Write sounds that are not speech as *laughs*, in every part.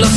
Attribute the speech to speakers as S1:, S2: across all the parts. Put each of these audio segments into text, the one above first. S1: nos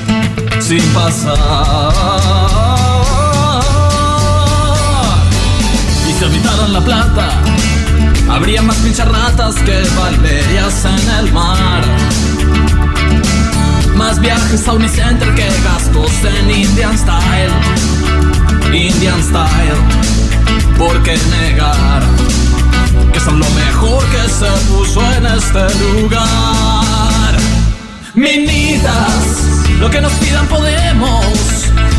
S1: Sin pasar. Y si habitaran la plata, habría más pincharratas que valerias en el mar. Más viajes a Unicenter que gastos en Indian Style. Indian Style, ¿por qué negar? Que son lo mejor que se puso en este lugar. Minitas, lo que nos pidan podemos.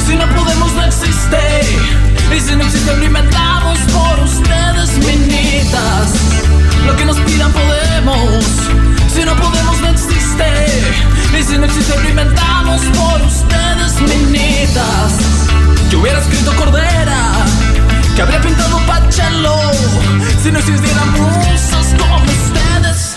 S1: Si no podemos, no existe. Y si no existe, lo inventamos por ustedes, minitas. Lo que nos pidan podemos. Si no podemos, no existe. Y si no existe, lo inventamos por ustedes, minitas. Que hubiera escrito Cordera, que habría pintado Pachelo. Si no existieran musas como ustedes.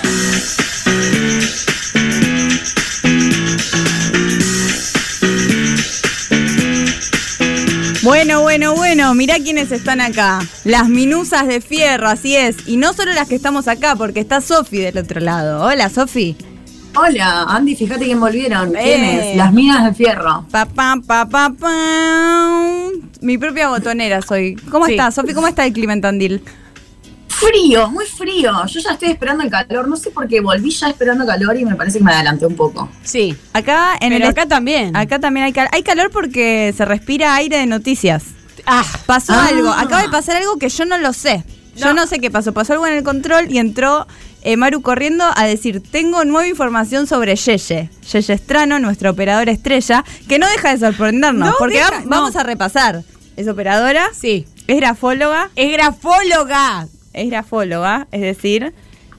S2: Bueno, bueno, bueno, mirá quiénes están acá. Las minusas de fierro, así es. Y no solo las que estamos acá, porque está Sofi del otro lado. Hola, Sofi.
S3: Hola, Andy, fíjate que volvieron. ¿Quiénes?
S2: Eh.
S3: Las minas de fierro.
S2: Papá, papá, pa. Mi propia botonera soy. ¿Cómo
S4: Sí.
S2: está, Sofi? ¿Cómo está el Climentandil?
S3: Frío, muy frío. Yo ya estoy esperando el calor. No sé por qué volví ya esperando calor y me parece que me adelanté un poco.
S4: Sí.
S2: Acá en
S4: Pero
S2: el
S4: acá también.
S2: acá también hay calor. Hay calor porque se respira aire de noticias.
S4: Ah,
S2: Pasó
S3: Ah.
S2: algo, acaba de pasar algo que yo no lo sé. Yo no sé qué pasó. Pasó algo en el control y entró eh, Maru corriendo a decir, tengo nueva información sobre Yeye. Yeye Estrano, nuestro operador estrella, que no deja de sorprendernos,
S4: No
S2: porque
S4: deja,
S2: vam-
S4: no.
S2: vamos a repasar. Es operadora,
S4: sí.
S2: es grafóloga,
S4: Es grafóloga.
S2: es grafóloga, es decir,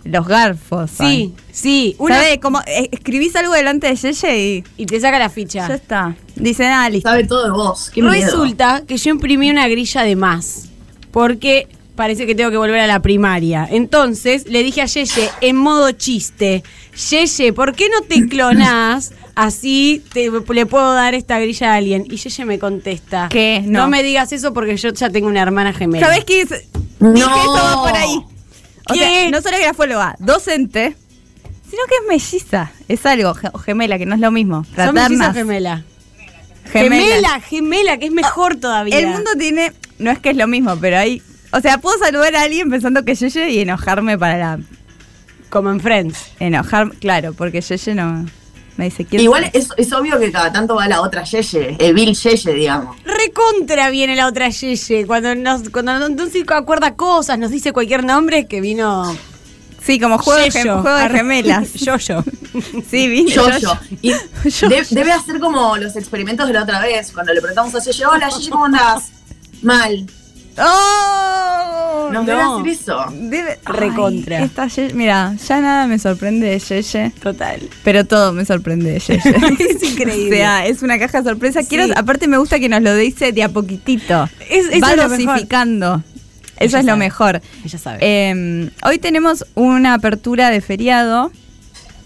S2: los garfos.
S4: Sí, sí. Una,
S2: ¿Sabes? Como eh, escribís algo delante de Yeye y
S4: y te saca la
S2: ya
S4: ficha.
S2: está. Dice, ah, listo.
S3: Sabe todo de vos. Qué miedo.
S4: Resulta que yo imprimí una grilla de más. Porque parece que tengo que volver a la primaria. Entonces le dije a Yeye en modo chiste: Yeye, ¿por qué no te clonás? Así te- le puedo dar esta grilla a alguien. Y Yeye me contesta:
S2: ¿Qué?
S4: No.
S2: No.
S4: me digas eso porque yo ya tengo una hermana gemela.
S2: ¿Sabés qué es?
S3: No.
S2: Dije, esto va por ahí. O
S4: ¿Qué?
S2: sea, no solo es grafóloga, docente, sino que es melliza. Es algo, ge- o gemela, que no es lo mismo.
S4: ¿Son mellizas o
S2: Fraternas.
S4: gemela?
S2: Gemelas.
S4: gemela, gemela, que es mejor todavía.
S2: El mundo tiene, no es que es lo mismo, pero hay, o sea, puedo saludar a alguien pensando que es Yeye y enojarme para la,
S4: Como en Friends.
S2: enojar, claro, porque Yeye no, me dice quién
S3: Igual es, es obvio que cada tanto va la otra Yeye, el Bill Yeye, digamos.
S4: Recontra viene la otra Yeye. Cuando nos, cuando no- no se acuerda cosas, nos dice cualquier nombre que vino.
S2: Sí, como juego, de, gem-
S4: Yeyo.
S2: juego de
S4: Arre- *laughs*
S2: gemelas.
S4: yo, yo.
S2: *laughs* Sí, viste.
S3: Yo,
S2: Yo-
S3: yo. Y
S2: *laughs* Yo-
S3: de- debe hacer como los experimentos de la otra vez, cuando le preguntamos a Yeye, hola Yeye, ¿cómo andás? Mal.
S2: ¡Oh!
S3: Nos debe hacer eso.
S2: Debe-
S4: Recontra.
S2: Ay, esta Ye- mira, ya nada me sorprende de Yeye.
S4: Total.
S2: Pero todo me sorprende de Yeye.
S4: Es increíble.
S2: *laughs* O sea, es una caja de sorpresa. Quiero,
S4: Sí.
S2: aparte me gusta que nos lo dice de a poquitito.
S4: Es- eso
S2: Va
S4: es lo mejor.
S2: dosificando.
S4: Ella
S2: Eso es lo
S4: sabe.
S2: mejor.
S4: Ella sabe.
S2: Eh, hoy tenemos una apertura de feriado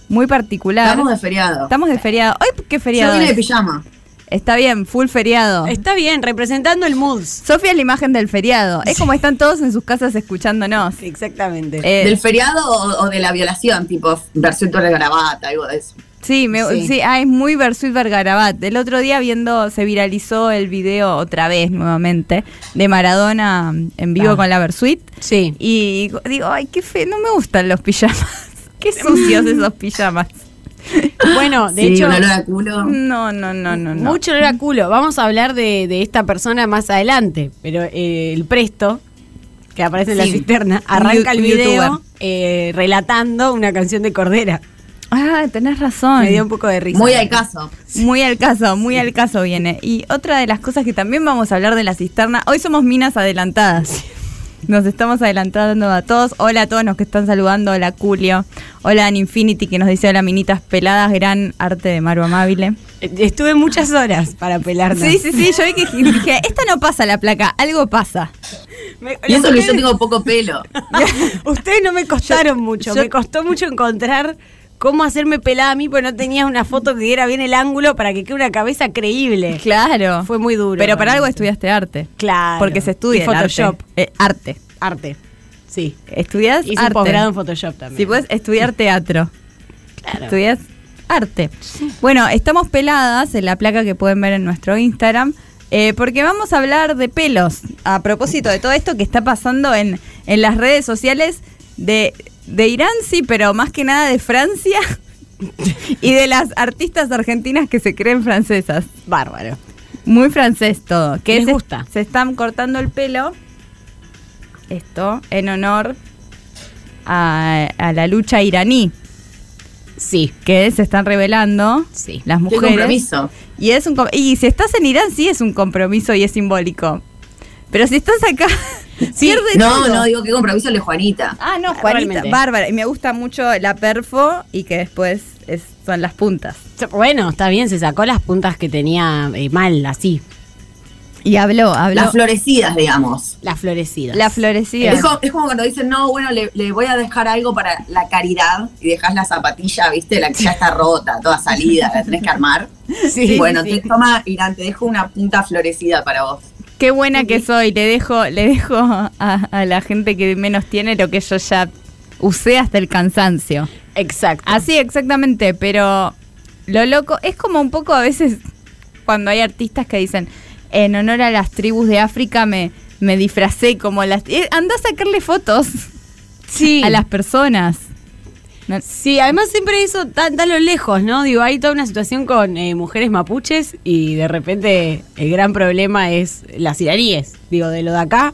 S2: muy particular.
S3: Estamos de feriado.
S2: Estamos de feriado. ¿Hoy qué
S3: Yo
S2: feriado?
S3: vine de
S2: es?
S3: pijama.
S2: Está bien, full feriado.
S4: Está bien, representando el Moods.
S2: Sofía es la imagen del feriado. Es como están todos en sus casas escuchándonos.
S4: Exactamente.
S2: Eh,
S3: ¿Del feriado o, o de la violación? Tipo, versión de gravata, algo de eso.
S2: Sí, me-
S4: Sí.
S2: sí, ah, es muy Versuit Vergarabat. El otro día viendo, se viralizó el video otra vez nuevamente de Maradona mm, en vivo
S4: Ah.
S2: con la Versuit.
S4: sí.
S2: Y digo, ay, qué fe, no me gustan los pijamas. *laughs* Qué sucios esos pijamas.
S4: Bueno, de
S3: Sí,
S4: hecho. mm,
S3: un olor a culo.
S2: No, no, no, no, no.
S4: Mucho olor a culo. Vamos a hablar de, de esta persona más adelante, pero eh, el presto que aparece en la
S3: Sí.
S4: cisterna arranca el video eh, relatando una canción de Cordera.
S2: Ah, tenés razón.
S4: Me dio un poco de risa.
S3: Muy al caso.
S2: Muy al caso, muy al caso viene. Y otra de las cosas que también vamos a hablar de la cisterna, hoy somos minas adelantadas. Nos estamos adelantando a todos. Hola a todos los que están saludando. Hola Julio. Hola An Infinity que nos dice hola minitas peladas. Gran arte de Maru Amabile.
S4: Eh, Estuve muchas horas para pelarnos.
S2: Sí, sí, sí. Yo vi que dije, esta no pasa la placa. Algo pasa.
S4: Me-
S3: Y eso que yo
S4: ustedes-
S3: tengo poco pelo.
S4: *laughs* Ustedes no me costaron
S2: Yo-
S4: mucho.
S2: yo-
S4: me costó mucho encontrar cómo hacerme pelada a mí porque no tenías una foto que diera bien el ángulo para que quede una cabeza creíble.
S2: Claro.
S4: Fue muy duro.
S2: Pero para algo
S4: realmente.
S2: estudiaste arte.
S4: Claro.
S2: Porque se estudia
S4: Y
S2: el
S4: Photoshop.
S2: Arte. Eh, arte.
S4: Arte. Sí.
S2: Estudias
S4: Hice un
S2: arte.
S4: posgrado en Photoshop también.
S2: Si puedes estudiar teatro.
S4: Claro.
S2: Estudias arte. Bueno, estamos peladas en la placa que pueden ver en nuestro Instagram. eh, porque vamos a hablar de pelos. A propósito de todo esto que está pasando en, en las redes sociales de, de Irán, sí, pero más que nada de Francia
S4: *laughs*
S2: y de las artistas argentinas que se creen francesas.
S4: Bárbaro.
S2: Muy francés todo. Que
S4: Les
S2: se-
S4: gusta.
S2: Se están cortando el pelo. Esto en honor a, a la lucha iraní.
S4: Sí.
S2: Que se están revelando
S4: Sí.
S2: las
S3: Qué
S2: mujeres.
S3: compromiso.
S2: Y, es un, com- y si estás en Irán, sí es un compromiso y es simbólico. Pero si estás
S3: *laughs*
S2: acá, pierde
S3: No,
S2: todo.
S3: no, digo qué compromiso el de Juanita.
S2: Ah, no, Juanita,
S4: Realmente.
S2: bárbara. Y me gusta mucho la perfo y que después es- son las puntas.
S4: Bueno, está bien, se sacó las puntas que tenía eh, mal, así.
S2: Y habló, habló.
S3: Las florecidas, digamos.
S4: Las florecidas.
S2: La florecida.
S3: Es como, es como cuando dicen, no, bueno, le, le voy a dejar algo para la caridad y dejas la zapatilla, viste, la que ya está rota, toda salida, la tenés que armar.
S4: Sí.
S3: bueno,
S4: sí.
S3: te toma, Irán, te dejo una punta florecida para vos.
S2: Qué buena que soy, le dejo, le dejo a, a la gente que menos tiene lo que yo ya usé hasta el cansancio.
S4: Exacto.
S2: Así exactamente, pero lo loco es como un poco a veces cuando hay artistas que dicen en honor a las tribus de África me, me disfracé como las... eh, anda a sacarle fotos
S4: sí.
S2: a las personas. No-
S4: Sí, además siempre eso tan, tan lo lejos, ¿no? Digo, hay toda una situación con eh, mujeres mapuches y de repente el gran problema es las iraníes. Digo, de lo de acá.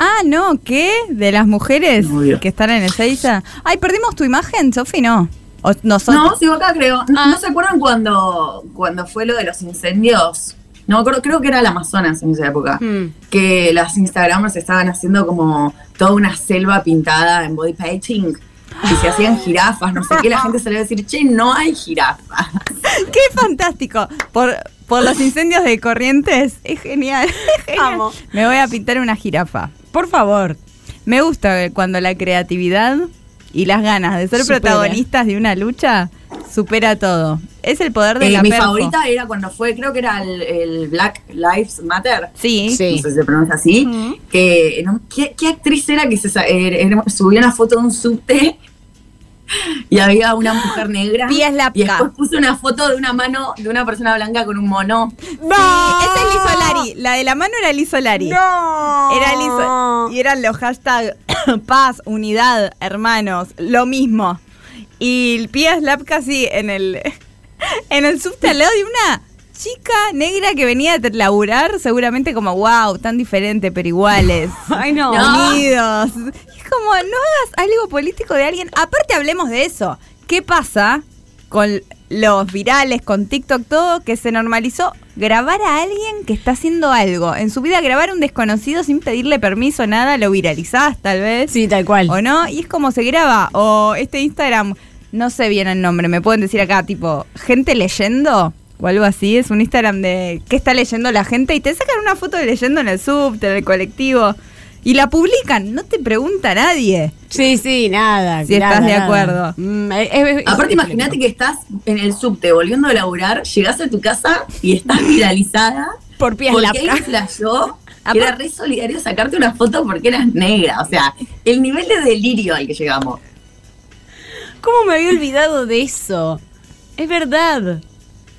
S2: Ah, no, ¿qué? ¿De las mujeres
S3: Obvio.
S2: que están en el Seiza? Ay, perdimos tu imagen, Sofi, no. O- nosotros.
S3: No, sigo acá, creo. ¿No,
S2: Ah.
S3: no se acuerdan cuando, cuando fue lo de los incendios? No, creo, creo que era el Amazonas en esa época.
S4: Mm.
S3: Que las Instagramers estaban haciendo como toda una selva pintada en body painting. Y se hacían jirafas, no sé qué, la gente salió a decir, che, no hay jirafas.
S2: ¡Qué fantástico! Por, por los incendios de corrientes. Es *laughs* genial. es genial.
S4: Amo.
S2: Me voy a pintar una jirafa.
S4: Por favor.
S2: Me gusta ver cuando la creatividad y las ganas de ser
S4: Supera.
S2: protagonistas de una lucha supera todo. Es el poder de
S3: Eh,
S2: la
S3: mi
S2: perfo.
S3: favorita era cuando fue, creo que era el, el Black Lives Matter.
S2: Sí.
S4: Sí.
S3: No sé si se pronuncia así. que, no, ¿qué, qué actriz era que se sa- eh, era- subió una foto de un subte *laughs* y había una mujer negra?
S2: Pia Slapka.
S3: Y después puso una foto de una mano de una persona blanca con un mono.
S2: Sí, Esa es Lisolari. La de la mano era Lisolari.
S4: No.
S2: Era Liso- Y eran los hashtags *coughs* paz, unidad, hermanos, lo mismo. Y el Pia Slapka sí, en el, *laughs* en el subte al lado de una chica negra que venía de laburar, seguramente como, wow, tan diferente, pero iguales.
S4: *laughs* Ay, no.
S3: No.
S2: Unidos. Y es como, no hagas algo político de alguien. Aparte, hablemos de eso. ¿Qué pasa con los virales, con TikTok, todo que se normalizó? Grabar a alguien que está haciendo algo. En su vida, grabar a un desconocido sin pedirle permiso, nada, lo viralizás tal vez.
S4: Sí, tal cual.
S2: O no, y es como se graba. O este Instagram, no sé bien el nombre, me pueden decir acá, tipo, gente leyendo o algo así. Es un Instagram de qué está leyendo la gente y te sacan una foto de leyendo en el subte, en el colectivo. Y la publican, no te pregunta nadie.
S4: Sí, sí, nada.
S2: Si
S4: nada,
S2: estás de
S4: nada.
S2: acuerdo.
S4: Mm, es- es- es-
S3: Aparte, imagínate que estás en el subte volviendo a laburar, llegás a tu casa y estás viralizada.
S4: Por pies
S3: Porque
S4: lapca.
S3: alguien flashó que era re solidario sacarte una foto porque eras negra. O sea, el nivel de delirio al que llegamos.
S4: ¿Cómo me había olvidado de eso? Es verdad.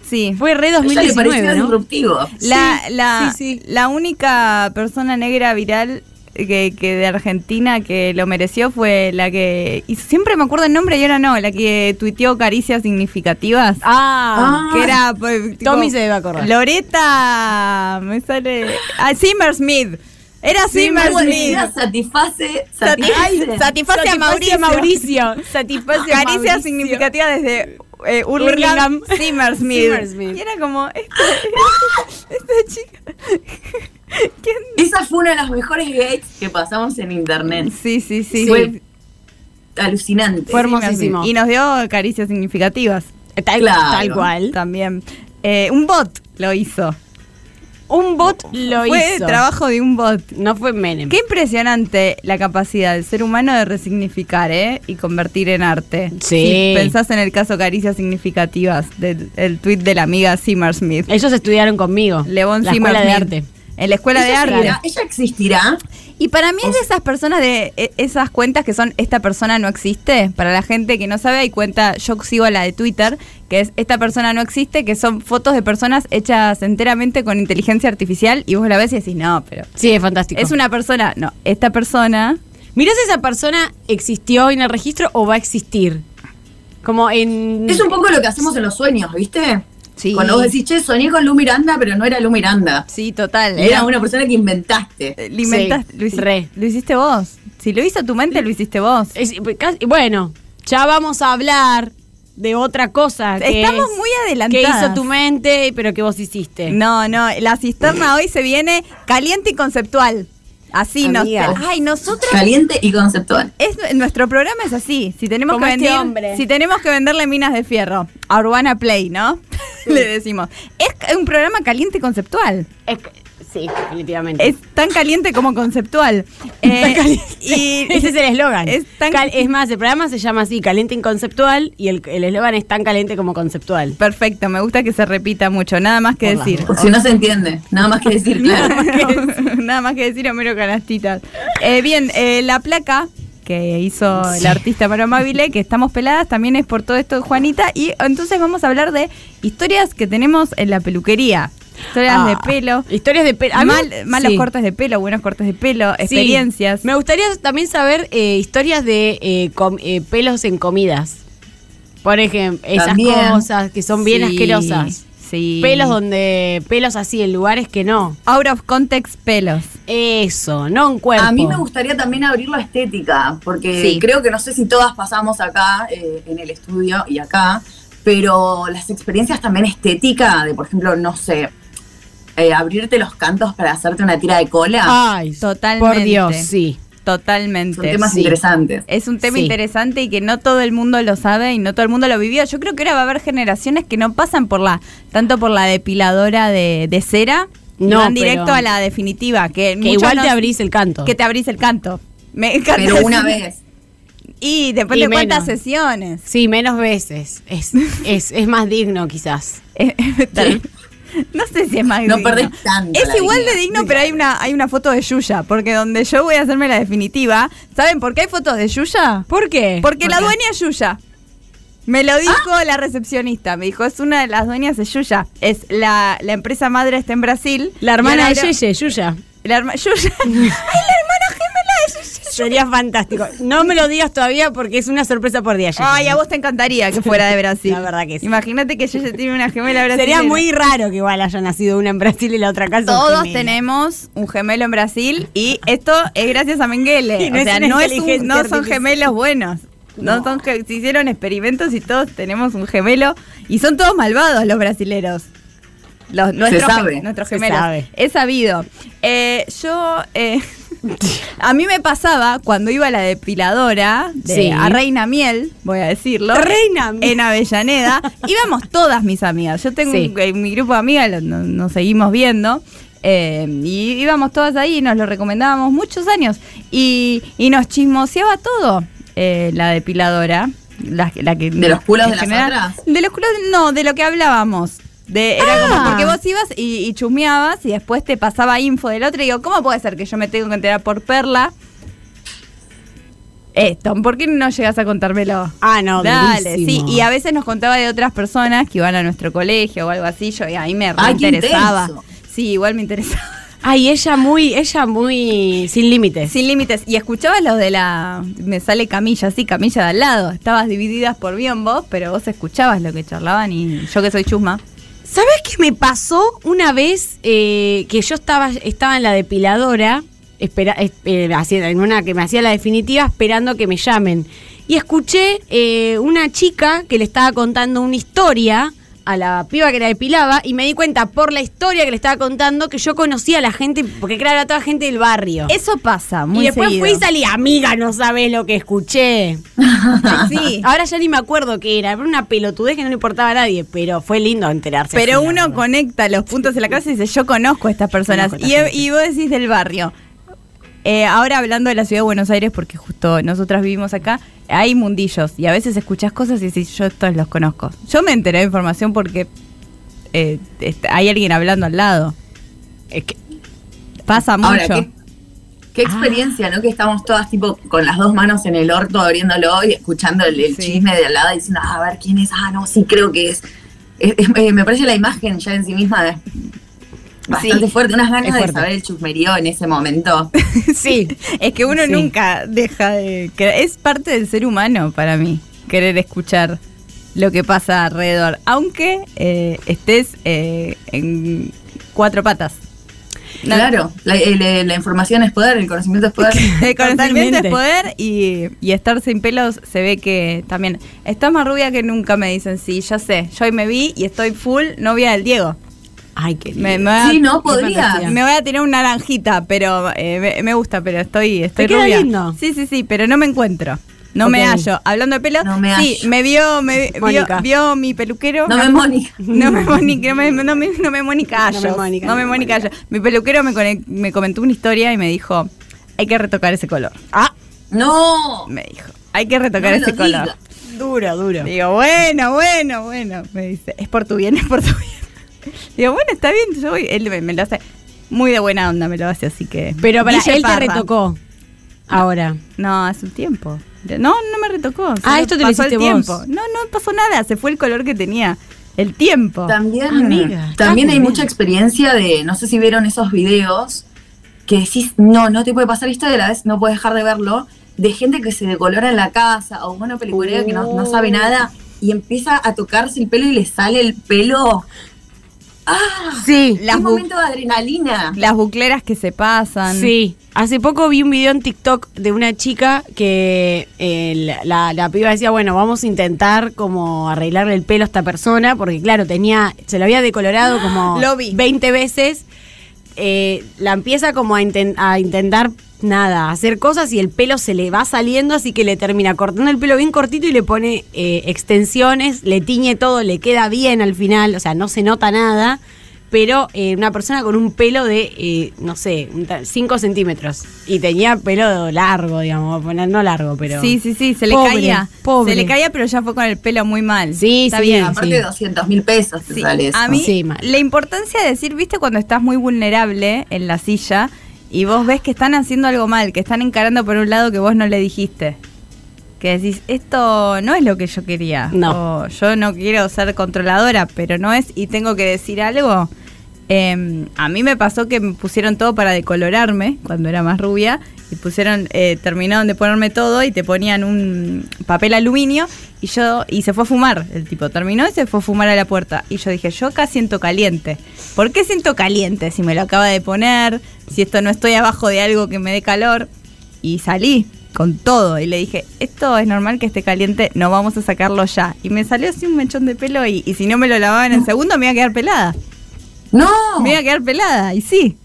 S2: Sí.
S4: Fue re
S3: A ella le
S4: 2019,
S3: pareció
S4: ¿no?
S3: disruptivo.
S2: La,
S4: Sí,
S2: la,
S4: sí, sí.
S2: la única persona negra viral que, que de Argentina que lo mereció fue la que. Y siempre me acuerdo el nombre y ahora no, la que tuiteó caricias significativas.
S4: Ah,
S3: Ah,
S2: que era pues, tipo,
S4: Tommy se debe acordar.
S2: Loreta me sale ah, Zimmer Smith era Zimmer
S3: Como
S2: Smith
S3: decía, satisface,
S2: Sati-
S3: satisface.
S2: satisface a Mauricio
S4: Mauricio. Satisface a
S2: Caricia
S4: Mauricio.
S2: significativa desde eh,
S4: Hurlingham.
S2: Hurlingham Simmersmith.
S4: Simmersmith.
S2: Y era como, esta, esta chica. *laughs* ¿Quién?
S3: Esa fue una de las mejores gates que pasamos en internet.
S2: Sí, sí, sí.
S3: Fue alucinante.
S4: Fue hermosísimo.
S2: Y nos dio caricias significativas
S4: Tal,
S3: Claro.
S4: tal cual.
S2: también. Eh, un bot lo hizo.
S4: Un bot lo
S2: Fue
S4: hizo.
S2: trabajo de un bot.
S4: No fue Menem.
S2: Qué impresionante la capacidad del ser humano de resignificar ¿eh? y convertir en arte.
S4: Sí.
S2: Si pensás en el caso Caricias Significativas, del el tuit de la amiga Simmersmith.
S4: Ellos estudiaron conmigo.
S2: Levon
S4: la escuela de
S2: Zimmersmith.
S4: arte.
S2: En la escuela de
S3: ¿Ella
S2: arte.
S3: seguirá? ¿Ella existirá?
S2: Y para mí es de esas personas de e- esas cuentas que son esta persona no existe. Para la gente que no sabe, hay cuenta, yo sigo la de Twitter, que es esta persona no existe, que son fotos de personas hechas enteramente con inteligencia artificial y vos la ves y decís, no, pero
S4: Sí, es fantástico.
S2: es una persona, no, esta persona
S4: Mirá si esa persona existió en el registro o va a existir. Como en.
S3: Es un poco lo que hacemos en los sueños, ¿viste?
S2: Sí.
S3: Cuando vos decís, che, soñé con Lu Miranda, pero no era Lu Miranda.
S2: Sí, total.
S3: Era una persona que inventaste.
S2: Eh, lo inventaste,
S4: Sí,
S2: lo, hici-
S4: re.
S2: lo hiciste vos. Si lo hizo tu mente, lo hiciste vos.
S4: Es- pues, casi- bueno, ya vamos a hablar de otra cosa. que
S2: Estamos
S4: es-
S2: muy
S4: Que
S2: adelantadas.
S4: hizo tu mente, pero que vos hiciste.
S2: No, no, la cisterna hoy se viene caliente y conceptual. Así nos.
S4: Amiga.
S2: Ay, nosotros
S3: Caliente y conceptual.
S2: es nuestro programa es así. Si tenemos
S4: Como
S2: que
S4: este
S2: vender,
S4: hombre.
S2: si tenemos que venderle minas de fierro a Urbana Play, ¿no? *laughs* Le decimos. Es c- un programa caliente y conceptual.
S4: Es que- sí, definitivamente.
S2: Es tan caliente como conceptual. Eh,
S4: Tan caliente.
S2: y-
S4: *laughs* Ese es el eslogan.
S2: Es
S4: Es,
S2: tan-
S4: es más, el programa se llama así, caliente inconceptual, y el el eslogan es tan caliente como conceptual.
S2: Perfecto, me gusta que se repita mucho. Nada más que
S4: Por las
S2: decir.
S3: Por si no se entiende. Nada más que
S4: *laughs*
S3: decir,
S2: Nada más
S3: claro.
S2: que, *laughs* nada más que decir Homero Canastitas. Eh, bien, eh, la placa que hizo el artista Maro Mávile, que estamos peladas, también es por todo esto de Juanita. Y entonces vamos a hablar de historias que tenemos en la peluquería. Historias de
S4: Ah,
S2: pelo.
S4: Historias de pelo. A mí-
S2: Mal- malos
S4: sí.
S2: cortes de pelo, buenos cortes de pelo,
S4: Sí.
S2: experiencias.
S4: Me gustaría también saber eh, historias de eh, com- eh, pelos en comidas. Por ejemplo, esas
S3: También.
S4: cosas que son bien
S2: Sí,
S4: asquerosas.
S2: Sí.
S4: Pelos donde. pelos así en lugares que no.
S2: Out of context pelos.
S4: Eso, no en cuerpo.
S3: A mí me gustaría también abrir la estética, porque
S2: Sí.
S3: creo que no sé si todas pasamos acá eh, en el estudio y acá, pero las experiencias también estética, de por ejemplo, no sé, eh, abrirte los cantos para hacerte una tira de cola,
S4: Ay,
S2: Totalmente.
S4: Por Dios, sí.
S2: Totalmente.
S3: son temas
S4: sí.
S3: interesantes.
S2: Es un tema
S4: Sí.
S2: interesante y que no todo el mundo lo sabe y no todo el mundo lo vivió. Yo creo que ahora va a haber generaciones que no pasan por la, tanto por la depiladora de, de cera, y
S4: No,
S2: van
S4: pero-
S2: directo a la definitiva, que,
S4: Que
S2: muchos
S4: igual
S2: no-
S4: te abrís el canto.
S2: que te abrís el canto. Me encanta
S3: Pero una
S2: decir-
S3: vez.
S2: Y después
S4: Y
S2: de cuántas
S4: menos.
S2: sesiones.
S4: Sí, menos veces. Es, es, es más digno, quizás.
S2: Eh, tal- No sé si es más
S3: No
S2: digno.
S3: perdés tanto
S2: Es
S3: la
S2: igual de
S3: dignidad.
S2: digno, pero hay una, hay una foto de Yuya, porque donde yo voy a hacerme la definitiva, ¿saben por qué hay fotos de Yuya?
S4: ¿Por qué?
S2: Porque la
S4: qué? Ah.
S2: dueña es Yuya. Me lo dijo la recepcionista. Me dijo, es una de las dueñas de Yuya. Es la, la empresa madre está en Brasil.
S4: La
S2: Y
S4: hermana
S2: ahora
S4: de
S2: era-
S4: Yeye, Yuya.
S2: La
S4: *laughs*
S2: herma- Yuya. ¡Ay, la hermana gemela de Yuya!
S4: Sería fantástico. No me lo digas todavía porque es una sorpresa por día. Yeye.
S2: Ay, a vos te encantaría que fuera de Brasil.
S4: La verdad que sí.
S2: Imagínate que Yuya tiene una gemela brasileña.
S4: Sería muy raro que igual haya nacido una en Brasil y la otra acá. son
S2: Todos
S4: gemelas.
S2: tenemos un gemelo en Brasil y esto es gracias a Mengele.
S4: *laughs* Y no
S2: o
S4: es
S2: sea,
S4: una
S2: no, es un-
S4: inteligencia
S2: no son
S4: artificial.
S2: gemelos buenos. No, son ge- se hicieron experimentos y todos tenemos un gemelo y son todos malvados los brasileros. Los, nuestros,
S3: sabe.
S2: nuestros
S4: Se
S2: gemelos.
S4: sabe.
S2: Es sabido. Eh, yo eh, *laughs* a mí me pasaba cuando iba a la depiladora de-
S4: Sí.
S2: a Reina Miel, voy a decirlo.
S4: Reina Miel.
S2: En Avellaneda. Íbamos todas mis amigas. Yo tengo
S4: Sí.
S2: un- eh, mi grupo de amigas, lo- no- nos seguimos viendo. eh, y íbamos todas ahí, nos lo recomendábamos muchos años. Y, y nos chismoseaba todo eh, la depiladora. La, la que,
S3: ¿De los culos
S2: en
S3: de las otras?
S2: De los culos, no, de lo que hablábamos. De, era
S4: Ah.
S2: como porque vos ibas y, y chusmeabas y después te pasaba info del otro y digo, ¿cómo puede ser que yo me tengo que enterar por perla? Esto, ¿por qué no llegas a contármelo?
S4: Ah, no,
S2: Dale,
S4: durísimo.
S2: sí. Y a veces nos contaba de otras personas que iban a nuestro colegio o algo así. Yo y ahí me
S3: Ay, qué
S2: reinteresaba.
S3: intenso.
S2: Sí, igual me interesaba.
S4: Ay, ella muy, ella muy sin límites.
S2: Sin límites. Y escuchabas lo de la. Me sale camilla, sí, camilla de al lado. Estabas divididas por bien vos, pero vos escuchabas lo que charlaban y yo que soy chusma.
S4: ¿Sabes qué me pasó una vez eh, que yo estaba, estaba en la eh, depiladora, espera, es- eh, haciendo- en una que me hacía la definitiva, esperando que me llamen? y escuché eh, una chica que le estaba contando una historia a la piba que la depilaba y me di cuenta por la historia que le estaba contando que yo conocía a la gente, porque claro, era toda gente del barrio.
S2: Eso pasa muy
S4: y después
S2: seguido.
S4: fui y salí, amiga, no sabes lo que
S2: *laughs*
S4: escuché.
S2: Sí.
S4: Ahora ya ni me acuerdo qué era, era una pelotudez que no le importaba a nadie, pero fue lindo enterarse.
S2: Pero
S4: así, la
S2: uno
S4: verdad.
S2: conecta los puntos de la cabeza y dice, yo conozco a estas personas.
S4: Conozco a
S2: Y,
S4: esta gente.
S2: y vos decís del barrio. Eh, ahora hablando de la ciudad de Buenos Aires, porque justo nosotras vivimos acá, hay mundillos y a veces escuchás cosas y decís, yo estos los conozco. Yo me enteré de información porque eh, este, hay alguien hablando al lado.
S4: Es que-
S2: Pasa mucho. Ah.
S3: Ahora, ¿qué, qué experiencia, ¿no? Que estamos todas tipo con las dos manos en el orto abriéndolo y escuchando el, el
S2: Sí.
S3: chisme de al lado diciendo, "Ah, a ver quién es, ah, no, sí, creo que es. Es- es- eh, me parece la imagen ya en sí misma es bastante
S2: Sí,
S3: fuerte, unas ganas
S4: es
S3: de
S4: fuerte.
S3: saber el chusmerío en ese
S2: *laughs*
S3: momento.
S4: *laughs* sí.
S2: es que uno
S4: Sí.
S2: nunca deja de... que Es parte del ser humano para mí, querer escuchar lo que pasa alrededor, aunque eh, estés eh, en cuatro patas. No.
S3: Claro, la, el- el- la información es poder, el conocimiento es poder.
S2: *laughs* El conocimiento
S4: Totalmente.
S2: es poder y, y estar sin pelos se ve que también. Estás más rubia que nunca, me dicen. Sí, ya sé. Yo hoy me vi y estoy full novia del Diego.
S4: Ay, qué lindo.
S2: Me, me voy a-
S3: Sí, no, podría.
S2: fantasía. Me voy a tirar una naranjita, pero eh, me, me gusta, pero estoy, estoy
S4: Te queda
S2: rubia.
S4: lindo.
S2: Sí, sí, sí, pero no me encuentro. No me
S4: Ok.
S2: hallo. Hablando de pelo,
S3: No me
S2: sí,
S3: hallo.
S2: me vio, me vi- vio,
S4: Mónica.
S2: vio mi peluquero.
S3: No me Mónica.
S2: *laughs* No me Mónica, no me, no me, no me
S4: No
S2: Mónica
S4: me
S2: Ayos.
S4: Mónica,
S2: No me
S4: no me
S2: Mónica Ayos. Mi peluquero me, conec- me comentó una historia y me dijo, hay que retocar ese color. Ah,
S3: No,
S2: me dijo, hay que
S3: no
S2: retocar
S3: me
S2: ese
S3: lo
S2: color.
S3: diga.
S4: Duro, duro.
S2: Digo, bueno, bueno, bueno. Me dice, es por tu bien, *laughs* es por tu bien. Digo, bueno, está bien, yo voy. Él me, me lo hace muy de buena onda, me lo hace, así que.
S4: Pero para
S2: Guille
S4: él
S2: Parra.
S4: te retocó. Ahora. Ah,
S2: No, hace un tiempo. No, no me retocó.
S3: Ah,
S2: solo
S4: esto te lo
S2: pasó el
S4: hiciste vos.
S2: tiempo. No, no pasó nada, se fue el color que tenía. El tiempo.
S3: También,
S4: Amiga,
S3: también
S4: está
S3: hay
S4: muy
S3: mucha
S4: bien.
S3: experiencia de, no sé si vieron esos videos que decís, no, no te puede pasar esto de la vez, no puedes dejar de verlo, de gente que se decolora en la casa o una peliculera que no, no
S2: Uh.
S3: sabe nada y empieza a tocarse el pelo y le sale el pelo. ¡Ah!
S4: Sí.
S2: Las
S3: un
S2: bu-
S3: momento de adrenalina.
S2: Las bucleras que se pasan.
S4: Sí, hace poco vi un video en TikTok de una chica que eh, la, la- la piba decía, bueno, vamos a intentar como arreglarle el pelo a esta persona, porque claro, tenía, se lo había
S2: *gasps*
S4: decolorado como
S2: Lo vi.
S4: 20 veces. Eh, la empieza como a, inten- a intentar nada, hacer cosas y el pelo se le va saliendo, así que le termina cortando el pelo bien cortito y le pone eh, extensiones, le tiñe todo, le queda bien al final, o sea, no se nota nada. Pero eh, una persona con un pelo de, eh, no sé, 5 centímetros. Y tenía pelo largo, digamos, bueno, no largo, pero.
S2: Sí, sí, sí, se le
S4: Pobre,
S2: caía.
S4: pobre.
S2: Se le caía, pero ya fue con el pelo muy mal.
S4: Sí,
S2: Está
S4: sí,
S2: bien.
S3: Aparte
S4: sí.
S3: de 200 mil pesos te
S2: Sí,
S3: sale eso.
S2: a mí
S4: Sí, mal.
S2: la importancia de decir, viste, cuando estás muy vulnerable en la silla y vos ves que están haciendo algo mal, que están encarando por un lado que vos no le dijiste. Que decís, esto no es lo que yo quería.
S4: No.
S2: O yo no quiero ser controladora, pero no es, y tengo que decir algo. Eh, a mí me pasó que me pusieron todo para decolorarme cuando era más rubia y pusieron eh, terminaron de ponerme todo y te ponían un papel aluminio y yo y se fue a fumar el tipo terminó y se fue a fumar a la puerta y yo dije yo acá siento caliente ¿por qué siento caliente si me lo acaba de poner si esto no estoy abajo de algo que me dé calor y salí con todo y le dije, esto es normal que esté caliente, no vamos a sacarlo ya. Y me salió así un mechón de pelo y, y si no me lo lavaban en segundo me iba a quedar pelada.
S3: No.
S2: Me iba a quedar pelada, y sí.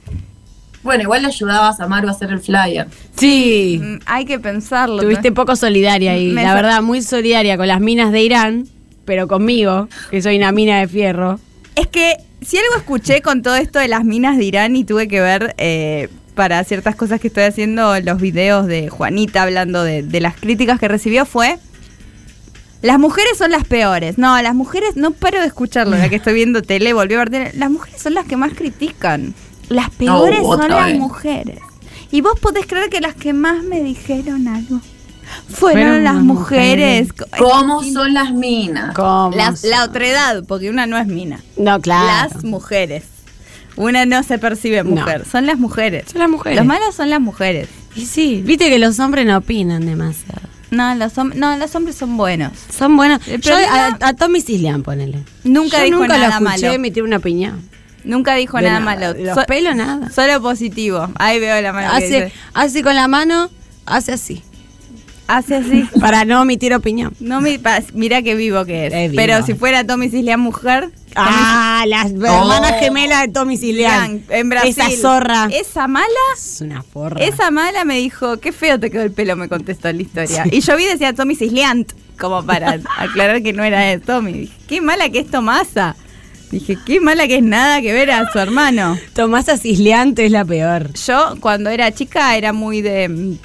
S3: Bueno, igual le ayudabas a Maru a hacer el flyer.
S4: Sí.
S2: Mm, Hay que pensarlo.
S4: Tuviste poco solidaria y
S2: Me
S4: la
S2: sa-
S4: verdad muy solidaria con las minas de Irán, pero conmigo, que soy una mina de fierro.
S2: Es que si algo escuché con todo esto de las minas de Irán y tuve que ver eh, para ciertas cosas que estoy haciendo los videos de Juanita hablando de, de las críticas que recibió fue... Las mujeres son las peores. No, las mujeres, no paro de escucharlo, la que estoy viendo tele, volví a ver tele. Las mujeres son las que más critican. Las peores
S3: otra
S2: son las
S3: vez.
S2: mujeres. Y vos podés creer que las que más me dijeron algo fueron,
S4: Fueron
S2: las
S4: las
S2: mujeres.
S3: ¿Cómo son las minas?
S4: ¿Cómo?
S2: La, la otredad, porque una no es mina.
S4: no, claro.
S2: Las mujeres. Una no se percibe mujer, son las mujeres.
S4: Son las mujeres.
S2: Los malos son las mujeres.
S4: Y sí, viste que los hombres no opinan demasiado.
S2: No, los, hom- no, los hombres son buenos.
S4: Son buenos.
S2: El
S4: Yo
S2: problema-
S4: a, a Tommy Cislian, ponele.
S2: Nunca
S4: Yo
S2: dijo
S4: nunca
S2: nada
S4: lo escuché
S2: malo.
S4: emitir una opinión.
S2: Nunca dijo
S4: De
S2: nada,
S4: nada.
S2: malo.
S4: Los pelos, nada.
S2: Solo positivo. Ahí veo la mano. que
S4: Hace,
S2: dice.
S4: hace con la mano, hace así.
S2: hace así.
S4: *laughs* Para no omitir opinión.
S2: No mi- pa- mira qué vivo que es.
S4: Es vivo.
S2: Pero si fuera Tommy Cislia mujer, Oh.
S4: Ah,
S2: *laughs*
S4: las hermanas gemelas de Tommy Silian.
S2: Cislián, en Brasil.
S4: Esa zorra.
S2: Esa mala,
S4: Es una forra.
S2: esa mala me dijo, qué feo te quedó el pelo, me contestó en la historia. Y yo vi decía Tommy Cisliant, como
S4: *laughs*
S2: para aclarar que no era él, Tommy. Dije, qué mala que es Tomasa. Dije, qué mala que es nada que ver a su hermano.
S4: Tomasa Cisleante es la peor.
S2: Yo cuando era chica era muy de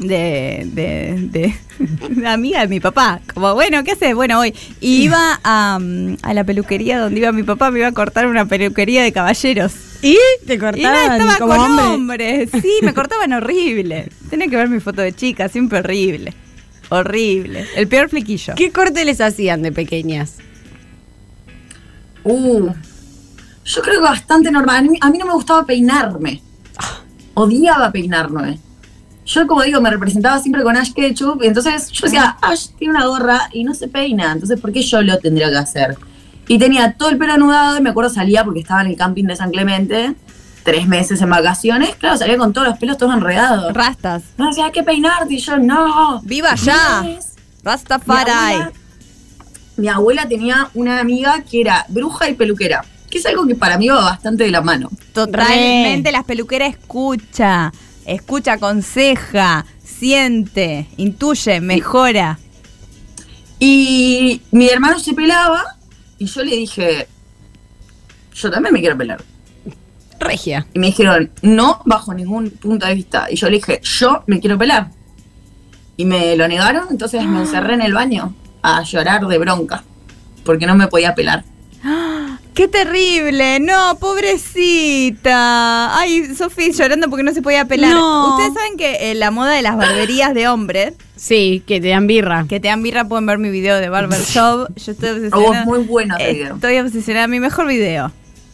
S2: de, de, de- de amiga de mi papá. Como, bueno, ¿qué haces? Bueno, hoy. Y iba a, mm, a la peluquería donde iba mi papá, me iba a cortar una peluquería de caballeros.
S4: ¿Y? Te
S2: Y no,
S4: cortaban
S2: estaba
S4: como
S2: con
S4: hombre.
S2: hombres. Sí, me cortaban horrible. Tenía que ver mi foto de chica, siempre horrible. Horrible. El peor flequillo.
S4: ¿Qué corte les hacían de pequeñas?
S3: Uh, yo creo que bastante normal. A mí, a mí no me gustaba peinarme.
S2: Ah.
S3: Odiaba peinarme. Yo, como digo, me representaba siempre con Ash Ketchum. Y entonces yo decía,
S2: Ah.
S3: Ash tiene una gorra y no se peina. Entonces, ¿por qué yo lo tendría que hacer? Y tenía todo el pelo anudado. Y me acuerdo salía porque estaba en el camping de San Clemente. Tres meses en vacaciones. Claro, salía con todos los pelos todos enredados.
S2: Rastas.
S3: No, decía, hay que peinarte. Y yo, no.
S2: ¡Viva
S3: No
S2: ya!
S3: es. Mi
S2: Rastafari.
S3: abuela, mi abuela tenía una amiga que era bruja y peluquera, que es algo que para mí va bastante de la mano.
S2: Totalmente, las peluqueras escucha, escucha, aconseja, siente, intuye, mejora.
S3: Y mi hermano se pelaba y yo le dije, yo también me quiero pelar.
S4: Regia.
S3: Y me dijeron, no, bajo ningún punto de vista. Y yo le dije, yo me quiero pelar. Y me lo negaron, entonces me encerré en el baño a llorar de bronca, porque no me podía pelar.
S2: *gasps* ¡Qué terrible! No, pobrecita. Ay, Sofía llorando porque no se podía pelar.
S4: No.
S2: Ustedes saben que eh, la moda de las barberías de hombre,
S4: Sí, que te dan birra.
S2: que te dan birra, pueden ver mi video
S4: *laughs*
S2: de Barber Shop. Yo estoy
S3: Oh, es
S2: obsesionada.
S3: muy bueno ese video.
S2: Estoy obsesionada. Mi mejor video.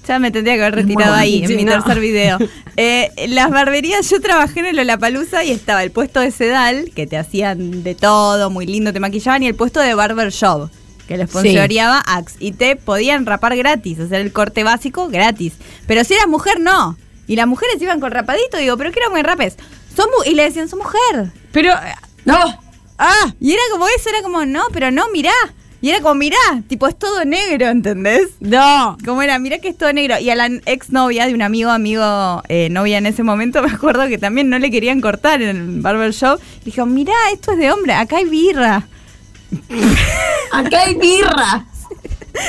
S2: Ya me tendría que haber
S3: Muy
S2: retirado
S3: bueno.
S2: ahí, en
S4: Sí,
S2: mi
S4: no. *laughs*
S2: tercer video. Eh, las barberías, yo trabajé en el Olapalooza y estaba el puesto de Sedal, que te hacían de todo, muy lindo, te maquillaban, y el puesto de Barber Shop, que lo sponsoreaba Axe. Y te podían rapar gratis, hacer el corte básico gratis. Pero si eras mujer, no. Y las mujeres iban con rapadito, digo, pero que eran muy rapes. Son mu- y le decían, son mujer.
S4: Pero,
S3: eh, No,
S2: Ah, y era como eso, era como, no, pero no, mirá. Y era como, mirá, tipo, es todo negro, ¿entendés?
S4: no.
S2: ¿Cómo era? Mira que es todo negro. Y a la exnovia de un amigo, amigo, eh, novia en ese momento, *laughs* me acuerdo que también no le querían cortar en el barber shop. Dijo, mirá, esto es de hombre, acá hay birra.
S3: acá hay birra,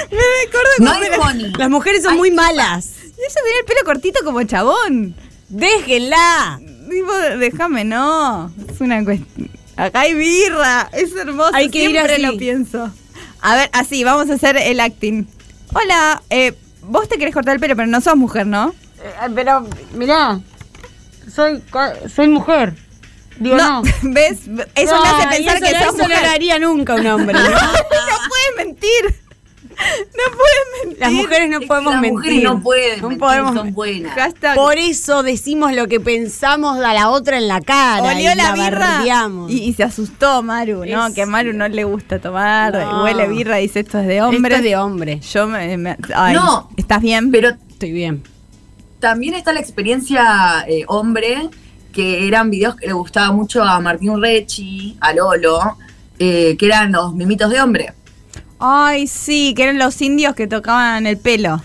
S2: Me recuerdo
S3: no
S2: cómo
S3: hay
S2: era.
S3: money.
S4: Las mujeres son
S3: Ay,
S4: muy malas.
S2: Y ella tenía el pelo cortito como chabón.
S4: Déjenla.
S2: Digo, déjame, no. Es una cuestión. Acá hay birra. Es hermoso.
S4: Hay que ir
S2: Siempre
S4: así.
S2: lo pienso. A ver, así, vamos a hacer el acting. Hola, eh, vos te querés cortar el pelo, pero no sos mujer, ¿no?
S4: Eh, pero, mirá. Soy, soy mujer. Ah,
S2: no. *laughs* ¿Ves? Eso le hace pensar que sos
S4: no
S2: mujer.
S4: lo haría nunca un hombre. ¿no?
S2: *laughs* no puedes mentir. No puedes mentir.
S4: Las mujeres no
S3: Es que
S4: podemos
S3: las mujeres
S4: mentir.
S3: no pueden
S4: No
S3: mentir,
S4: podemos
S3: son
S4: men-
S3: buenas.
S2: Hashtag,
S4: Por eso decimos lo que pensamos a la otra en la cara.
S2: olió
S4: y
S2: la birra
S4: bardeamos.
S2: y, y se asustó Maru, ¿no?
S4: Es-
S2: Que a Maru no le gusta tomar,
S4: No.
S2: huele birra, dice esto es de
S4: Esto
S2: hombre.
S4: es de hombre.
S2: Yo me, me- ay,
S3: No.
S2: ¿Estás bien?
S3: Pero
S4: Estoy bien.
S3: también está la experiencia eh, hombre, que eran videos que le gustaba mucho a Martín Rechi, a Lolo, eh, que eran los mimitos de hombre.
S2: Ay, sí, que eran los indios que tocaban el pelo.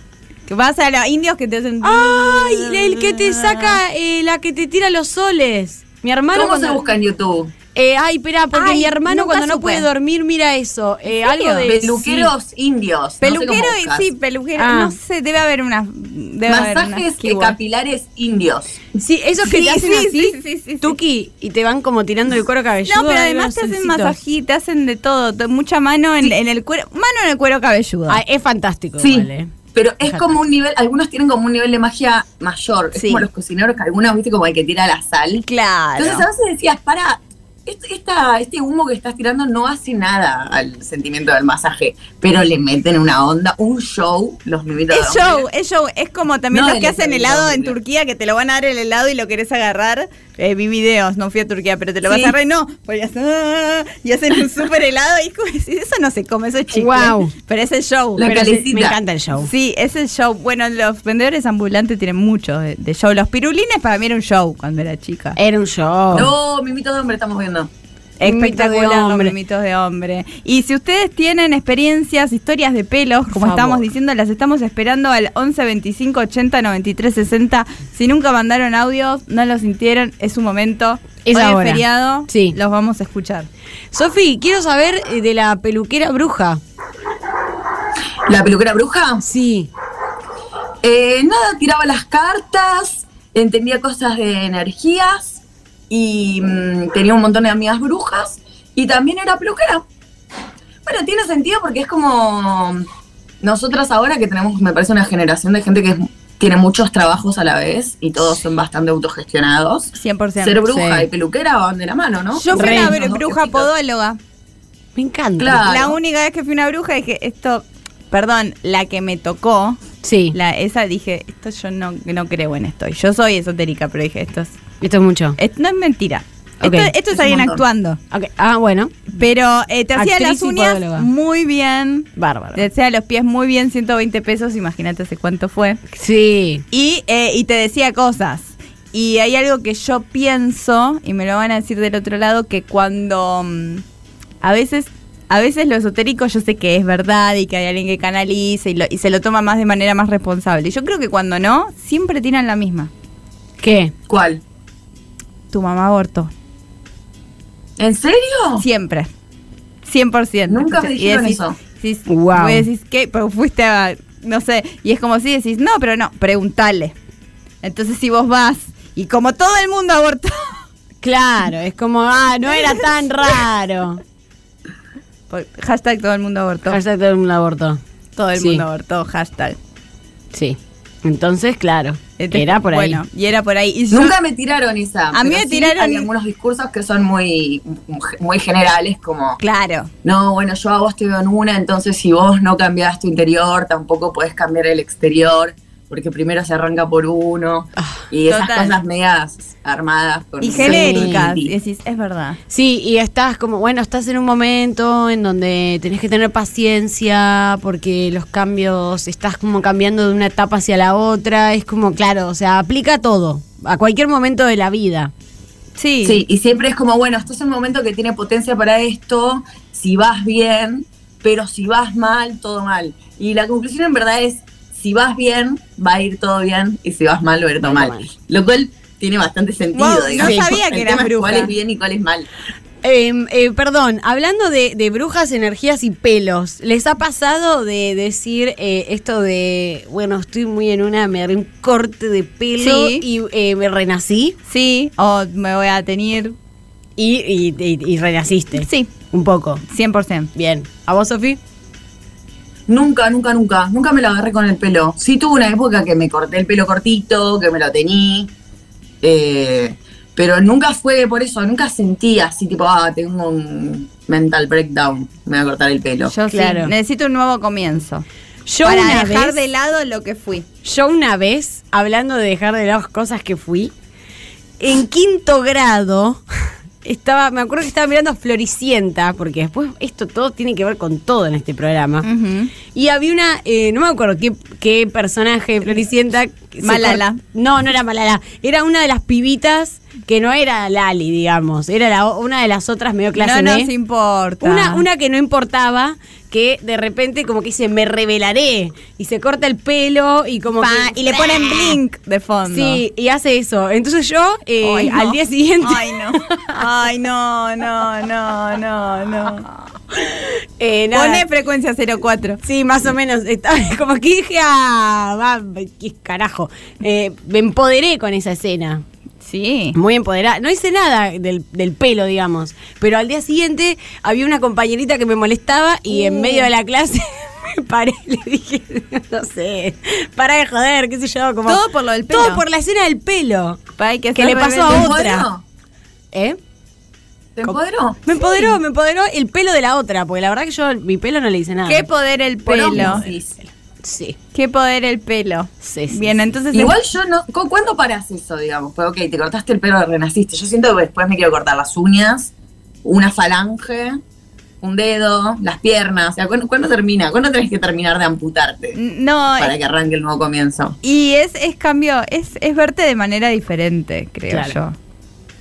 S2: Que vas a los indios que te hacen.
S4: Ay, el que
S2: Ah.
S4: te saca, eh, la que te tira los soles. Mi hermano
S3: ¿Cómo
S4: cuando-
S3: se busca en YouTube?
S4: Eh, ay, espera, porque
S2: Ay,
S4: mi hermano
S2: nunca
S4: cuando no
S2: supe.
S4: puede dormir mira eso. Eh,
S2: ¿En serio?
S4: algo de
S3: Peluqueros indios.
S2: Peluquero,
S3: no sé
S2: y-
S3: cómo buscas.
S2: sí, peluquero.
S4: Ah.
S2: No sé, debe haber una. Debe haber unas
S3: Masajes eh,
S2: keywords.
S3: capilares indios.
S4: Sí, sí esos que
S2: Sí,
S4: te hacen
S2: sí,
S4: así,
S2: sí, sí, sí, sí.
S4: tuki, y te van como tirando el cuero cabelludo.
S2: No, pero
S4: ahí
S2: además
S4: los
S2: te hacen
S4: solcitos.
S2: masajito, te hacen de todo, te- mucha mano en, en el cuero, mano en el cuero cabelludo.
S4: Ah, es fantástico.
S3: Sí.
S4: igual, eh.
S3: Pero es
S4: Fíjate.
S3: como un nivel, algunos tienen como un nivel de magia mayor. Es
S2: Sí.
S3: como los cocineros que algunos, viste, como el que tira la sal.
S2: claro.
S3: Entonces a veces decías, para, est- esta, este humo que estás tirando no hace nada al sentimiento del masaje, pero le meten una onda, un show, los mimitos.
S2: es
S3: de hombre.
S2: show, es show, es como también
S3: No
S2: los que
S3: en el
S2: hacen
S3: cuero
S2: helado en
S3: cabelludo.
S2: Turquía, que te lo van a dar el helado y lo querés agarrar. Eh, vi videos, no fui a Turquía, pero te lo
S3: Sí.
S2: vas a agarrar y no, porque hacen, ah, y hacen un super helado y es como decir, eso no se come, eso es chicle.
S4: Guau.
S2: Pero es el show.
S3: La
S4: Pero sí,
S3: calecita.
S4: me encanta el show.
S2: Sí, es el show. Bueno, los vendedores ambulantes tienen mucho de, de show. Los pirulines para mí era un show cuando era chica.
S4: Era un show.
S3: No, mimitos de hombre estamos viendo.
S2: Espectacular,
S4: Mitos de
S2: los
S4: hombre.
S2: mitos de hombre. Y si ustedes tienen experiencias, historias de pelos, como
S4: favor.
S2: estamos diciendo, las estamos esperando al 11 25 80 93 60. Si nunca mandaron audios, no los sintieron, es su momento.
S4: Es
S2: Hoy
S4: ahora.
S2: feriado,
S4: Sí.
S2: los vamos a escuchar.
S4: Sofi, quiero saber eh, de la peluquera bruja.
S3: ¿La peluquera bruja?
S4: Sí.
S3: Eh, nada, tiraba las cartas, entendía cosas de energías y mm, tenía un montón de amigas brujas y también era peluquera. Bueno, tiene sentido porque es como nosotras ahora que tenemos, me parece, una generación de gente que es- tiene muchos trabajos a la vez y todos son bastante autogestionados.
S2: 100%.
S3: Ser bruja
S4: sí.
S3: y peluquera van de la mano, ¿no?
S2: Yo fui
S4: Re.
S2: una
S3: Los dos
S2: bruja
S3: cositos.
S2: podóloga.
S4: Me encanta.
S3: Claro.
S2: La única vez que fui una bruja dije, esto, perdón, la que me tocó,
S4: Sí.
S2: la, esa dije, esto yo no, no creo en esto. Y Yo soy esotérica, pero dije, esto es,
S4: Esto es mucho.
S2: es- no es mentira.
S4: Ok.
S2: Esto, esto es,
S3: Es un
S2: alguien
S3: montón.
S2: actuando.
S4: Ok, Ah, bueno.
S2: Pero eh, te hacía
S4: Actriz
S2: las
S4: y
S2: uñas
S4: podóloga.
S2: muy bien.
S4: Bárbaro.
S2: Te hacía los pies muy bien, 120 pesos, imagínate hace cuánto fue.
S4: Sí.
S2: Y, eh, y te decía cosas. Y hay algo que yo pienso, y me lo van a decir del otro lado, que cuando mm, a veces, a veces lo esotérico yo sé que es verdad y que hay alguien que canaliza y, lo- y se lo toma más de manera más responsable. Yo creo que cuando no, siempre tiran la misma.
S4: ¿Qué?
S3: ¿Cuál?
S2: Tu mamá abortó.
S3: ¿En serio?
S2: Siempre. 100%.
S3: Nunca me
S2: Y
S3: dijeron
S2: decís-
S3: eso.
S2: decís-
S4: Guau.
S2: y decís, ¿qué? Pero fuiste a, no sé, y es como si decís, no, pero no, preguntale. Entonces si vos vas, y como todo el mundo abortó,
S4: Claro, es como, ah, no era
S2: *laughs*
S4: tan raro.
S2: Por- *laughs* hashtag todo el mundo abortó.
S4: Hashtag todo el mundo abortó.
S2: Todo el
S4: Sí.
S2: mundo abortó, hashtag.
S4: Sí. Entonces, claro.
S2: Este-
S4: era por ahí.
S2: Bueno, y era por ahí. Y yo-
S3: Nunca me tiraron esa.
S2: A
S3: pero
S2: mí me
S3: sí
S2: tiraron-
S3: Hay algunos discursos que son muy, muy generales, como
S2: Claro.
S3: no, bueno, yo a vos te veo en una, entonces si vos no cambiás tu interior, tampoco podés cambiar el exterior, porque primero se arranca por uno. y esas
S2: Ah, total.
S3: cosas medias armadas. Con
S2: Y
S3: Sí.
S2: genéricas. Y decís, es verdad.
S4: Sí, y estás como, bueno, estás en un momento en donde tenés que tener paciencia porque los cambios, estás como cambiando de una etapa hacia la otra, es como, claro, o sea, aplica a todo, a cualquier momento de la vida.
S2: Sí.
S3: Sí, y siempre es como, bueno, esto es un momento que tiene potencia para esto, si vas bien, pero si vas mal, todo mal. Y la conclusión en verdad es, si vas bien, va a ir todo bien, y si vas mal, va a ir todo mal.
S4: mal.
S3: Lo cual tiene bastante sentido.
S2: Wow, no
S3: digamos.
S2: sabía
S3: El
S2: que eras
S3: tema es
S2: bruja.
S3: ¿Cuál es bien y cuál es mal?
S4: Eh, eh, perdón, hablando de, de brujas, energías y pelos, ¿les ha pasado de decir eh, esto de, bueno, estoy muy en una, me haré un corte de pelo
S2: Sí.
S4: y eh, me renací?
S2: Sí, o me voy a tener.
S4: Y, y- y- y renaciste.
S2: Sí,
S4: Un poco.
S2: 100%.
S4: Bien. ¿A vos, Sofi?
S3: Nunca, nunca, nunca. Nunca me lo agarré con el pelo. Sí tuve una época que me corté el pelo cortito, que me lo tení. eh, pero nunca fue por eso. Nunca sentí así, tipo, ah, tengo un mental breakdown. Me voy a cortar el pelo.
S2: Yo sí,
S4: Claro.
S2: necesito un nuevo comienzo.
S4: Yo
S2: para
S4: una
S2: dejar
S4: vez,
S2: de lado lo que fui.
S4: yo una vez, hablando de dejar de lado cosas que fui, en quinto grado estaba, me acuerdo que estaba mirando Floricienta, porque después esto todo tiene que ver con todo en este programa. Y había una, eh, no me acuerdo qué, qué personaje de Floricienta. que se
S2: Malala.
S4: cort- No, no era Malala. Era una de las pibitas que no era Lali, digamos. Era la o- una de las otras medio clase
S2: no
S4: B.
S2: nos importa.
S4: Una,
S2: *laughs*
S4: una que no importaba, que de repente como que dice, me revelaré. Y se corta el pelo y como
S2: Pa-
S4: que-
S2: y le ponen blink de fondo.
S4: Sí, y hace eso. Entonces yo eh,
S2: Ay, no.
S4: al día siguiente
S2: Ay, no. Ay, no, no, no, no, no.
S4: eh, *laughs* nada,
S2: Pone frecuencia 04.
S4: Sí, más o menos. Estaba- *laughs* Como que dije, ah, va, qué carajo. Eh, me empoderé con esa escena.
S2: Sí.
S4: Muy empoderada. No hice nada del, del pelo, digamos. Pero al día siguiente había una compañerita que me molestaba y
S2: Uh.
S4: en medio de la clase *laughs* me paré y le dije, *laughs* no sé, *laughs* para de joder, qué sé yo. Como,
S2: Todo por lo del pelo.
S4: Todo por la escena del pelo.
S2: Pa, hay que
S4: Que
S2: ser
S4: le pasó a
S2: rebelde.
S4: otra.
S3: empoderó?
S4: ¿Eh?
S3: ¿Te empoderó?
S4: Me empoderó, me empoderó el pelo de la otra, porque la verdad que yo mi pelo no le hice nada.
S2: Qué poder el
S3: Por
S2: pelo.
S3: ósmosis.
S4: Sí,
S2: Qué poder el pelo.
S4: sí, sí.
S2: Bien,
S4: sí.
S2: entonces.
S3: Igual yo no. ¿cu- ¿Cuándo paras eso, digamos? Pues, ok, te cortaste el pelo, renaciste. Yo siento que después me quiero cortar las uñas, una falange, un dedo, las piernas. O sea, ¿cuándo, cuándo termina? ¿Cuándo tenés que terminar de amputarte?
S2: No. eh,
S3: Para que arranque el nuevo comienzo.
S2: Y es, es cambio, es, es verte de manera diferente, creo
S4: Claro.
S2: yo.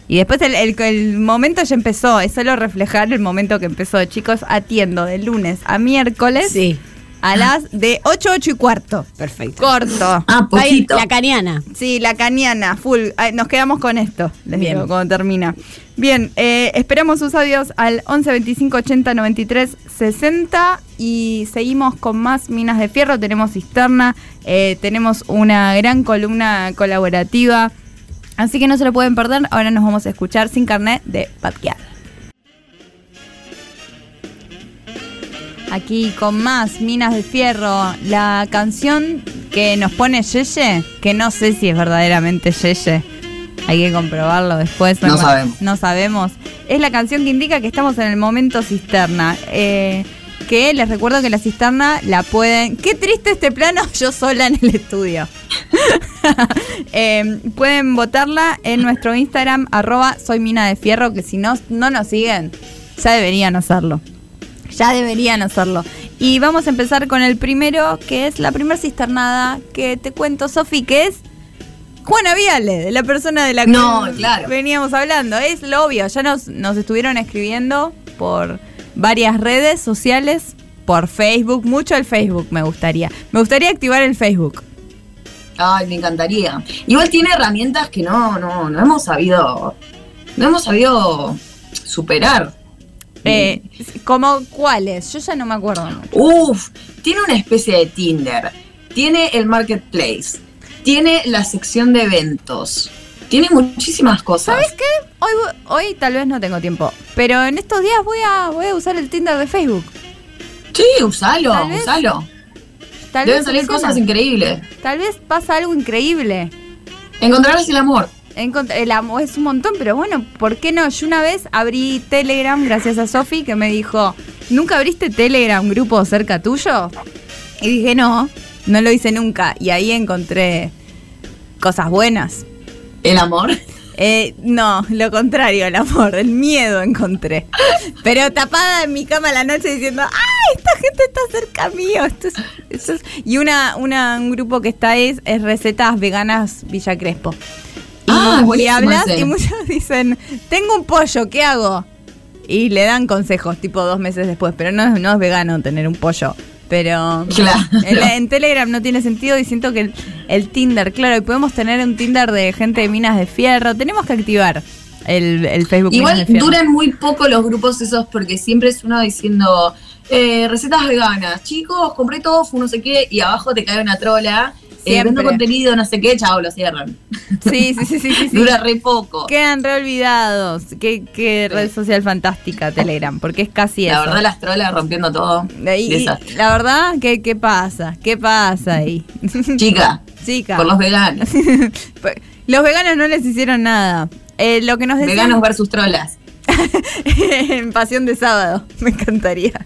S2: Y después el, el- el momento ya empezó, es solo reflejar el momento que empezó. Chicos, atiendo de lunes a miércoles
S4: Sí.
S2: a las de 8, 8 y cuarto.
S4: Perfecto.
S2: Corto.
S3: Ah,
S4: Ahí,
S3: poquito.
S4: la caniana.
S2: Sí, la caniana, full. Ay, nos quedamos con esto, les
S4: Bien.
S2: digo, cuando termina. Bien, eh, esperamos sus audios al 11 25 80 93 60 y seguimos con más Minas de Fierro. Tenemos cisterna, eh, tenemos una gran columna colaborativa. Así que no se lo pueden perder. Ahora nos vamos a escuchar sin carnet de Patquial. Aquí con más Minas de Fierro, la canción que nos pone Yeye, que no sé si es verdaderamente Yeye. Hay que comprobarlo después.
S3: No sabemos.
S2: No sabemos. Es la canción que indica que estamos en el momento cisterna. Eh, que les recuerdo que la cisterna la pueden. Qué triste este plano, *laughs* yo sola en el estudio. Eh, pueden votarla en nuestro Instagram, arroba soy mina de fierro, que si no, no nos siguen, ya deberían hacerlo. Ya deberían hacerlo. Y vamos a empezar con el primero, que es la primera cisternada que te cuento, Sofi, que es Juana Viale, la persona de la
S3: No, claro.
S2: veníamos hablando. Es lo obvio, ya nos, nos estuvieron escribiendo por varias redes sociales, por Facebook, mucho el Facebook me gustaría. Me gustaría activar el Facebook.
S3: Ay, me encantaría. Igual tiene herramientas que no, no, no hemos sabido, no hemos sabido superar.
S2: Eh, ¿Como cuáles? Yo ya no me acuerdo.
S3: Uf, tiene una especie de Tinder, tiene el marketplace, tiene la sección de eventos, tiene muchísimas cosas.
S2: ¿Sabes qué? Hoy, vo- hoy tal vez no tengo tiempo, pero en estos días voy a, voy a usar el Tinder de Facebook.
S3: Sí, usalo,
S2: Tal vez.
S3: usalo.
S2: Tal
S3: Deben
S2: vez
S3: salir
S2: funciona.
S3: cosas increíbles.
S2: Tal vez pasa algo increíble.
S3: Encontrarás el amor.
S2: Encont- el amo es un montón, pero bueno, ¿por qué no? Yo una vez abrí Telegram gracias a Sofi que me dijo, ¿nunca abriste Telegram grupo cerca tuyo? Y dije, no, no lo hice nunca. Y ahí encontré cosas buenas.
S3: El amor.
S2: Eh, no, lo contrario, el amor, el miedo encontré. Pero tapada en mi cama a la noche diciendo, ¡ay, esta gente está cerca mío! Esto es- esto es-". Y una, una, un grupo que está es, es Recetas Veganas Villa Crespo. Y,
S3: Ah,
S2: y
S3: buenísimo
S2: hablas
S3: ese.
S2: y muchos *laughs* dicen, tengo un pollo, ¿qué hago? Y le dan consejos, tipo dos meses después, pero no es, no es vegano tener un pollo. Pero
S3: Claro.
S2: en, la- en Telegram no tiene sentido y siento que el, el Tinder, claro, y podemos tener un Tinder de gente de minas de fierro. Tenemos que activar el, el Facebook.
S3: Igual
S2: Minas de Fierro.
S3: duran muy poco los grupos esos porque siempre es uno diciendo eh, recetas veganas, chicos, compré tofu, no sé qué, y abajo te cae una trola, eh,
S2: Siempre.
S3: vendo contenido, no sé qué, chao, lo cierran.
S2: Sí, sí, sí, sí, sí, sí.
S3: Dura re poco.
S2: Quedan re olvidados. Qué, qué red social fantástica Telegram, porque es casi
S3: La
S2: eso.
S3: verdad, las trolas rompiendo todo.
S2: Y- y-
S3: Desastre.
S2: la verdad, ¿qué, ¿qué pasa? ¿Qué pasa ahí? *laughs*
S3: Chica,
S2: Chica.
S3: por los
S2: *laughs*
S3: veganos.
S2: Pe- Los veganos no les hicieron nada. Eh, lo que nos decían
S3: veganos versus trolas.
S2: *laughs* en Pasión de Sábado, *laughs* me encantaría.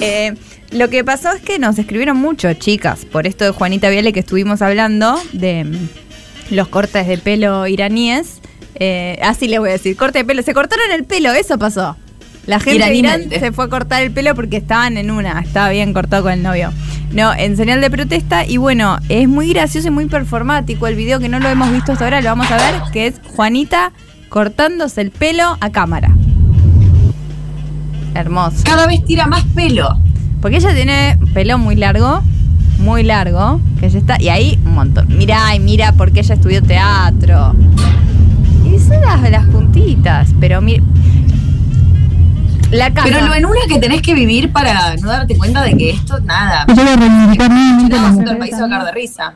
S2: Eh, lo que pasó es que nos escribieron mucho, chicas, por esto de Juanita Viale que estuvimos hablando, de mm, los cortes de pelo iraníes. Eh, así les voy a decir, corte de pelo. Se cortaron el pelo, eso pasó. La gente de Irán
S3: Iranímente.
S2: se fue a cortar el pelo porque estaban en una, estaba bien cortado con el novio. No, en señal de protesta y bueno, es muy gracioso y muy performático el video que no lo hemos visto hasta ahora, lo vamos a ver, que es Juanita cortándose el pelo a cámara. Hermoso.
S3: Cada vez tira más pelo.
S2: Porque ella tiene pelo muy largo, muy largo, que ya está. Y ahí un montón. Mirá, y mira, porque ella estudió teatro. Y son las, las puntitas, pero mira. La cama.
S3: Pero lo en una que tenés que vivir para no darte cuenta de que esto, nada. No, todo el país se va a cagar de risa.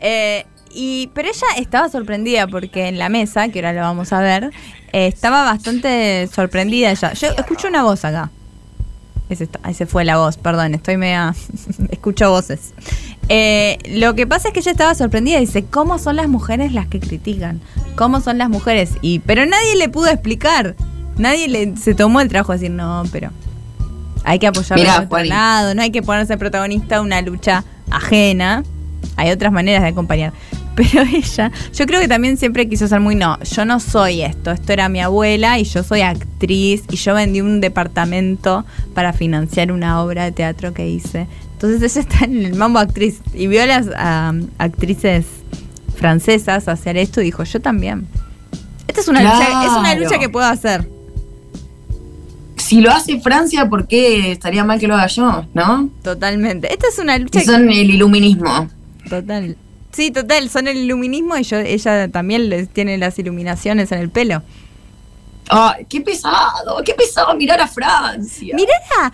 S2: Eh, y, pero ella estaba sorprendida porque en la mesa, que ahora lo vamos a ver, eh, estaba bastante sorprendida ella. Yo escucho una voz acá. Es esta- ahí se fue la voz, perdón, estoy media. *laughs* escucho voces. Eh, lo que pasa es que ella estaba sorprendida. Dice: ¿Cómo son las mujeres las que critican? ¿Cómo son las mujeres? Y, pero nadie le pudo explicar. Nadie le, se tomó el trabajo de decir: No, pero. Hay que apoyar
S3: Mirá,
S2: a otro
S3: Juani.
S2: lado, no hay que ponerse protagonista de una lucha ajena. Hay otras maneras de acompañar. *laughs* Pero ella, yo creo que también siempre quiso ser muy no, yo no soy esto, esto era mi abuela y yo soy actriz y yo vendí un departamento para financiar una obra de teatro que hice. Entonces ella está en el mambo actriz y vio a las ah, actrices francesas hacer esto y dijo, yo también. Esta es una, lucha, es una
S3: Claro.
S2: lucha que puedo hacer.
S3: Si lo hace Francia, ¿por qué estaría mal que lo haga yo? ¿No?
S2: Totalmente. Esta es una lucha
S3: Que son el iluminismo.
S2: total. Sí, total, son el iluminismo y yo, ella también les tiene las iluminaciones en el pelo.
S3: Ay, qué pesado, qué pesado mirar a Francia.
S2: Mirá,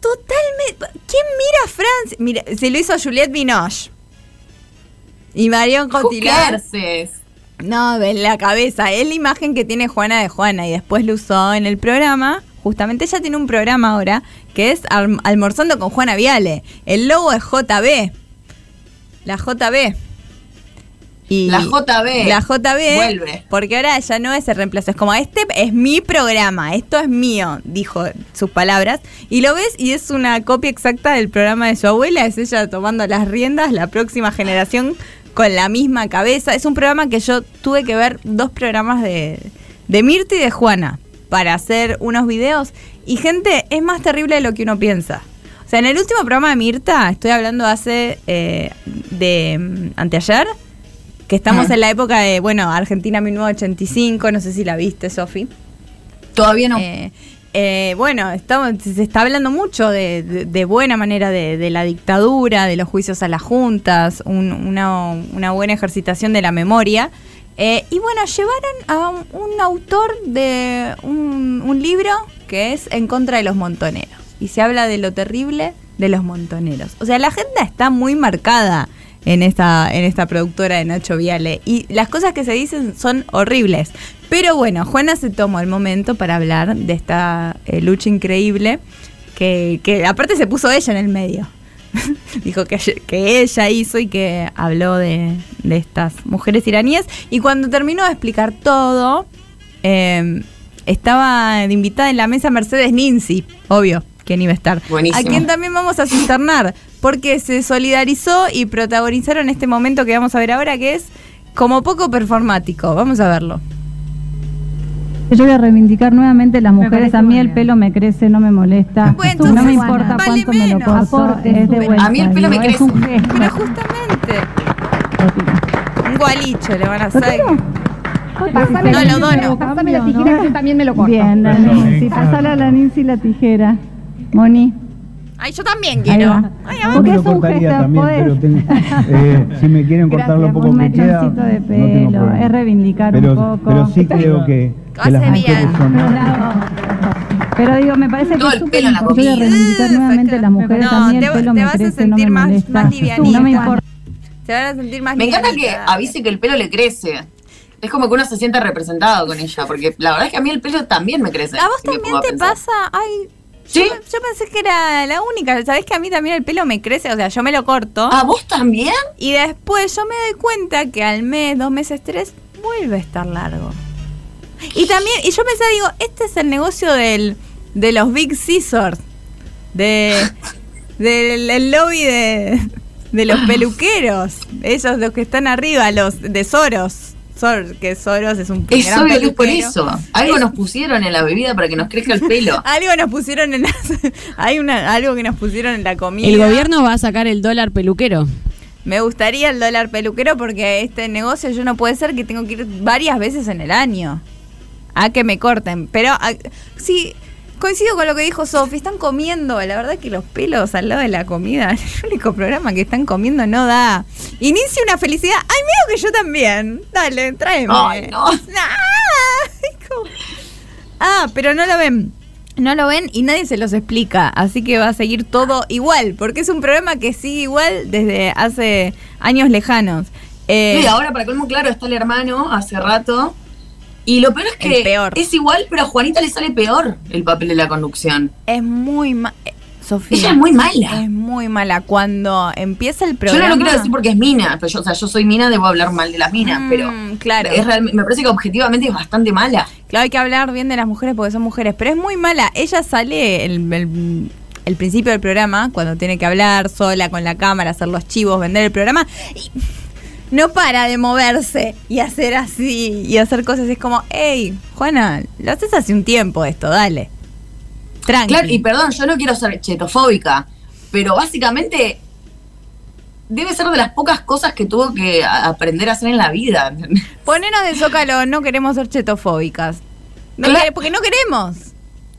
S2: totalmente. ¿Quién mira a Francia? Mira, se lo hizo Juliette Binoche. Y Marion Cotillard.
S3: Jugarses.
S2: No, ves la cabeza. Es la imagen que tiene Juana de Juana y después lo usó en el programa. Justamente ella tiene un programa ahora que es Alm- Almorzando con Juana Viale. El logo es JB. La JB. Y
S3: La JB.
S2: La JB.
S3: Vuelve.
S2: Porque ahora ya no es el reemplazo. Es como, este es mi programa. Esto es mío, dijo sus palabras. Y lo ves y es una copia exacta del programa de su abuela. Es ella tomando las riendas, la próxima generación con la misma cabeza. Es un programa que yo tuve que ver dos programas de, de Mirta y de Juana para hacer unos videos. Y gente, es más terrible de lo que uno piensa. O sea, en el último programa de Mirta, estoy hablando hace eh, de mm, anteayer, que estamos
S3: Ah.
S2: en la época de, bueno, Argentina 1985, no sé si la viste, Sofi.
S3: Todavía no.
S2: Eh, eh, bueno, estamos- se está hablando mucho de, de- de buena manera de, de la dictadura, de los juicios a las juntas, un- una, una buena ejercitación de la memoria. Eh, y bueno, llevaron a un, un autor de un, un libro que es En contra de los montoneros. Y se habla de lo terrible de los montoneros. O sea, la agenda está muy marcada en esta, en esta productora de Nacho Viale. Y las cosas que se dicen son horribles. Pero bueno, Juana se tomó el momento para hablar de esta eh, lucha increíble que, que aparte se puso ella en el medio. *laughs* Dijo que, ella- que ella hizo y que habló de, de estas mujeres iraníes. Y cuando terminó de explicar todo, eh, estaba de invitada en la mesa Mercedes Ninzi, obvio, quien iba a estar.
S3: Buenísimo.
S2: A quien también vamos a cisternar, porque se solidarizó y protagonizaron este momento que vamos a ver ahora, que es como poco performático. Vamos a verlo.
S5: Yo voy a reivindicar nuevamente las mujeres.
S6: parece
S5: A mí
S6: muy
S5: el
S6: bien.
S5: pelo me crece, no me molesta.
S2: Bueno,
S5: no me
S2: entonces,
S5: importa
S2: vale
S5: cuánto me lo
S2: menos.
S5: corto.
S6: Aporte,
S5: es de
S6: sube.
S5: vuelta,
S3: A mí el pelo me
S5: digo, Es un
S3: crece.
S5: gesto.
S2: Pero justamente, un gualicho le van a hacer.
S6: ¿Por Pásame
S2: No,
S6: la
S2: lo
S6: tijera,
S2: dono.
S6: Pásame la tijera que yo también me lo corto.
S5: Bien, la
S7: Eso,
S5: Nancy.
S7: sí, claro.
S5: Pásale a la Nancy la tijera. Moni.
S2: Ay, yo también
S5: Ahí
S2: quiero.
S5: va.
S2: Ay,
S7: Yo
S2: a ver.
S5: Porque
S7: me lo
S5: es un
S7: cortaría
S5: gesto,
S7: también,
S5: podés.
S7: pero tengo-
S5: *laughs*
S7: eh, si me quieren cortar lo
S5: Gracias,
S7: poco
S5: un
S7: que queda,
S5: mechoncito de
S7: no tengo
S5: pelo,
S7: problema.
S5: es reivindicar un
S7: pero,
S5: poco.
S7: Pero sí creo que, que las
S2: Hace
S7: mujeres
S2: bien.
S7: son...
S5: Pero digo, me parece
S3: Todo
S5: que
S3: el
S5: es
S3: pelo
S5: súper
S3: en la
S5: importante
S3: boquilla.
S5: reivindicar nuevamente
S2: Saca-
S5: las mujeres
S2: No,
S5: también.
S2: te
S5: el
S2: va-
S5: pelo
S2: te
S5: me
S2: vas a
S5: crece,
S2: sentir
S5: no me
S2: más-
S5: molesta.
S2: más livianita.
S5: No me importa.
S2: Se van a sentir más
S3: Me encanta que
S2: livianitas.
S3: avise que el pelo le crece. Es como que uno se sienta representado con ella, porque la verdad es que a mí el pelo también me crece.
S2: ¿A vos
S3: si me
S2: también
S3: pongo a
S2: te
S3: pensar.
S2: pasa? Ay,
S3: ¿Sí?
S2: yo, yo pensé que era la única. Sabés que a mí también el pelo me crece, o sea, yo me lo corto.
S3: ¿A vos también?
S2: Y después yo me doy cuenta que al mes, dos meses, tres, vuelve a estar largo. Y también, y yo pensé, digo, este es el negocio del, de los Big Scissors,
S3: *laughs*
S2: de, del el lobby de, de los peluqueros, ellos los que están arriba, los de Soros. Sor- que Soros es un
S3: Es
S2: gran
S3: obvio que es por
S2: peluquero.
S3: eso. Algo nos pusieron en la bebida para que nos crezca el pelo.
S2: *laughs* Algo nos pusieron en las- *laughs* hay una, algo que nos pusieron en la comida.
S4: El gobierno va a sacar el dólar peluquero.
S2: Me gustaría el dólar peluquero porque este negocio yo no puede ser que tengo que ir varias veces en el año a que me corten. Pero a- sí, coincido con lo que dijo Sofi, están comiendo, la verdad que los pelos al lado de la comida, *laughs* el único programa que están comiendo no da. Inicia una felicidad, ay miedo que yo también, dale, tráeme.
S3: Ay, no.
S2: *laughs* Ah, como- Ah, pero no lo ven. No lo ven y nadie se los explica, así que va a seguir todo igual, porque es un programa que sigue igual desde hace años lejanos. Eh,
S3: Y ahora, para colmo claro, está el hermano hace rato. Y lo peor es que
S2: El peor.
S3: es igual, pero a Juanita le sale peor el papel de la conducción.
S2: es muy mala. Sofía.
S3: Ella es muy mala.
S2: Es muy mala. Cuando empieza el
S3: Yo
S2: programa.
S3: no lo quiero decir porque es mina, pero yo, o sea, yo soy mina, debo hablar mal de las minas,
S2: Mm,
S3: pero
S2: claro.
S3: es realme- me parece que objetivamente es bastante mala.
S2: Claro, hay que hablar bien de las mujeres porque son mujeres, pero es muy mala. Ella sale el, el- el principio del programa, cuando tiene que hablar sola con la cámara, hacer los chivos, vender el programa, y no para de moverse y hacer así y hacer cosas. Es como, hey, Juana, lo haces hace un tiempo esto, dale. Tranqui.
S3: Claro, y perdón, yo no quiero ser chetofóbica, pero básicamente debe ser de las pocas cosas que tuvo que a- aprender a hacer en la vida. ¿entendés?
S2: Ponenos de zócalo, no queremos ser chetofóbicas. No
S3: Claro.
S2: quere- Eh, porque no queremos.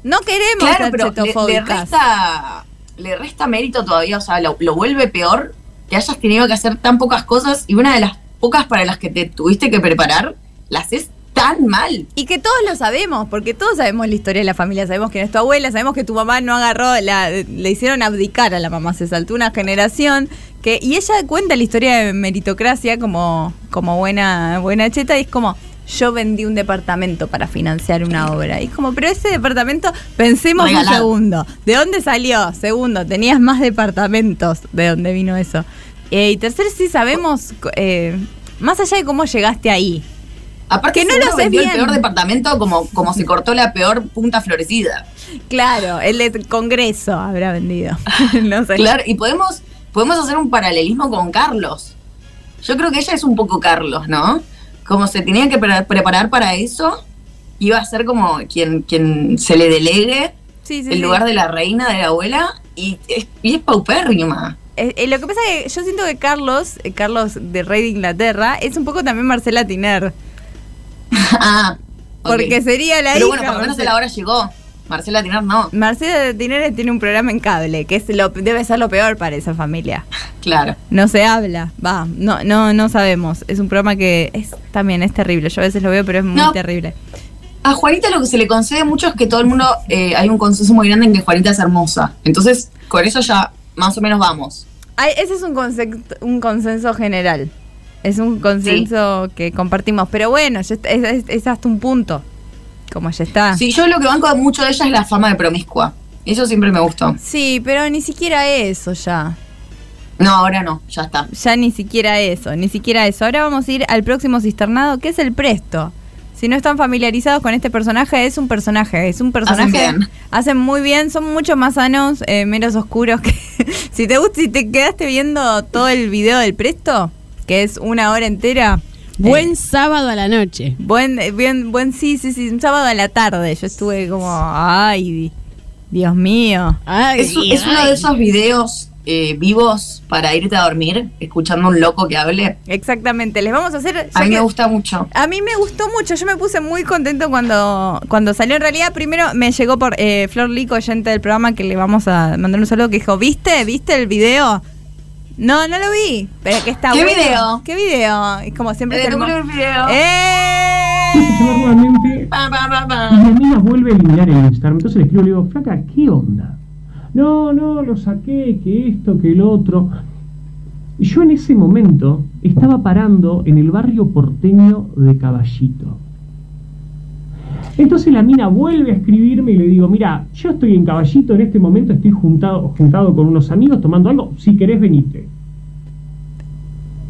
S2: No queremos
S3: Claro,
S2: ser
S3: pero le- le,
S2: chetofóbicas.
S3: resta, le resta mérito todavía, o sea, lo, lo vuelve peor que hayas tenido que hacer tan pocas cosas y una de las pocas para las que te tuviste que preparar, las es tan mal.
S2: Y que todos lo sabemos, porque todos sabemos la historia de la familia, sabemos quién es tu abuela, sabemos que tu mamá no agarró, la, le hicieron abdicar a la mamá, se saltó una generación. Que, y ella cuenta la historia de meritocracia como, como buena, buena cheta, y es como, yo vendí un departamento para financiar una obra. Y es como, pero ese departamento, pensemos un
S3: Regalado.
S2: segundo, ¿de dónde salió? Segundo, tenías más departamentos, ¿de dónde vino eso? Eh, y tercero, sí sabemos, eh, más allá de cómo llegaste ahí,
S3: Aparte,
S2: Que no
S3: seguro
S2: lo sé
S3: vendió el
S2: bien.
S3: peor departamento como, como se cortó la peor punta florecida.
S2: Claro, el de Congreso habrá vendido. *laughs* no sé.
S3: Claro, y podemos, podemos hacer un paralelismo con Carlos. Yo creo que ella es un poco Carlos, ¿no? Como se tenía que pre- preparar para eso, iba a ser como quien, quien se le delegue
S2: Sí, sí,
S3: el
S2: sí.
S3: lugar de la reina, de la abuela, y es, y es paupérrima.
S2: Eh, eh, lo que pasa es que yo siento que Carlos, eh, Carlos de Rey de Inglaterra, es un poco también Marcela Tiner.
S3: ah, ok.
S2: Porque sería la
S3: Pero
S2: hija.
S3: bueno, por lo menos a la hora llegó. Marcela Tinar no,
S2: Marcela Tiner tiene un programa en cable, que es lo, debe ser lo peor para esa familia.
S3: claro.
S2: No se habla, va, no, no, no sabemos. Es un programa que es también es terrible. Yo a veces lo veo, pero es muy
S3: No.
S2: terrible.
S3: A Juanita lo que se le concede mucho es que todo el mundo, eh, hay un consenso muy grande en que Juanita es hermosa. Entonces, con eso ya más o menos vamos.
S2: Ay, ese es un, concepto, un consenso general. Es un consenso que compartimos. Pero bueno, ya está- es, es- es hasta un punto. Como ya está.
S3: Sí, yo lo que banco mucho de ella es la fama de promiscua. Eso siempre me gustó.
S2: Sí, pero ni siquiera eso ya.
S3: No, ahora no, ya está.
S2: Ya ni siquiera eso, ni siquiera eso. Ahora vamos a ir al próximo cisternado, que es el presto. Si no están familiarizados con este personaje, es un personaje, es un personaje.
S3: bien.
S2: Hacen muy bien, son mucho más sanos, eh, menos oscuros que. *laughs* si te gusta, si te quedaste viendo todo el video del presto, que es una hora entera. eh,
S4: Buen sábado a la noche.
S2: Buen, eh, bien, buen, sí, sí, sí, un sábado a la tarde. Yo estuve como, ay, di- Dios mío.
S4: Ay,
S3: Es, es uno de esos videos eh, vivos para irte a dormir, escuchando a un loco que hable.
S2: Exactamente, les vamos a hacer...
S3: A
S2: ya
S3: mí me
S2: que-
S3: gusta mucho.
S2: a mí me gustó mucho, yo me puse muy contento cuando, cuando salió. En realidad, primero me llegó por eh, Flor Lico, oyente del programa, que le vamos a mandar un saludo, que dijo, ¿viste? ¿Viste el video? No, no lo vi, pero que está
S3: ¿Qué
S2: bueno.
S3: video?
S2: ¿Qué video? Y como siempre...
S3: Eh,
S2: es hermo-
S3: recuerdo el video.
S2: ¡Eh!
S7: Nuevamente,
S3: Pa, pa, pa, pa.
S7: Y mi amiga vuelve a eliminar el Instagram. Entonces le escribo, le digo, flaca, ¿qué onda? No, no, lo saqué, que esto, que lo otro. Y yo en ese momento estaba parando en el barrio porteño de Caballito. Entonces la mina vuelve a escribirme y le digo, mira, yo estoy en Caballito, en este momento estoy juntado, juntado con unos amigos tomando algo, si querés venite.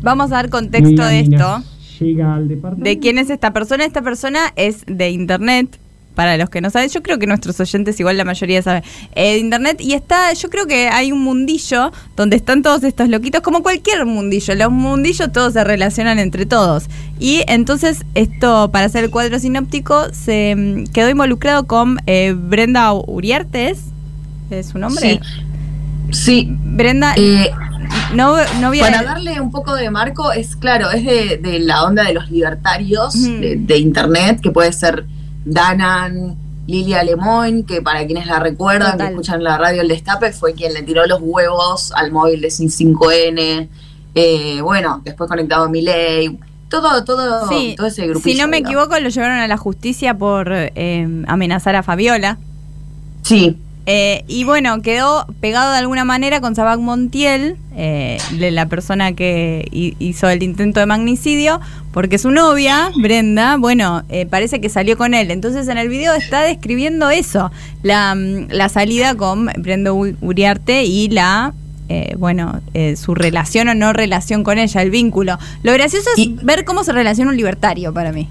S2: Vamos a dar contexto
S7: Texto
S2: de esto.
S7: Llega al departamento.
S2: ¿De quién es esta persona? Esta persona es de internet. Para los que no saben, yo creo que nuestros oyentes, igual la mayoría saben, eh, de internet. Y está, yo creo que hay un mundillo donde están todos estos loquitos, como cualquier mundillo. Los mundillos todos se relacionan entre todos. Y entonces, esto, para hacer el cuadro sinóptico, se mm, quedó involucrado con eh, Brenda Uriartes. ¿Es su nombre?
S3: Sí.
S2: Brenda,
S3: eh,
S2: no, novia
S3: para
S2: de-
S3: darle un poco de marco, es claro, es de, de la onda de los libertarios
S2: Ujú.
S3: de, de internet, que puede ser Danan, Lilia Lemoyne, que para quienes la recuerdan,
S2: Total.
S3: que escuchan la radio El Destape, fue quien le tiró los huevos al móvil de 5N. eh, bueno, después conectado a Miley. Todo, todo,
S2: Sí,
S3: todo ese grupo.
S2: Si no me equivoco, lo llevaron a la justicia por eh, amenazar a Fabiola.
S3: Sí,
S2: Eh, y bueno, quedó pegado de alguna manera con Sabac Montiel, eh, de la persona que hi- hizo el intento de magnicidio, porque su novia, Brenda, bueno, eh, parece que salió con él. Entonces en el video está describiendo eso, la, mm, la salida con Brenda U- Uriarte y la... eh, bueno, eh, su relación o no relación con ella, el vínculo. Lo gracioso es
S3: Y-
S2: ver cómo se relaciona un libertario para mí.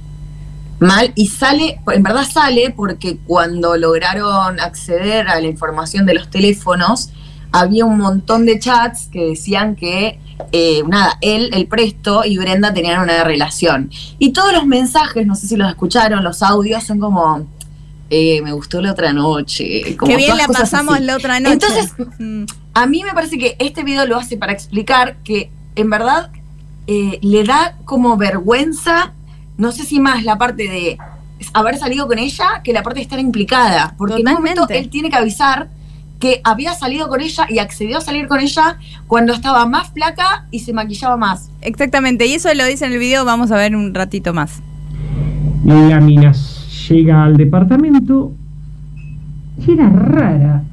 S3: Mal, y sale, en verdad sale porque cuando lograron acceder a la información de los teléfonos, había un montón de chats que decían que, eh, nada, él, el presto y Brenda tenían una relación. Y todos los mensajes, no sé si los escucharon, los audios son como, eh, me gustó la otra noche. como
S2: Qué bien
S3: todas
S2: la
S3: cosas
S2: pasamos
S3: así.
S2: la otra noche.
S3: Entonces,
S2: Mm.
S3: A mí me parece que este video lo hace para explicar que en verdad eh, le da como vergüenza, no sé si más la parte de haber salido con ella que la parte de estar implicada. Porque en un momento
S2: Totalmente.
S3: él tiene que avisar que había salido con ella y accedió a salir con ella cuando estaba más flaca y se maquillaba más.
S2: Exactamente, y eso lo dice en el video, vamos a ver un ratito más.
S7: La mina llega al departamento y era rara.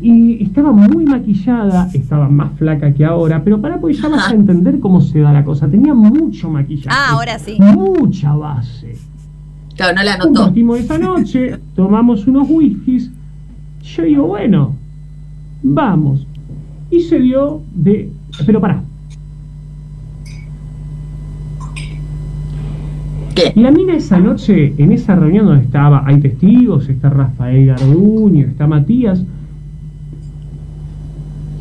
S7: Y estaba muy maquillada, estaba más flaca que ahora, pero para pues ya vas a entender cómo se da la cosa. Tenía mucho maquillaje.
S2: Ah, ahora sí.
S7: Mucha base.
S3: Claro, no la notó.
S7: Compartimos esa
S3: *laughs*
S7: noche, tomamos unos whiskies. Yo digo, bueno, vamos. Y se dio de. Pero pará.
S3: ¿Qué?
S7: La mina esa noche, en esa reunión donde estaba, hay testigos, está Rafael Garduño, está Matías.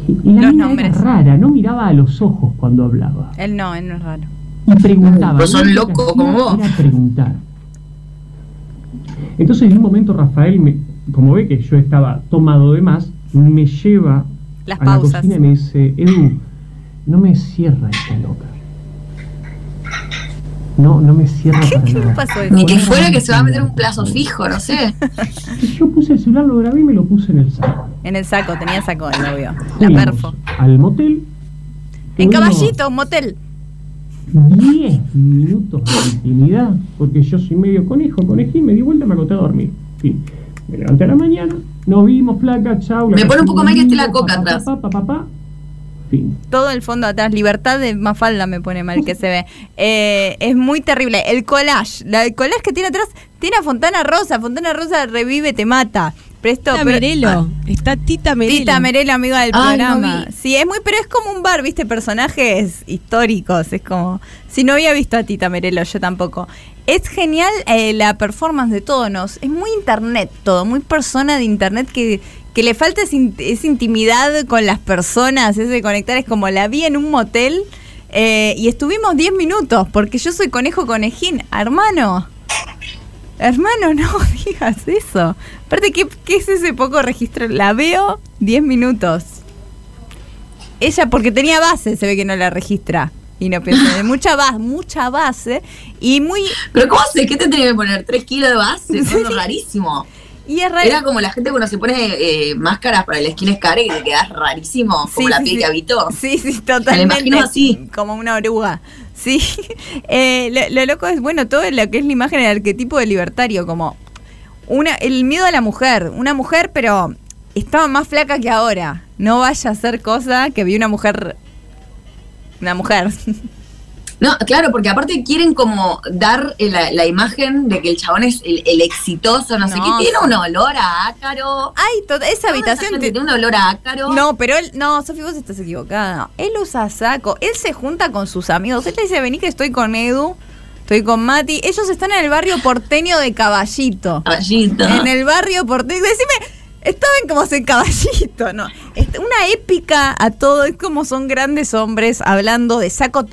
S7: Y y la
S2: Los
S7: mina
S2: nombres.
S7: era rara, no miraba a los ojos cuando hablaba.
S2: Él no, él no es raro.
S7: Y preguntaba.
S3: Pues
S7: Lo
S3: son
S7: único que
S3: locos
S7: hacía
S3: como vos.
S7: Era preguntar. Entonces, en un momento, Rafael, me- como ve que yo estaba tomado de más, me lleva
S2: Las
S7: a la
S2: pausas.
S7: cocina y me dice: Edu, no me cierra esta loca. No, no me cierra para
S2: ¿Qué
S7: nada.
S2: le pasó
S3: Ni
S2: eso?
S3: que fuera que se va a meter un plazo fijo, no sé.
S7: Y Yo puse el celular, lo grabé y me lo puse en el saco.
S2: *laughs* En el saco, tenía saco el novio. La
S7: Fuimos
S2: perfo.
S7: Al motel.
S2: En
S7: Tuvimos
S2: caballito, un motel.
S7: 10 minutos de intimidad, porque yo soy medio conejo, conejí, me di vuelta, me acosté a dormir. Fin. Me levanté a la mañana, nos vimos, flaca, chau. la
S3: Me pone un
S7: pasamos
S3: poco mal que esté la
S7: lindo,
S3: coca
S7: pa, pa,
S3: atrás.
S7: pa, pa, pa, pa. Fin.
S2: Todo el fondo atrás, libertad de Mafalda me pone mal
S7: *laughs*
S2: que se ve. Eh, es muy terrible. El collage, la, el collage que tiene atrás, tiene a Fontana Rosa. Fontana Rosa revive, te mata. Presto,
S4: Tita
S2: pero- Ah.
S4: Merelo. Está Tita Merelo.
S2: Tita Merelo, amiga del
S3: Ay, no
S2: programa.
S3: vi.
S2: sí, es muy, pero es como un bar, viste, personajes históricos. Es como. Si no había visto a Tita Merelo, yo tampoco. Es genial eh, la performance de todos nos. Es muy internet todo, muy persona de internet que, que le falta esa in- esa intimidad con las personas, ese conectar. Es como la vi en un motel eh, y estuvimos 10 minutos, porque yo soy conejo conejín. Hermano. Hermano, no *laughs* digas eso. Aparte, ¿qué, qué es ese poco registro? La veo 10 minutos. Ella, porque tenía base, se ve que no la registra. Y no
S3: *laughs*
S2: piensa, mucha base, mucha base. Y muy.
S3: Pero ¿cómo sé? ¿Qué te tenía que poner? ¿Tres kilos de base? Eso es
S2: Sí.
S3: rarísimo.
S2: Y es raro.
S3: Era como la gente cuando se pone eh, máscaras para el skin care y te quedas rarísimo,
S2: Sí,
S3: como la
S2: sí,
S3: piel
S2: sí.
S3: que habitó.
S2: Sí, *laughs* sí, totalmente.
S3: imagino así.
S2: Como una oruga. Sí. *laughs* Eh, lo, lo loco es, bueno, todo lo que es la imagen del arquetipo de libertario, como una, el miedo a la mujer. Una mujer, pero estaba más flaca que ahora. No vaya a hacer cosa que vi una mujer. Una mujer. *laughs*
S3: No, claro, porque aparte quieren como dar eh, la, la imagen de que el chabón es el, el exitoso, no, sé
S2: No,
S3: qué, tiene
S2: sí.
S3: un olor a ácaro.
S2: Ay, to- esa habitación.
S3: Toda esa gente
S2: te-
S3: tiene un olor a ácaro.
S2: No, pero él. No, Sofi, vos estás equivocada. Él usa saco. Él se junta con sus amigos. Él le dice: Vení, que estoy con Edu. Estoy con Mati. Ellos están en el barrio porteño de Caballito.
S3: Caballito.
S2: En el barrio porteño. Decime, estaban como en caballito, ¿no? Es Una épica a todo, es como son grandes hombres hablando de saco.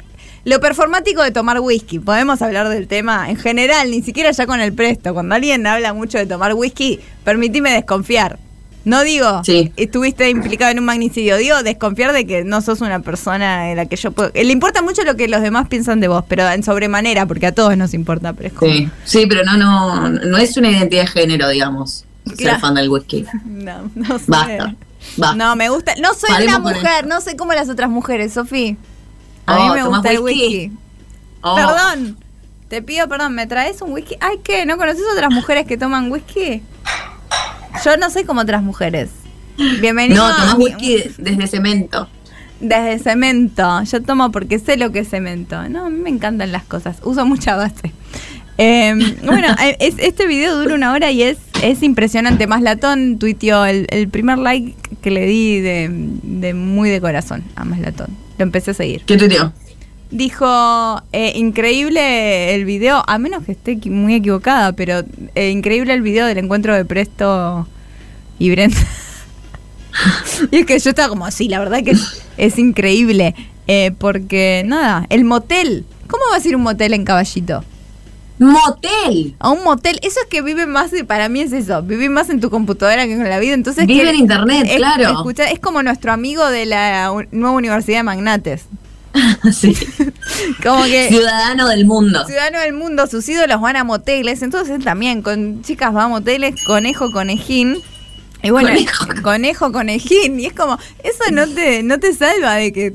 S2: Lo performático de tomar whisky, podemos hablar del tema en general, ni siquiera ya con el presto. Cuando alguien habla mucho de tomar whisky, permitime desconfiar. No digo,
S3: Sí.
S2: estuviste implicado en un magnicidio, digo, desconfiar de que no sos una persona en la que yo puedo... Le importa mucho lo que los demás piensan de vos, pero en sobremanera, porque a todos nos importa, pero es como...
S3: Sí, sí, pero no, no, no es una identidad de género, digamos,
S2: Claro.
S3: ser fan del whisky.
S2: *laughs* No, no sé.
S3: Basta, basta.
S2: No, me gusta. No soy
S3: Paremos
S2: una
S3: con
S2: mujer, no soy como las otras mujeres, Sofi. A
S3: Oh,
S2: mí me
S3: ¿tomás
S2: gusta el
S3: whisky?
S2: whisky.
S3: Oh,
S2: Perdón. Te pido perdón, ¿me traes un whisky? Ay, ¿qué? ¿No conoces otras mujeres que toman whisky? Yo no soy como otras mujeres. Bienvenido
S3: No,
S2: a
S3: tomás
S2: mi-
S3: whisky desde cemento.
S2: desde cemento. Yo tomo porque sé lo que es cemento. No, a mí me encantan las cosas. Uso mucha base. Eh,
S3: *laughs*
S2: bueno, eh, es- este video dura una hora y es, es impresionante. Más latón tuiteó el, el primer like que le di de, de muy de corazón a Más latón. Lo empecé a seguir.
S3: ¿Qué te dio?
S2: Dijo, eh, increíble el video, a menos que esté equi- muy equivocada, pero eh, increíble el video del encuentro de Presto y Brenda. *laughs* y es que yo estaba como, sí, la verdad que es, es increíble. eh, porque, nada, el motel. ¿Cómo va a ser un motel en caballito?
S3: Motel.
S2: A un motel, eso es que vive más, de- para mí es eso, vive más en tu computadora que en la vida. Entonces,
S3: Vive
S2: que-
S3: en internet,
S2: es-
S3: claro.
S2: escucha, es como nuestro amigo de la u- nueva Universidad de Magnates.
S3: Sí.
S2: Como que
S3: Ciudadano del mundo.
S2: ciudadano del mundo, sus ídolos van a moteles, entonces él también con chicas va a moteles, conejo, conejín. Y bueno,
S3: Conejo.
S2: conejo, conejín. Y es como, eso no te, no te salva de que.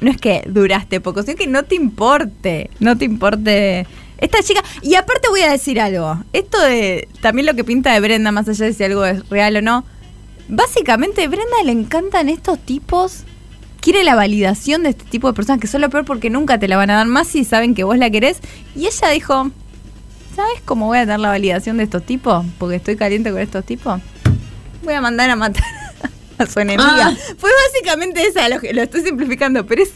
S2: No es que duraste poco, sino que no te importe. No te importe. Esta chica. Y aparte voy a decir algo. Esto de. También lo que pinta de Brenda, más allá de si algo es real o no. Básicamente, a Brenda le encantan estos tipos. Quiere la validación de este tipo de personas que son lo peor porque nunca te la van a dar más si saben que vos la querés. Y ella dijo: ¿Sabes cómo voy a tener la validación de estos tipos? Porque estoy caliente con estos tipos. *laughs* Voy a mandar a matar a su enemiga.
S3: Ah.
S2: Fue básicamente esa, lo, lo estoy simplificando, pero es.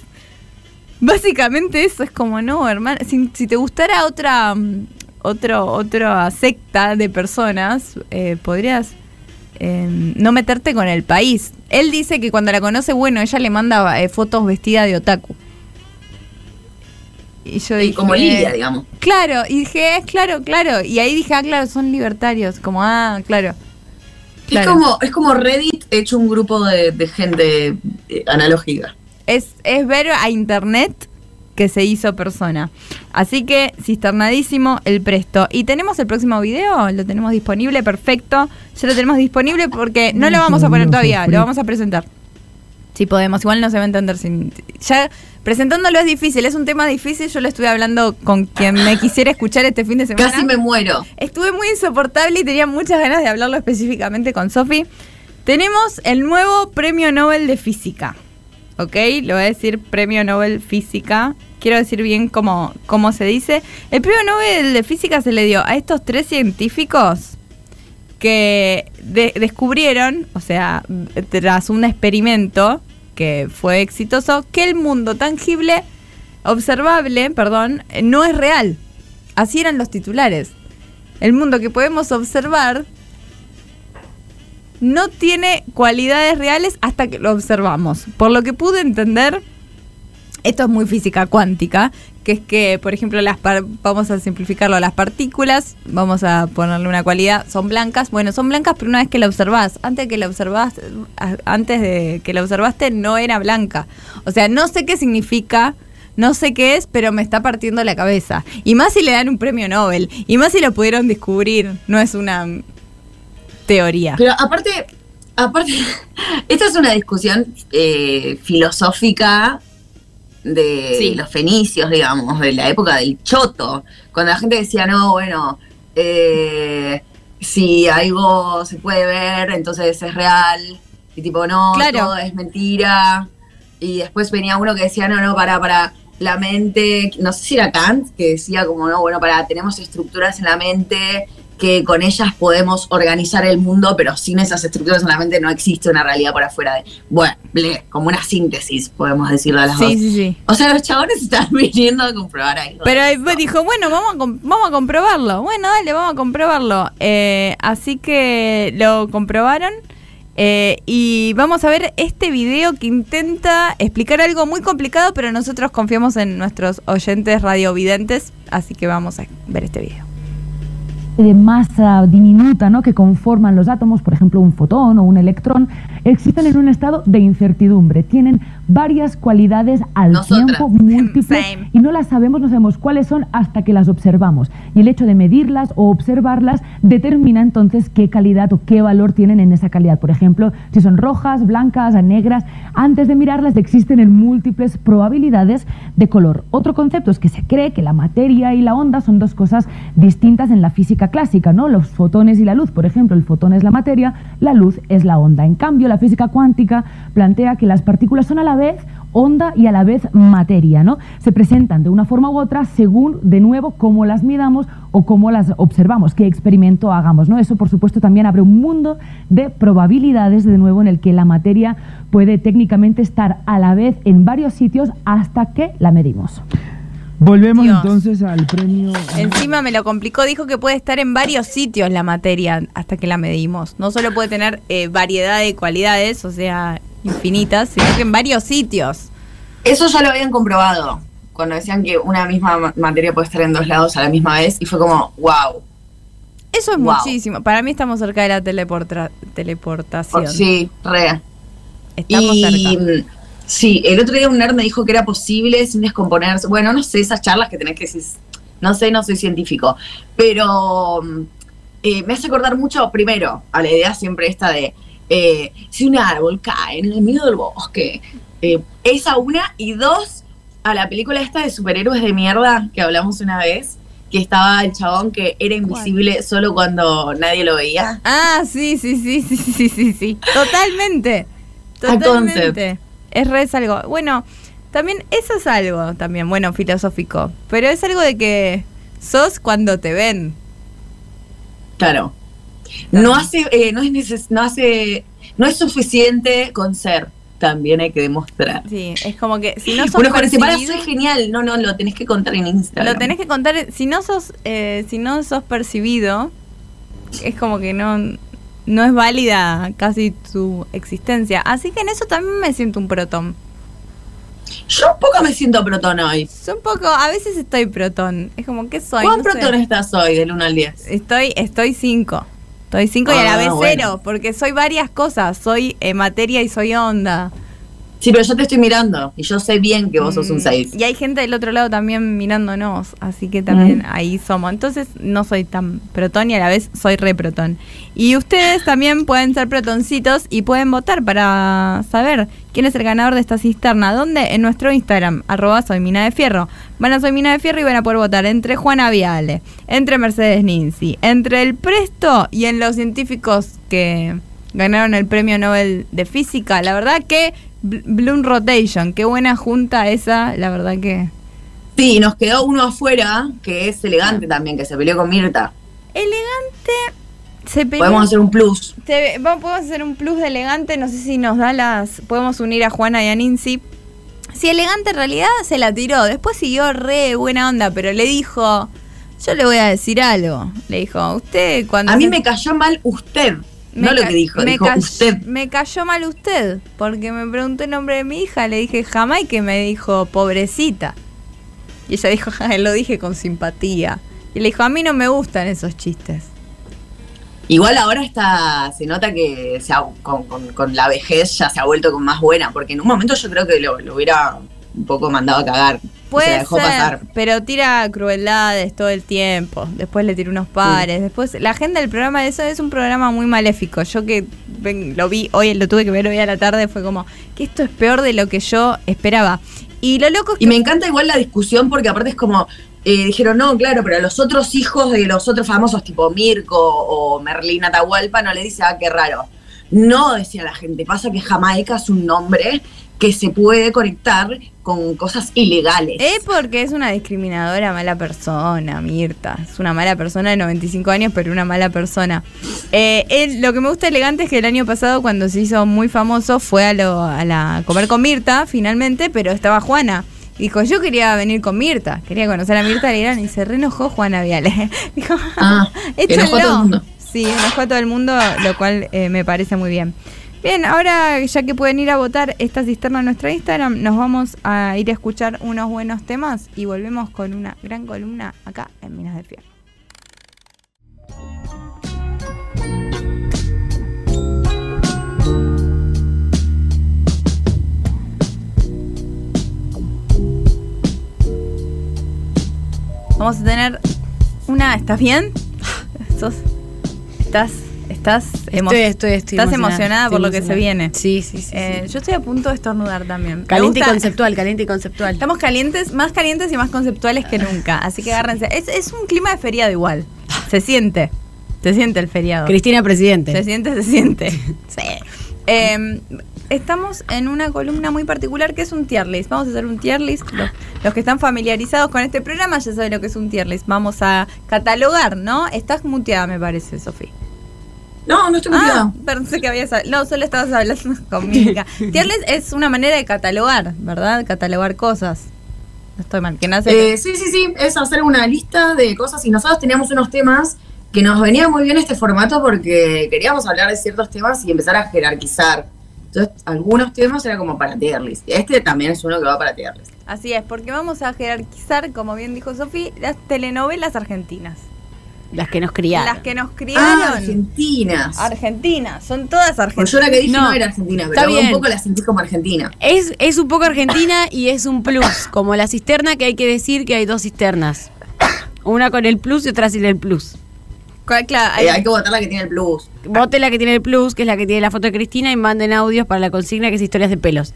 S2: Básicamente eso es como, no, hermano. Si, si te gustara otra. mm, Otro, otra secta de personas, eh, podrías eh, no meterte con el país. Él dice que cuando la conoce, bueno, ella le manda eh, fotos vestida de otaku. Y yo
S3: Y
S2: dije,
S3: como Lidia, digamos.
S2: Claro, y dije, "Ah, claro, claro. Y ahí dije, ah, claro, son libertarios. Como, ah, claro. Claro.
S3: Es, como, es como Reddit hecho un grupo de, de gente eh, analógica.
S2: Es, es ver a internet que se hizo persona. Así que, cisternadísimo el presto. Y tenemos el próximo video, lo tenemos disponible, perfecto. Ya lo tenemos disponible porque no lo vamos a poner todavía, lo vamos a presentar. Si podemos, igual no se va a entender sin. Ya presentándolo es difícil, es un tema difícil. Yo lo estuve hablando con quien me quisiera escuchar este fin de semana.
S3: Casi me muero.
S2: Estuve muy insoportable y tenía muchas ganas de hablarlo específicamente con Sofi. Tenemos el nuevo premio Nobel de Física. ¿Ok? Lo voy a decir premio Nobel Física. Quiero decir bien cómo, cómo se dice. El premio Nobel de Física se le dio a estos tres científicos que de- descubrieron, o sea, tras un experimento que fue exitoso, que el mundo tangible, observable, perdón, no es real. Así eran los titulares. El mundo que podemos observar no tiene cualidades reales hasta que lo observamos. Por lo que pude entender, esto es muy física cuántica, que es que, por ejemplo, las par- vamos a simplificarlo, las partículas, vamos a ponerle una cualidad, son blancas, bueno, son blancas, pero una vez que la observás, antes que la observás, a- antes de que la observaste no era blanca. O sea, no sé qué significa no sé qué es, pero me está partiendo la cabeza. Y más si le dan un premio Nobel. Y más si lo pudieron descubrir. No es una mm, teoría.
S3: Pero aparte, aparte, *laughs* esta es una discusión eh, filosófica de
S4: Sí.
S3: los fenicios, digamos, de la época del choto, cuando la gente decía, no, bueno, eh, si algo se puede ver, entonces es real, y tipo, no,
S2: Claro.
S3: todo es mentira, y después venía uno que decía, no, no, para, para, la mente, no sé si era Kant, que decía como, no, bueno, para, tenemos estructuras en la mente que con ellas podemos organizar el mundo, pero sin esas estructuras en la mente no existe una realidad por afuera de, bueno, ble, como una síntesis, podemos decirlo a las dos.
S2: Sí, sí, sí.
S3: O sea, los chabones están *laughs* viniendo a comprobar algo.
S2: Pero
S3: de
S2: ahí
S3: eso.
S2: dijo, bueno, vamos a, com- vamos a comprobarlo. Bueno, dale, vamos a comprobarlo. Eh, así que lo comprobaron. eh, y vamos a ver este video que intenta explicar algo muy complicado, pero nosotros confiamos en nuestros oyentes radiovidentes. Así que vamos a ver este video.
S5: de masa Eh, ah, diminuta ¿no? que conforman los átomos, por ejemplo un fotón o un electrón, existen en un estado de incertidumbre. Tienen varias cualidades al
S3: Nosotras.
S5: tiempo múltiples
S2: Same.
S5: y no las sabemos, no sabemos cuáles son hasta que las observamos. Y el hecho de medirlas o observarlas determina entonces qué calidad o qué valor tienen en esa calidad. Por ejemplo, si son rojas, blancas, negras, antes de mirarlas existen en múltiples probabilidades de color. Otro concepto es que se cree que la materia y la onda son dos cosas distintas en la física clásica, ¿no? Los fotones y la luz, por ejemplo, el fotón es la materia, la luz es la onda. En cambio, la física cuántica plantea que las partículas son a la vez onda y a la vez materia, ¿no? Se presentan de una forma u otra según, de nuevo, cómo las midamos o cómo las observamos, qué experimento hagamos, ¿no? Eso, por supuesto, también abre un mundo de probabilidades, de nuevo, en el que la materia puede técnicamente estar a la vez en varios sitios hasta que la medimos.
S8: Volvemos
S2: Dios.
S8: entonces al premio.
S2: Encima me lo complicó, dijo que puede estar en varios sitios la materia hasta que la medimos. No solo puede tener eh, variedad de cualidades, o sea, infinitas, sino que en varios sitios.
S3: Eso ya lo habían comprobado, cuando decían que una misma ma- materia puede estar en dos lados a la misma vez, y fue como, wow.
S2: Eso es
S3: Wow.
S2: muchísimo. Para mí estamos cerca
S3: Oh,
S2: de la teleportra- teleportación.
S3: Sí, re.
S2: Estamos
S3: y, mm,
S2: cerca.
S3: Sí, el otro día un nerd me dijo que era posible sin descomponerse. Bueno, no sé, esas charlas que tenés que decir, no sé, no soy científico, pero mm, eh, me hace acordar mucho, primero, a la idea siempre esta de, eh, si un árbol cae en el medio del bosque, eh, esa una, y dos, a la película esta de superhéroes de mierda que hablamos una vez, que estaba el chabón que era invisible solo cuando nadie lo veía.
S2: Ah, sí, sí, sí, sí, sí, sí, sí, sí. Totalmente.
S3: A concept.
S2: Totalmente. Es re es algo. Bueno, también eso es algo también, bueno, filosófico. Pero es algo de que sos cuando te ven.
S3: Claro. No hace, eh, no es neces- no hace, no es suficiente con ser. También hay que demostrar.
S2: Sí, es como que si no sos
S3: Bueno, Jorge, para,
S2: percibido-
S3: soy genial. No, no, lo tenés que contar en Instagram.
S2: Lo tenés que contar, si no sos, eh, si no sos percibido, es como que no, no es válida casi tu existencia. Así que en eso también me siento un protón.
S3: Yo un poco me siento protón hoy.
S2: Soy un poco, a veces estoy protón. Es como que soy.
S3: ¿Cuán
S2: No sé.
S3: protón estás hoy, del 1 al 10?
S2: Estoy, estoy cinco. Estoy cinco y a la
S3: Ah,
S2: vez
S3: bueno.
S2: cero, porque soy varias cosas. Soy eh, materia y soy onda.
S3: Sí, pero yo te estoy mirando y yo sé bien que vos sos un
S2: Mm,
S3: 6.
S2: Y hay gente del otro lado también mirándonos, así que también
S3: Mm.
S2: ahí somos. Entonces no soy tan protón y a la vez soy re protón. Y ustedes también pueden ser protoncitos y pueden votar para saber quién es el ganador de esta cisterna. ¿Dónde? En nuestro Instagram, arroba soy mina de fierro. Van a soy mina de fierro y van a poder votar entre Juana Viale, entre Mercedes Ninzi, entre el Presto y en los científicos que ganaron el premio Nobel de Física. La verdad que Bl- Bloom Rotation, qué buena junta esa, la verdad que...
S3: Sí, nos quedó uno afuera que es elegante también, que se peleó con Mirta.
S2: Elegante, se peleó-
S3: Podemos hacer un plus.
S2: se- va- podemos hacer un plus de elegante, no sé si nos da las... Podemos unir a Juana y a Nincy. Si elegante en realidad se la tiró, después siguió re buena onda, pero le dijo, yo le voy a decir algo. Le dijo, usted cuando...
S3: A mí
S2: se-
S3: me cayó mal usted. no lo
S2: ca-
S3: que dijo,
S2: me
S3: dijo
S2: cay-
S3: usted.
S2: Me cayó mal usted, porque me preguntó el nombre de mi hija, le dije jamás y que me dijo pobrecita. Y ella dijo, *laughs* "Ja, lo dije con simpatía. Y le dijo, a mí no me gustan esos chistes.
S3: Igual ahora está, se nota que se ha- con, con- con la vejez ya se ha vuelto con más buena, porque en un momento yo creo que lo, lo hubiera un poco mandado a cagar. y se la
S2: Puede
S3: dejó
S2: ser,
S3: pasar.
S2: pero tira crueldades todo el tiempo. Después le tira unos pares. Después, la agenda del programa de eso es un programa muy maléfico. Yo que ven, lo vi hoy, lo tuve que ver hoy a la tarde, fue como que esto es peor de lo que yo esperaba. Y lo loco es que
S3: Y me encanta igual la discusión, porque aparte es como, eh, dijeron, no, claro, pero a los otros hijos de los otros famosos, tipo Mirko o Merlina Atahualpa, no le dice, ah, qué raro. No, decía la gente, pasa que Jamaica es un nombre que se puede conectar con cosas ilegales.
S2: Es porque es una discriminadora, mala persona, Mirta. Es una mala persona de 95 años, pero una mala persona. Eh, él- lo que me gusta elegante es que el año pasado, cuando se hizo muy famoso, fue a, lo- a la, a comer con Mirta, finalmente, pero estaba Juana. Dijo, yo quería venir con Mirta, quería conocer a Mirta Legrand y se reenojó Juana Viale. *laughs* Dijo,
S3: Ah, enojó a todo el mundo.
S2: Sí, enojó a todo el mundo, lo cual eh, me parece muy bien. Bien, ahora ya que pueden ir a votar esta cisterna en nuestra Instagram, nos vamos a ir a escuchar unos buenos temas y volvemos con una gran columna acá en Minas de Fierro. Vamos a tener una. ¿Estás bien? *laughs* ¿Sos- ¿Estás, estás emo-
S4: Estoy, estoy, estoy
S2: ¿Estás emocionada por
S4: estoy
S2: lo que se viene?
S4: Sí, sí, sí.
S2: Eh, Yo estoy a punto de estornudar también. Me
S4: sí. Caliente y
S2: gusta-
S4: conceptual, caliente y conceptual.
S2: Estamos calientes, más calientes y más conceptuales que nunca. Así que agárrense. Es, es un clima de feriado igual. Se siente. Se siente el feriado.
S4: Cristina
S2: Se
S4: Presidente.
S2: siente, se siente. Sí. Eh, estamos en una columna muy particular que es un tier list. Vamos a hacer un tier list. Los, los que están familiarizados con este programa ya saben lo que es un tier list. Vamos a catalogar, ¿no? Estás muteada, me parece, Sofía.
S3: No, no estoy
S2: Ah,
S3: confiada.
S2: pensé que habías hab- No, solo estabas hablando *laughs*
S3: *laughs*
S2: con Mica. tier list es una manera de catalogar, ¿verdad? Catalogar cosas. No estoy mal. Que nace.
S3: Eh, sí, sí, sí, es hacer una lista de cosas y nosotros teníamos unos temas que nos venía muy bien este formato porque queríamos hablar de ciertos temas y empezar a jerarquizar. Entonces, algunos temas era como para tier list. Este también es uno que va para tier list.
S2: Así es, porque vamos a jerarquizar, como bien dijo Sofi, las telenovelas argentinas.
S4: Las que nos criaron.
S2: Las que nos criaron.
S3: Ah, argentinas.
S2: Argentina, son todas
S3: Pues yo la
S2: argentinas.
S3: que dije
S4: No,
S3: no, era argentina,
S4: está
S3: pero un
S4: bien.
S3: poco la sentí como argentina.
S4: Es, es un poco argentina y es un plus, como la cisterna que hay que decir que hay dos cisternas. Una con el plus y otra sin el plus.
S2: Cual- Claro,
S3: Eh,
S2: hay-
S3: hay que votar la que tiene el plus.
S4: Voten la que tiene el plus, que es la que tiene la foto de Cristina, y manden audios para la consigna que es historias de pelos.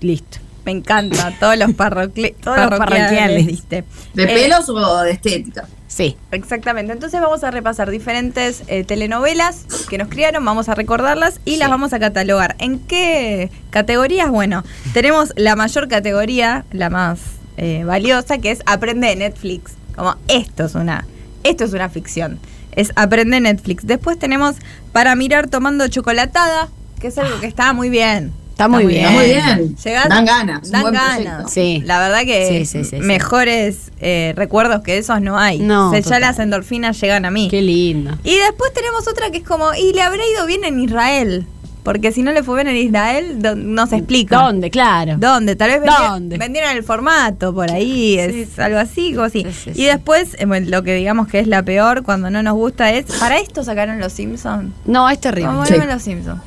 S4: Listo.
S2: me encanta, todos los, parrocle-
S4: *laughs* Todos los parroquiales.
S2: ¿viste?
S3: ¿De
S2: Eh,
S3: pelos o de estética?
S4: Sí.
S2: Exactamente, entonces vamos a repasar diferentes eh, telenovelas que nos criaron, vamos a recordarlas y las vamos a catalogar. ¿En qué categorías? Bueno, tenemos la mayor categoría, la más eh, valiosa, que es Aprende de Netflix. Como esto es una, esto es una ficción. Es Aprende Netflix. Después tenemos Para mirar tomando chocolatada, que es algo que está muy bien.
S4: Está muy bien.
S3: Está muy bien.
S2: Llegás-
S3: Dan ganas, un
S2: Dan
S3: buen
S2: ganas.
S3: proyecto.
S4: Sí.
S2: La verdad que
S4: Sí, sí, sí, sí.
S2: mejores eh, recuerdos que esos no hay.
S4: No,
S2: O sea, ya
S4: total.
S2: las endorfinas llegan a mí.
S4: Qué lindo.
S2: Y después tenemos otra que es como, y le habrá ido bien en Israel. Porque si no le fue bien en Israel, do- no se explica.
S4: ¿Dónde? Claro.
S2: ¿Dónde? Tal vez vendi-
S4: ¿Dónde?
S2: vendieron el formato por ahí, es algo así, como así.
S4: Sí, sí,
S2: y
S4: sí.
S2: después, eh, bueno, lo que digamos que es la peor cuando no nos gusta es, ¿para esto sacaron los Simpsons?
S4: No, es terrible.
S2: Como
S3: Sí.
S2: vuelven los Simpsons.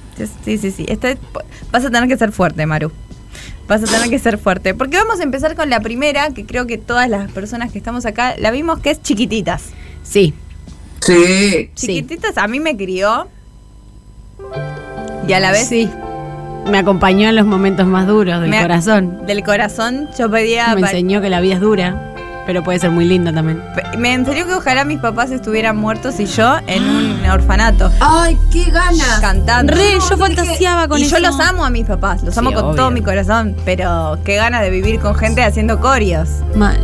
S2: Sí, sí, sí. Este, vas a tener que ser fuerte, Maru. Vas a tener que ser fuerte. Porque vamos a empezar con la primera, que creo que todas las personas que estamos acá la vimos, que es Chiquititas.
S4: Sí.
S3: Sí.
S4: Sí.
S2: Chiquititas a mí me crió. Y a la vez
S4: Sí. Me acompañó en los momentos más duros del
S2: Me-
S4: corazón.
S2: del corazón yo pedía...
S4: Me
S2: pa-
S4: enseñó que la vida es dura, pero puede ser muy linda también.
S2: pe- me enseñó que ojalá mis papás estuvieran muertos y yo en
S4: *gasps*
S2: un orfanato.
S3: Ay, qué ganas.
S2: Cantando.
S4: Re, yo fantaseaba con
S2: y
S4: eso.
S2: yo los amo a mis papás, los
S4: Sí,
S2: amo con
S4: obvio.
S2: todo mi corazón, pero qué ganas de vivir con gente haciendo corios.
S4: Mal.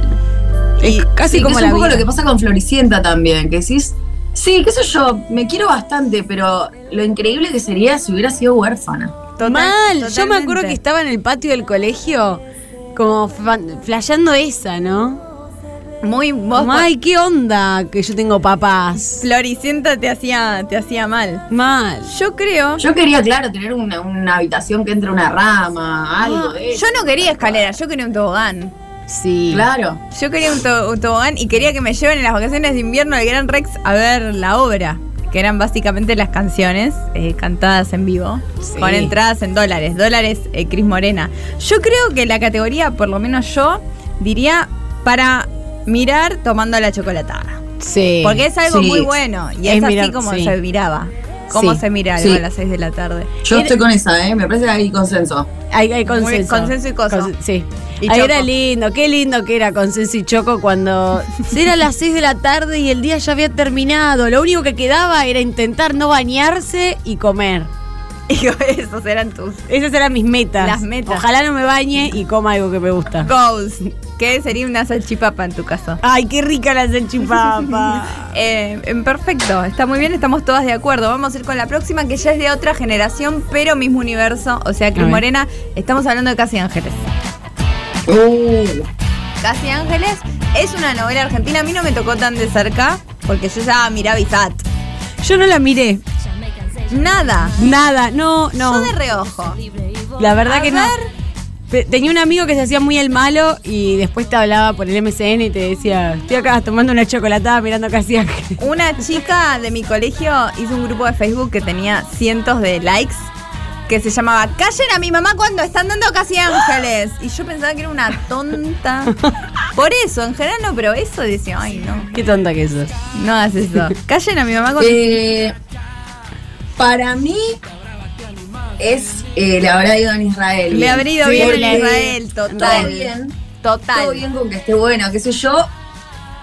S2: Y-
S4: Es casi
S3: Sí, que
S4: como
S3: es
S4: la
S3: un poco
S4: vida.
S3: lo que pasa con Floricienta también, que decís, sí, qué sé yo, me quiero bastante, pero lo increíble que sería si hubiera sido huérfana.
S2: Total-
S4: Mal. Yo me acuerdo
S2: totalmente.
S4: que estaba en el patio del colegio como fan- flasheando esa, ¿no?
S2: muy vos
S4: Como, Ay, qué onda que yo tengo papás.
S2: Floricienta te hacía te hacía mal.
S4: Mal.
S2: Yo creo.
S3: Yo quería, claro, tener una, una habitación que entre una rama, algo de eso.
S2: Ah, Yo no quería escalera, yo quería un tobogán.
S4: Sí.
S3: Claro.
S2: Yo quería un, to- un tobogán y quería que me lleven en las vacaciones de invierno al Gran Rex a ver la obra, que eran básicamente las canciones eh, cantadas en vivo,
S4: Sí.
S2: con entradas en dólares, dólares eh, Cris Morena. Yo creo que la categoría, por lo menos yo, diría para mirar tomando la chocolatada.
S4: Sí.
S2: Porque es algo
S3: sí.
S2: muy bueno y
S4: Es
S2: es, así
S4: mirar-
S2: como
S4: sí.
S2: se miraba. Cómo
S4: Sí,
S2: se mira algo
S3: sí.
S2: a las 6 de la tarde.
S3: Yo estoy con esa, ¿eh? Me parece que hay consenso.
S4: Hay, hay
S2: Muy-
S4: consenso.
S2: consenso y coso.
S4: Consen- sí.
S2: Y
S4: Ahí
S2: choco.
S4: era lindo, qué lindo que era consenso y choco
S2: *laughs*
S4: cuando era a las 6 de la tarde y el día ya había terminado. Lo único que quedaba era intentar no bañarse y comer.
S2: Y esos eran tus
S4: Esas eran mis metas.
S2: Las metas.
S4: Ojalá no me bañe y coma algo que me gusta.
S2: goals. Que sería una salchipapa en tu caso.
S4: Ay, qué rica la salchipapa.
S2: *laughs* Eh, em, perfecto, está muy bien, estamos todas de acuerdo. Vamos a ir con la próxima, que ya es de otra generación, pero mismo universo. O sea,
S4: A
S2: Cris
S4: ver.
S2: Morena, estamos hablando de Casi Ángeles.
S3: Uh.
S2: Casi Ángeles es una novela argentina, a mí no me tocó tan de cerca, porque yo ya miraba Isat.
S4: Yo no la miré.
S2: Nada,
S4: Nada, no, no.
S2: yo de reojo.
S4: La verdad
S2: A
S4: que
S2: ver.
S4: no. Pe- Tenía un amigo que se hacía muy el malo y después te hablaba por el MCN y te decía, estoy acá tomando una chocolatada mirando casi
S2: *laughs*
S4: ángeles.
S2: Una chica de mi colegio hizo un grupo de Facebook que tenía cientos de likes que se llamaba Callen a mi mamá cuando están dando casi ángeles. Y yo pensaba que era una tonta. Por eso, en general no, pero eso decía, ay no,
S4: Qué tonta que sos.
S2: no hagas eso. *laughs* Callen a mi mamá cuando.
S3: Eh, para mí es eh, le habrá ido en Israel.
S2: Le habrá ido
S3: Sí,
S2: bien en
S3: porque
S2: Israel,
S3: Todo
S2: total.
S3: bien, todo
S2: Total.
S3: bien con que esté bueno, qué sé yo.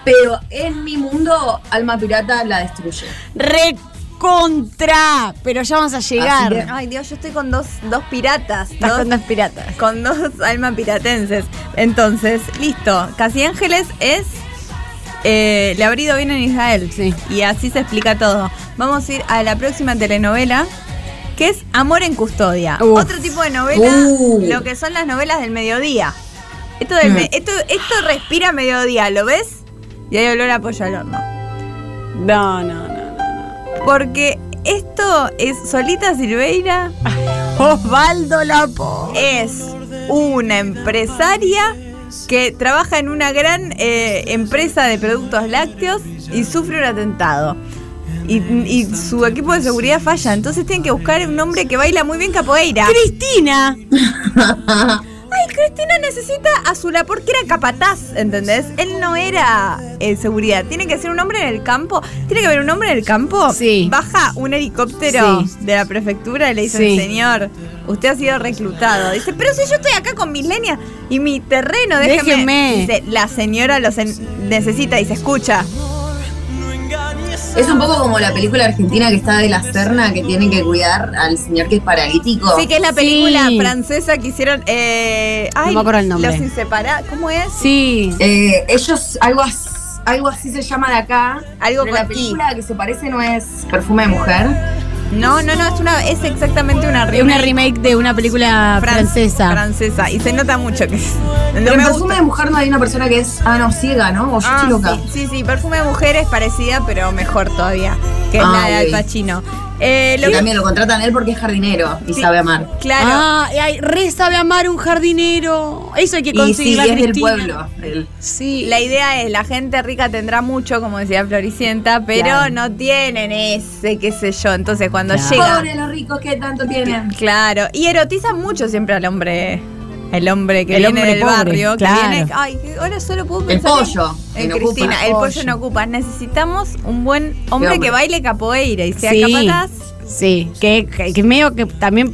S3: Pero en mi mundo, Alma Pirata la destruye.
S4: Recontra. Pero ya vamos a
S3: Así
S4: llegar.
S3: que-
S2: Ay Dios, yo estoy con dos, dos piratas.
S4: Estás
S2: dos-
S4: con dos piratas.
S2: con dos almas piratenses. Entonces, listo. Casi Ángeles es. eh, le abrido bien en Israel.
S4: Sí.
S2: Y así se explica todo. Vamos a ir a la próxima telenovela, que es Amor en Custodia.
S4: Uf.
S2: Otro tipo de novela,
S3: Uh.
S2: lo que son las novelas del mediodía. Esto, del
S3: Mm.
S2: me- esto, esto respira mediodía, ¿lo ves? Y hay olor a pollo al horno.
S4: No, no, no.
S2: Porque esto es Solita Silveira.
S4: *laughs* Osvaldo Lapo.
S2: es una empresaria que trabaja en una gran eh, empresa de productos lácteos y sufre un atentado. Y, y su equipo de seguridad falla, entonces tienen que buscar un hombre que baila muy bien capoeira.
S4: Cristina.
S2: *laughs* Ay, Cristina necesita a Zula porque era capataz, ¿entendés? Él no era eh, seguridad. Tiene que ser un hombre en el campo. Tiene que haber un hombre en el campo.
S4: Sí.
S2: Baja un helicóptero
S4: Sí.
S2: de la prefectura y le dice,
S4: Sí.
S2: señor, usted ha sido reclutado. Dice, pero si yo estoy acá con mis leñas y mi terreno, déjeme.
S4: Déjeme.
S2: Dice, la señora los en- necesita y se escucha.
S3: Es un poco como la película argentina que está de la Serna, que tiene que cuidar al señor que es paralítico.
S2: Sí, que es la película
S4: Oh. Sí.
S2: francesa que hicieron... eh, ay,
S4: me acuerdo el nombre.
S2: Los inseparables. ¿Cómo es?
S4: Sí.
S3: Eh, ellos, algo as- allo así, se llama de acá.
S2: Algo
S3: pero la
S2: con I.
S3: película que se parece no es Perfume de Mujer.
S2: No, no, no, es, una, es exactamente una
S4: Es una remake de una película
S2: Fran-
S4: francesa.
S2: Francesa. Y se nota mucho que es.
S3: Pero
S2: *laughs* No
S3: en
S2: me
S3: Perfume
S2: gusta.
S3: de Mujer no hay una persona que es, ah, no, ciega,
S4: Oh,
S3: ¿no? O yo
S2: Ah,
S3: estoy loca.
S2: sí, sí, sí, perfume de mujer es parecida, pero mejor todavía. Que es
S3: Ah,
S2: la de Al
S3: ok.
S2: Pacino. Eh, lo
S3: Y
S2: que-
S3: también lo contratan a él porque es jardinero y
S2: Sí.
S3: sabe amar.
S2: claro.
S4: Ah, y ay, re sabe amar un jardinero. Eso hay que
S3: Y sí,
S4: conseguir.
S3: es
S4: la
S3: del
S4: Cristina.
S3: pueblo. él.
S4: Sí.
S2: La idea es, la gente rica tendrá mucho, como decía Floricienta, pero
S4: Claro.
S2: no tienen ese, qué sé yo. Entonces cuando
S4: Claro.
S3: Pobre
S2: llega.
S3: los ricos que tanto tienen.
S2: Claro. Y erotizan mucho siempre al hombre. El hombre que
S4: El
S2: viene
S4: hombre
S2: del
S4: pobre,
S2: barrio,
S4: claro.
S2: que viene. Ay, ahora solo puedo
S3: El
S2: pensar en-
S3: pollo,
S2: Eh,
S3: que no
S2: Cristina,
S3: ocupa.
S2: el pollo no ocupa. Necesitamos un buen hombre,
S3: hombre.
S2: que baile capoeira y sea
S4: Sí.
S2: capataz.
S4: Sí, que, que, que medio que también.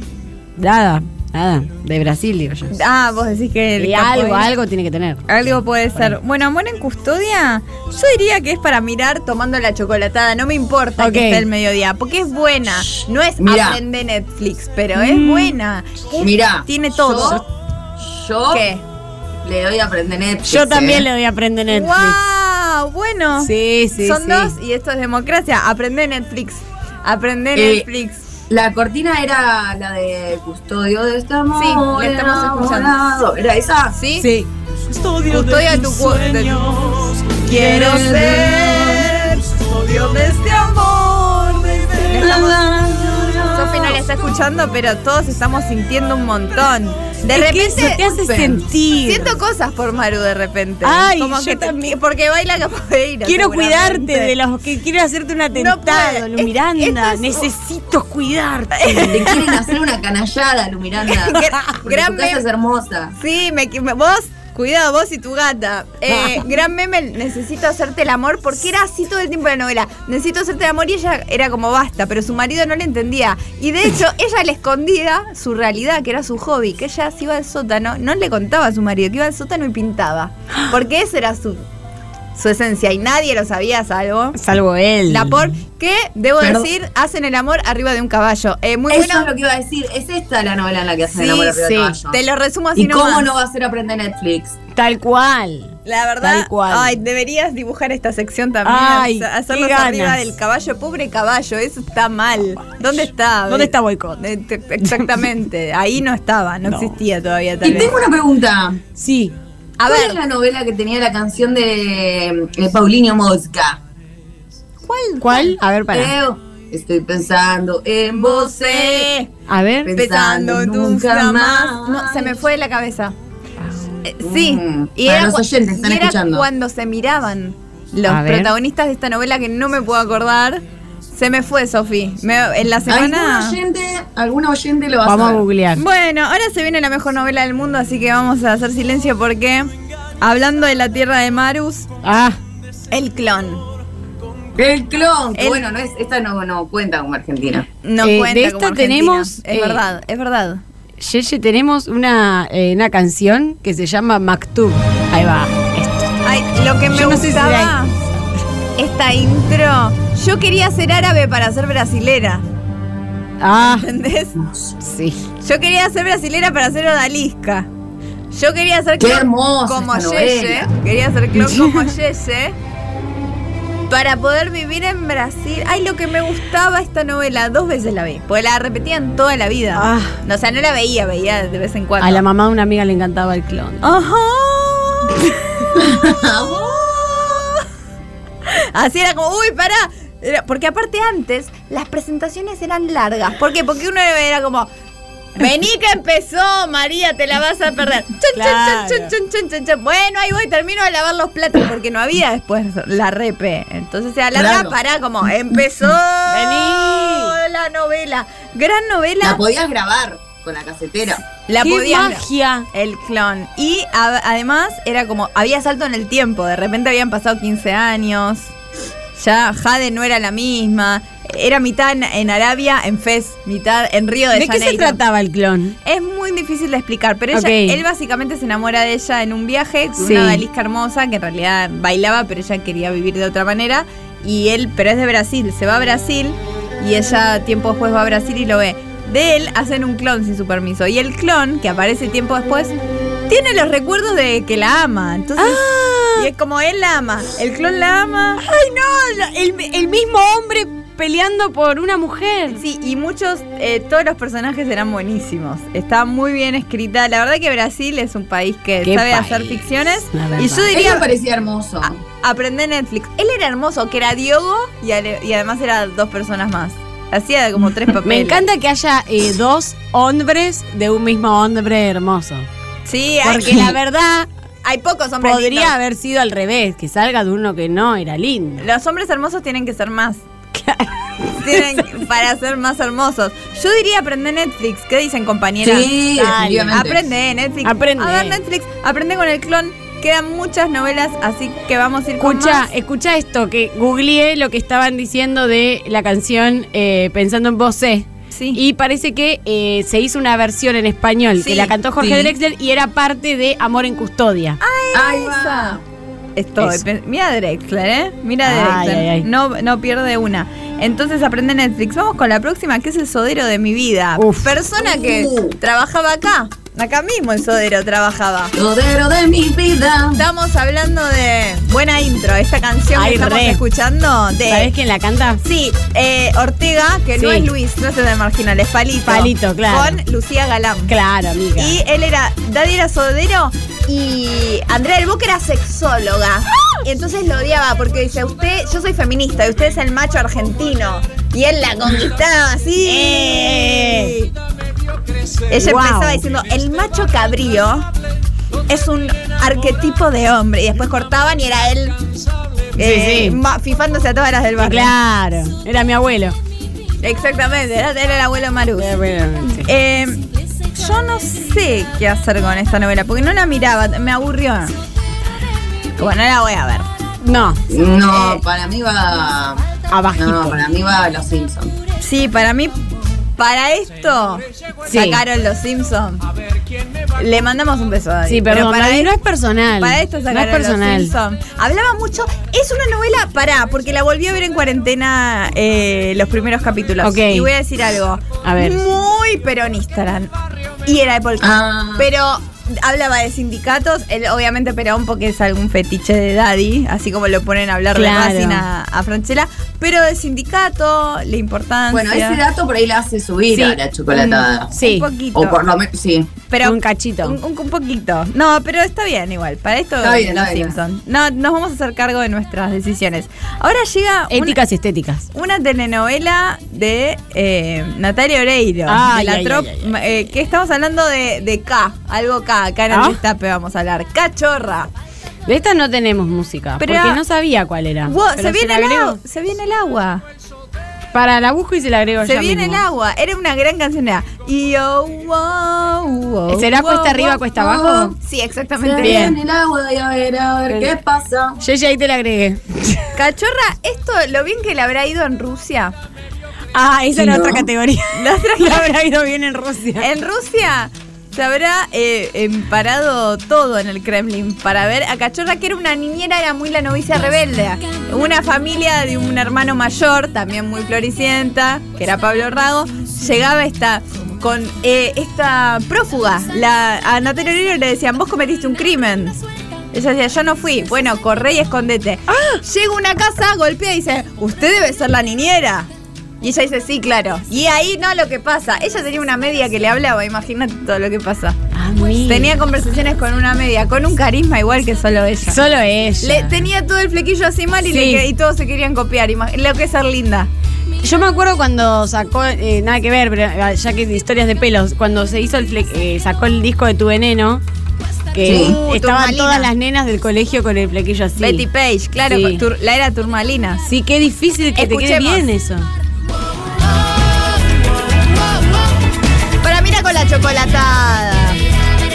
S4: Nada, nada. De Brasil, digo yo.
S2: Ah, vos decís que el
S4: Y
S2: capoeira-
S4: algo, algo tiene que tener.
S2: Algo puede ser. Bueno, amor en custodia, yo diría que es para mirar tomando la chocolatada. No me importa
S4: Ok.
S2: que esté el mediodía, porque es buena. No es
S3: Mirá.
S2: aprende Netflix, pero es
S4: Mm.
S2: buena. Es-
S3: Mirá.
S2: Tiene todo.
S3: Yo, yo
S2: ¿Qué?
S3: le doy a aprender Netflix.
S4: Yo también
S3: eh.
S4: le voy a aprender Netflix.
S2: ¡Wow! Bueno.
S4: Sí, sí,
S2: Son
S4: sí.
S2: dos y esto es democracia. Aprende Netflix. Aprende
S3: Eh,
S2: Netflix.
S3: La cortina era la de Custodio de este amor.
S2: Sí, la estamos escuchando.
S3: enamorado. ¿Era esa?
S2: ¿Sí?
S4: Sí.
S1: Custodio
S2: Custodio de
S1: de
S2: tu
S1: tus
S2: cu- de-
S1: sueños.
S2: Quiero ser custodio de este amor. Sofi no la está escuchando, pero todos estamos sintiendo un montón. De
S4: Es que
S2: repente
S4: eso te hace sentir.
S2: siento cosas por Maru de repente.
S4: Ay,
S2: Como
S4: yo
S2: que te-
S4: también.
S2: porque baila capoeira.
S4: Quiero cuidarte
S2: seguramente.
S4: de los que quiero hacerte un atentado,
S2: puedo.
S4: Lu
S2: Es-
S4: Miranda.
S2: esto es-
S4: Necesito cuidarte.
S2: *laughs*
S3: Te quieren hacer una canallada, Lumiranda. Porque
S2: gran
S3: tu casa
S2: meme.
S3: es hermosa.
S2: Sí, me, me- vos, cuidado, vos y tu gata.
S3: *laughs*
S2: Eh, gran meme, necesito hacerte el amor, porque era así todo el tiempo de la novela. Necesito hacerte el amor y ella era como basta, pero su marido no le entendía. Y de
S3: *laughs*
S2: hecho, ella le escondía su realidad, que era su hobby, que ella se iba al sótano, no le contaba a su marido que iba al sótano
S3: *gasps*
S2: y pintaba. Porque esa era su, su esencia y nadie lo sabía, salvo.
S4: Salvo él.
S2: La por que, debo
S3: Perdón.
S2: decir, hacen el amor arriba de un caballo. Eh, muy
S3: Eso
S2: bueno.
S3: es lo que iba a decir. Es esta la novela en la que hacen
S2: Sí,
S3: el amor arriba
S4: sí.
S3: del caballo.
S2: Te lo resumo así
S3: ¿Y cómo
S2: nomás.
S3: no va a ser aprender Netflix?
S4: Tal cual.
S2: La verdad,
S4: Tal cual.
S2: ay, deberías dibujar esta sección también.
S4: Ay,
S2: ha- hacerlos
S4: qué ganas.
S2: arriba del caballo, pobre caballo, eso está mal. ¿Dónde está?
S4: ¿Dónde está boicot?
S2: Eh, te-
S4: *laughs*
S2: Exactamente, ahí no estaba, no,
S4: No.
S2: existía todavía tal
S3: Y
S2: vez.
S3: tengo una pregunta.
S4: Sí.
S2: A
S3: ¿Cuál es
S2: ver,
S3: la novela que tenía la canción de, de Paulinho Mosca?
S4: ¿Cuál? A ver, para.
S3: Creo, estoy pensando en vos. eh.
S4: A ver.
S2: pensando en nunca más. No, se me fue de la cabeza. Eh, sí,
S3: Mm,
S2: y
S3: para
S2: era,
S3: los
S2: cua-
S3: oyentes, están
S2: y era
S3: escuchando.
S2: cuando se miraban los
S4: A ver.
S2: protagonistas de esta novela que no me puedo acordar. Se me fue, Sofi. Me- En la
S3: ¿Algún
S2: semana.
S3: oyente, algún oyente lo va
S4: Vamos
S3: a
S4: a
S3: saber.
S4: googlear.
S2: Bueno, ahora se viene la mejor novela del mundo, así que vamos a hacer silencio porque hablando de la tierra de Marus,
S4: Ah,
S2: el clon
S3: El clon, que
S2: El-
S3: bueno, no es, esta no, no cuenta como Argentina.
S2: no
S4: Eh,
S2: cuenta
S4: de
S2: como
S4: esta
S2: Argentina.
S4: tenemos,
S2: es
S4: eh,
S2: verdad, es verdad.
S4: Yeye, tenemos una, eh, una canción que se llama Maktub. Ahí va. Esto.
S2: Ay, lo que me
S4: Yo no sé si
S2: gustaba esta intro, yo quería ser árabe para ser brasilera,
S4: Ah,
S2: ¿entendés?
S4: sí.
S2: Yo quería ser brasilera para ser odalisca. Yo quería ser
S3: Qué
S2: clon
S3: hermosa
S2: como
S3: esta
S2: Yeye.
S3: novela.
S2: Quería
S3: *laughs*
S2: ser clon como Yeye. Para poder vivir en Brasil. Ay, lo que me gustaba esta novela. Dos veces la vi. Porque la repetían toda la vida.
S4: Ah.
S2: No, o sea, no la veía, veía de vez en cuando.
S4: A la mamá de una amiga le encantaba el clon.
S3: *laughs*
S2: Ajá. Así era como, uy, pará. Era- porque aparte antes las presentaciones eran largas. ¿Por qué? Porque uno era como,
S9: Vení que empezó, María, te la vas a perder. Chun, chun,
S4: Claro.
S9: chun, chun, chun, chun, chun.
S2: Bueno, ahí voy, termino de lavar los platos porque no había después la repe. Entonces se alarga
S3: Claro.
S2: para como empezó
S4: Vení.
S2: la novela. Gran novela.
S3: La podías grabar con la casetera.
S2: La
S4: ¡Qué
S2: podías-
S4: magia!
S2: El clon. Y a- además era como, había salto en el tiempo, de repente habían pasado 15 años, ya Jade no era la misma, era mitad en, en Arabia, en Fez, mitad en Río de,
S4: ¿De qué se
S2: Janeiro.
S4: trataba el clon?
S2: Es muy difícil de explicar, pero ella,
S4: Ok.
S2: él básicamente se enamora de ella en un viaje con
S4: Sí.
S2: una balisca hermosa que en realidad bailaba, pero ella quería vivir de otra manera. Y él, pero es de Brasil, se va a Brasil y ella tiempo después va a Brasil y lo ve. De él hacen un clon sin su permiso. Y el clon, que aparece tiempo después, tiene los recuerdos de que la ama. Entonces, y es como él la ama. El clon la ama.
S4: Ah. ¡Ay, no! El, el mismo hombre peleando por una mujer.
S2: Sí, y muchos, eh, todos los personajes eran buenísimos. Está muy bien escrita. La verdad que Brasil es un país que
S4: Qué
S2: sabe
S4: país,
S2: hacer ficciones.
S4: la verdad.
S2: Y yo
S3: Él me
S2: diría,
S3: parecía hermoso.
S2: aprende Netflix. Él era hermoso, que era Diogo y, ale- y además era dos personas más. Hacía de
S4: *laughs*
S2: como tres papeles.
S4: Me encanta que haya eh, dos hombres de un mismo hombre hermoso.
S2: Sí, hay,
S4: Porque la
S2: *laughs*
S4: verdad
S2: hay pocos hombres
S4: podría
S2: lindos. *laughs*
S4: haber sido al revés, que salga de uno que no era lindo.
S2: Los hombres hermosos tienen que ser más. Tienen para ser más hermosos. Yo diría aprende Netflix. ¿Qué dicen, compañeras?
S3: Sí,
S4: Dale,
S3: definitivamente.
S2: Aprende, Netflix.
S4: Aprende.
S2: A ver, Netflix, aprende con el clon. Quedan muchas novelas, así que vamos a ir con
S4: Escucha,
S2: más.
S4: escucha esto, que googleé lo que estaban diciendo de la canción eh, Pensando en vos sé.
S2: Sí.
S4: Y parece que eh, se hizo una versión en español
S2: Sí, Ah,
S4: que la cantó Jorge
S3: sí.
S4: Drexler y era parte de Amor en Custodia.
S3: Ahí va.
S2: Estoy.
S4: Eso.
S2: pe- Mira a Drexler, ¿eh? Mira a
S4: Ay,
S2: Drexler.
S4: ay, ay.
S2: No, no pierde una. Entonces aprende Netflix. Vamos con la próxima, que es el sodero de mi vida.
S4: Uf.
S2: Persona que
S3: Uh.
S2: trabajaba acá. Acá mismo el sodero trabajaba.
S3: Rodero de mi vida.
S2: Estamos hablando de. Buena intro. Esta canción
S4: Ay,
S2: que estamos
S4: re.
S2: escuchando de.
S4: ¿Sabés quién la canta?
S2: Sí, eh, Ortega, que no
S4: Sí.
S2: es Luis, no es el del marginal, es Palito.
S4: Palito, claro.
S2: Con Lucía Galán.
S4: Claro, amiga.
S2: Y él era, Daddy era sodero y Andrea del Boca era sexóloga. Y entonces lo odiaba porque dice, usted, yo soy feminista y usted es el macho argentino. Y él la conquistaba así.
S4: ¡Eh!
S2: Ella
S4: Wow.
S2: empezaba diciendo, el macho cabrío es un arquetipo de hombre. Y después cortaban y era él eh,
S4: sí.
S2: ma- fifándose a todas las del barrio.
S4: Claro, era mi abuelo.
S2: Exactamente, era, era el abuelo Maru.
S4: Era mi abuelo, sí.
S2: Eh, yo no sé qué hacer con esta novela, porque no la miraba, me aburrió. Bueno, la voy a ver. Eh,
S4: No,
S3: No, para mí va.
S4: abajito.
S3: No, para mí va Los Simpsons.
S2: Sí, para mí, para esto,
S4: Sí.
S2: sacaron los Simpsons. Le mandamos un beso a Daddy,
S4: sí,
S2: pero
S4: perdón,
S2: para,
S4: David,
S2: e-
S4: no es personal.
S2: para
S4: no
S2: esto
S4: es
S2: sacaron los
S4: personal.
S2: Simpsons. Hablaba mucho, es una novela, pará, porque la volví a ver en cuarentena eh, los primeros capítulos.
S4: Ok.
S2: Y voy a decir algo.
S4: A ver.
S2: Muy peronista. era- Y era de Polka.
S3: Ah,
S2: Pero hablaba de sindicatos, él obviamente Perón porque es algún fetiche de Daddy, así como lo ponen a hablar
S4: Claro.
S2: de Racing a, a Franchella, pero de sindicato, la importancia.
S3: bueno, ese dato por ahí la hace subir
S4: Sí.
S3: a la chocolatada.
S4: Sí,
S2: Un poquito.
S3: O por lo menos, sí.
S2: pero
S4: un cachito.
S2: un, un- un poquito. No, pero está bien igual. Para esto
S3: Está bien,
S2: los
S3: está bien.
S2: Simpson. No, nos vamos a hacer cargo de nuestras decisiones. Ahora llega una,
S4: Éticas y estéticas.
S2: una telenovela de eh, Natalia Oreiro,
S4: Ay,
S2: de la
S4: ay,
S2: trop,
S4: ay,
S2: eh, que estamos hablando de, de K, algo K, acá en
S4: ¿Ah?
S2: el destape vamos a hablar. Cachorra.
S4: De esta no tenemos música,
S2: Pero-
S4: porque no sabía cuál era.
S2: Wow,
S4: Pero
S2: se, viene
S4: la
S2: el
S4: agrego.
S2: agua, se viene el agua.
S4: Para la busco y se la agrego
S2: Se
S4: ya
S2: viene
S4: mismo.
S2: el agua. Era una gran canción. Era, y oh, wow, wow,
S4: ¿Será
S2: wow,
S4: cuesta arriba,
S2: wow,
S4: cuesta
S2: wow.
S4: abajo?
S2: Sí,
S3: Se
S2: exactamente. Eh,
S4: Bien.
S3: viene el agua y a ver, a ver qué pasa.
S4: Yo ya ahí te la agregué.
S2: Cachorra, esto, lo bien que le habrá ido en Rusia.
S4: Ah, esa era otra *laughs* categoría.
S2: La otra-
S4: La habrá ido bien en Rusia.
S2: En Rusia se habrá eh, em, parado todo en el Kremlin para ver a Cachorra, que era una niñera, era muy la novicia rebelde. Una familia de un hermano mayor, también muy floricienta, que era Pablo Rago, llegaba esta con eh, esta prófuga. La, a Natalia Oreiro le decían, vos cometiste un crimen. Ella decía, yo no fui. Bueno, corre y escondete.
S4: Ah.
S2: Llega a una casa, golpea y dice, usted debe ser la niñera. Y ella dice, sí, claro. Y ahí no lo que pasa. Ella tenía una media que le hablaba, imagínate todo lo que pasa.
S4: Ah,
S2: Tenía conversaciones con una media, con un carisma igual que solo ella.
S4: Solo ella.
S2: Le- tenía todo el flequillo así mal y,
S4: Sí.
S2: le que- y todos se querían copiar. ima- Lo que es ser linda.
S4: Yo me acuerdo cuando sacó, eh, nada que ver, pero eh, ya que historias de pelos, cuando se hizo el fle- eh, sacó el disco de Tu Veneno, que
S3: Sí.
S9: Uh,
S4: estaban
S9: Turmalina.
S4: todas las nenas del colegio con el flequillo así.
S2: Betty Page, claro,
S4: Sí.
S2: tur- la era turmalina.
S4: Sí, qué difícil que te quede
S9: Escuchemos.
S4: bien eso.
S9: Para mira con la chocolatada.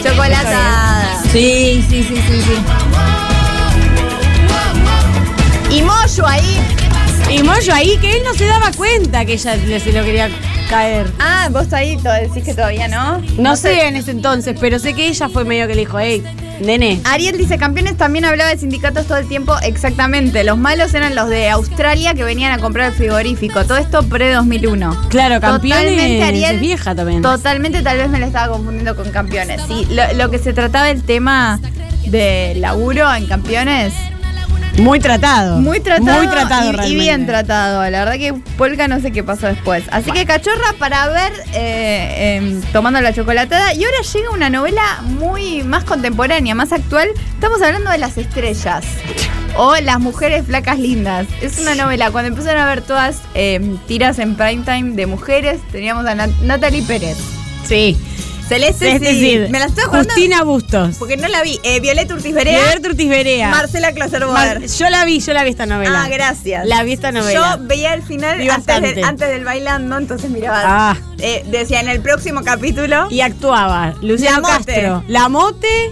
S9: Chocolatada.
S3: Sí, sí, sí, sí, sí.
S9: Y Moyo ahí.
S4: Y Moyo ahí, que él no se daba cuenta que ella le- se lo quería caer.
S2: Ah, vos ahí to- decís que todavía no.
S4: No, sé, en ese entonces, pero sé que ella fue medio que le dijo, hey, nene.
S2: Ariel dice, campeones también hablaba de sindicatos todo el tiempo. Exactamente, los malos eran los de Australia que venían a comprar el frigorífico. Todo esto pre-2001.
S4: Claro, campeones
S2: Totalmente, Ariel.
S4: es vieja también.
S2: Totalmente, tal vez me lo estaba confundiendo con campeones. Sí, lo, lo que se trataba el tema de laburo en campeones,
S4: Muy tratado.
S2: muy tratado,
S4: Muy tratado
S2: y- y,
S4: realmente.
S2: bien tratado. La verdad que Polka no sé qué pasó después. Así que cachorra para ver eh, em, tomando la chocolatada. Y ahora llega una novela muy más contemporánea, más actual. Estamos hablando de las estrellas. O Las Mujeres Flacas Lindas. Es una novela. Cuando empezaron a ver todas em, tiras en primetime de mujeres, teníamos a Nat- Natalie Pérez.
S4: Sí.
S2: Celeste,
S4: Es
S2: sí.
S4: decir,
S2: me la estoy jugando
S4: Justina Bustos.
S2: porque no la vi. Eh, Violeta Urtiz Berea,
S4: Lever Ortiz Berea.
S2: Marcela Closerboer.
S4: Mar- yo la vi, yo la vi esta novela.
S2: Ah, gracias.
S4: La vi esta novela.
S2: Yo veía el final
S4: Vi
S2: antes,
S4: bastante.
S2: del- antes del bailando, entonces miraba.
S4: Ah.
S2: Eh, decía en el próximo capítulo,
S4: Y actuaba Luciano
S2: Lamote.
S4: Castro. La Mote.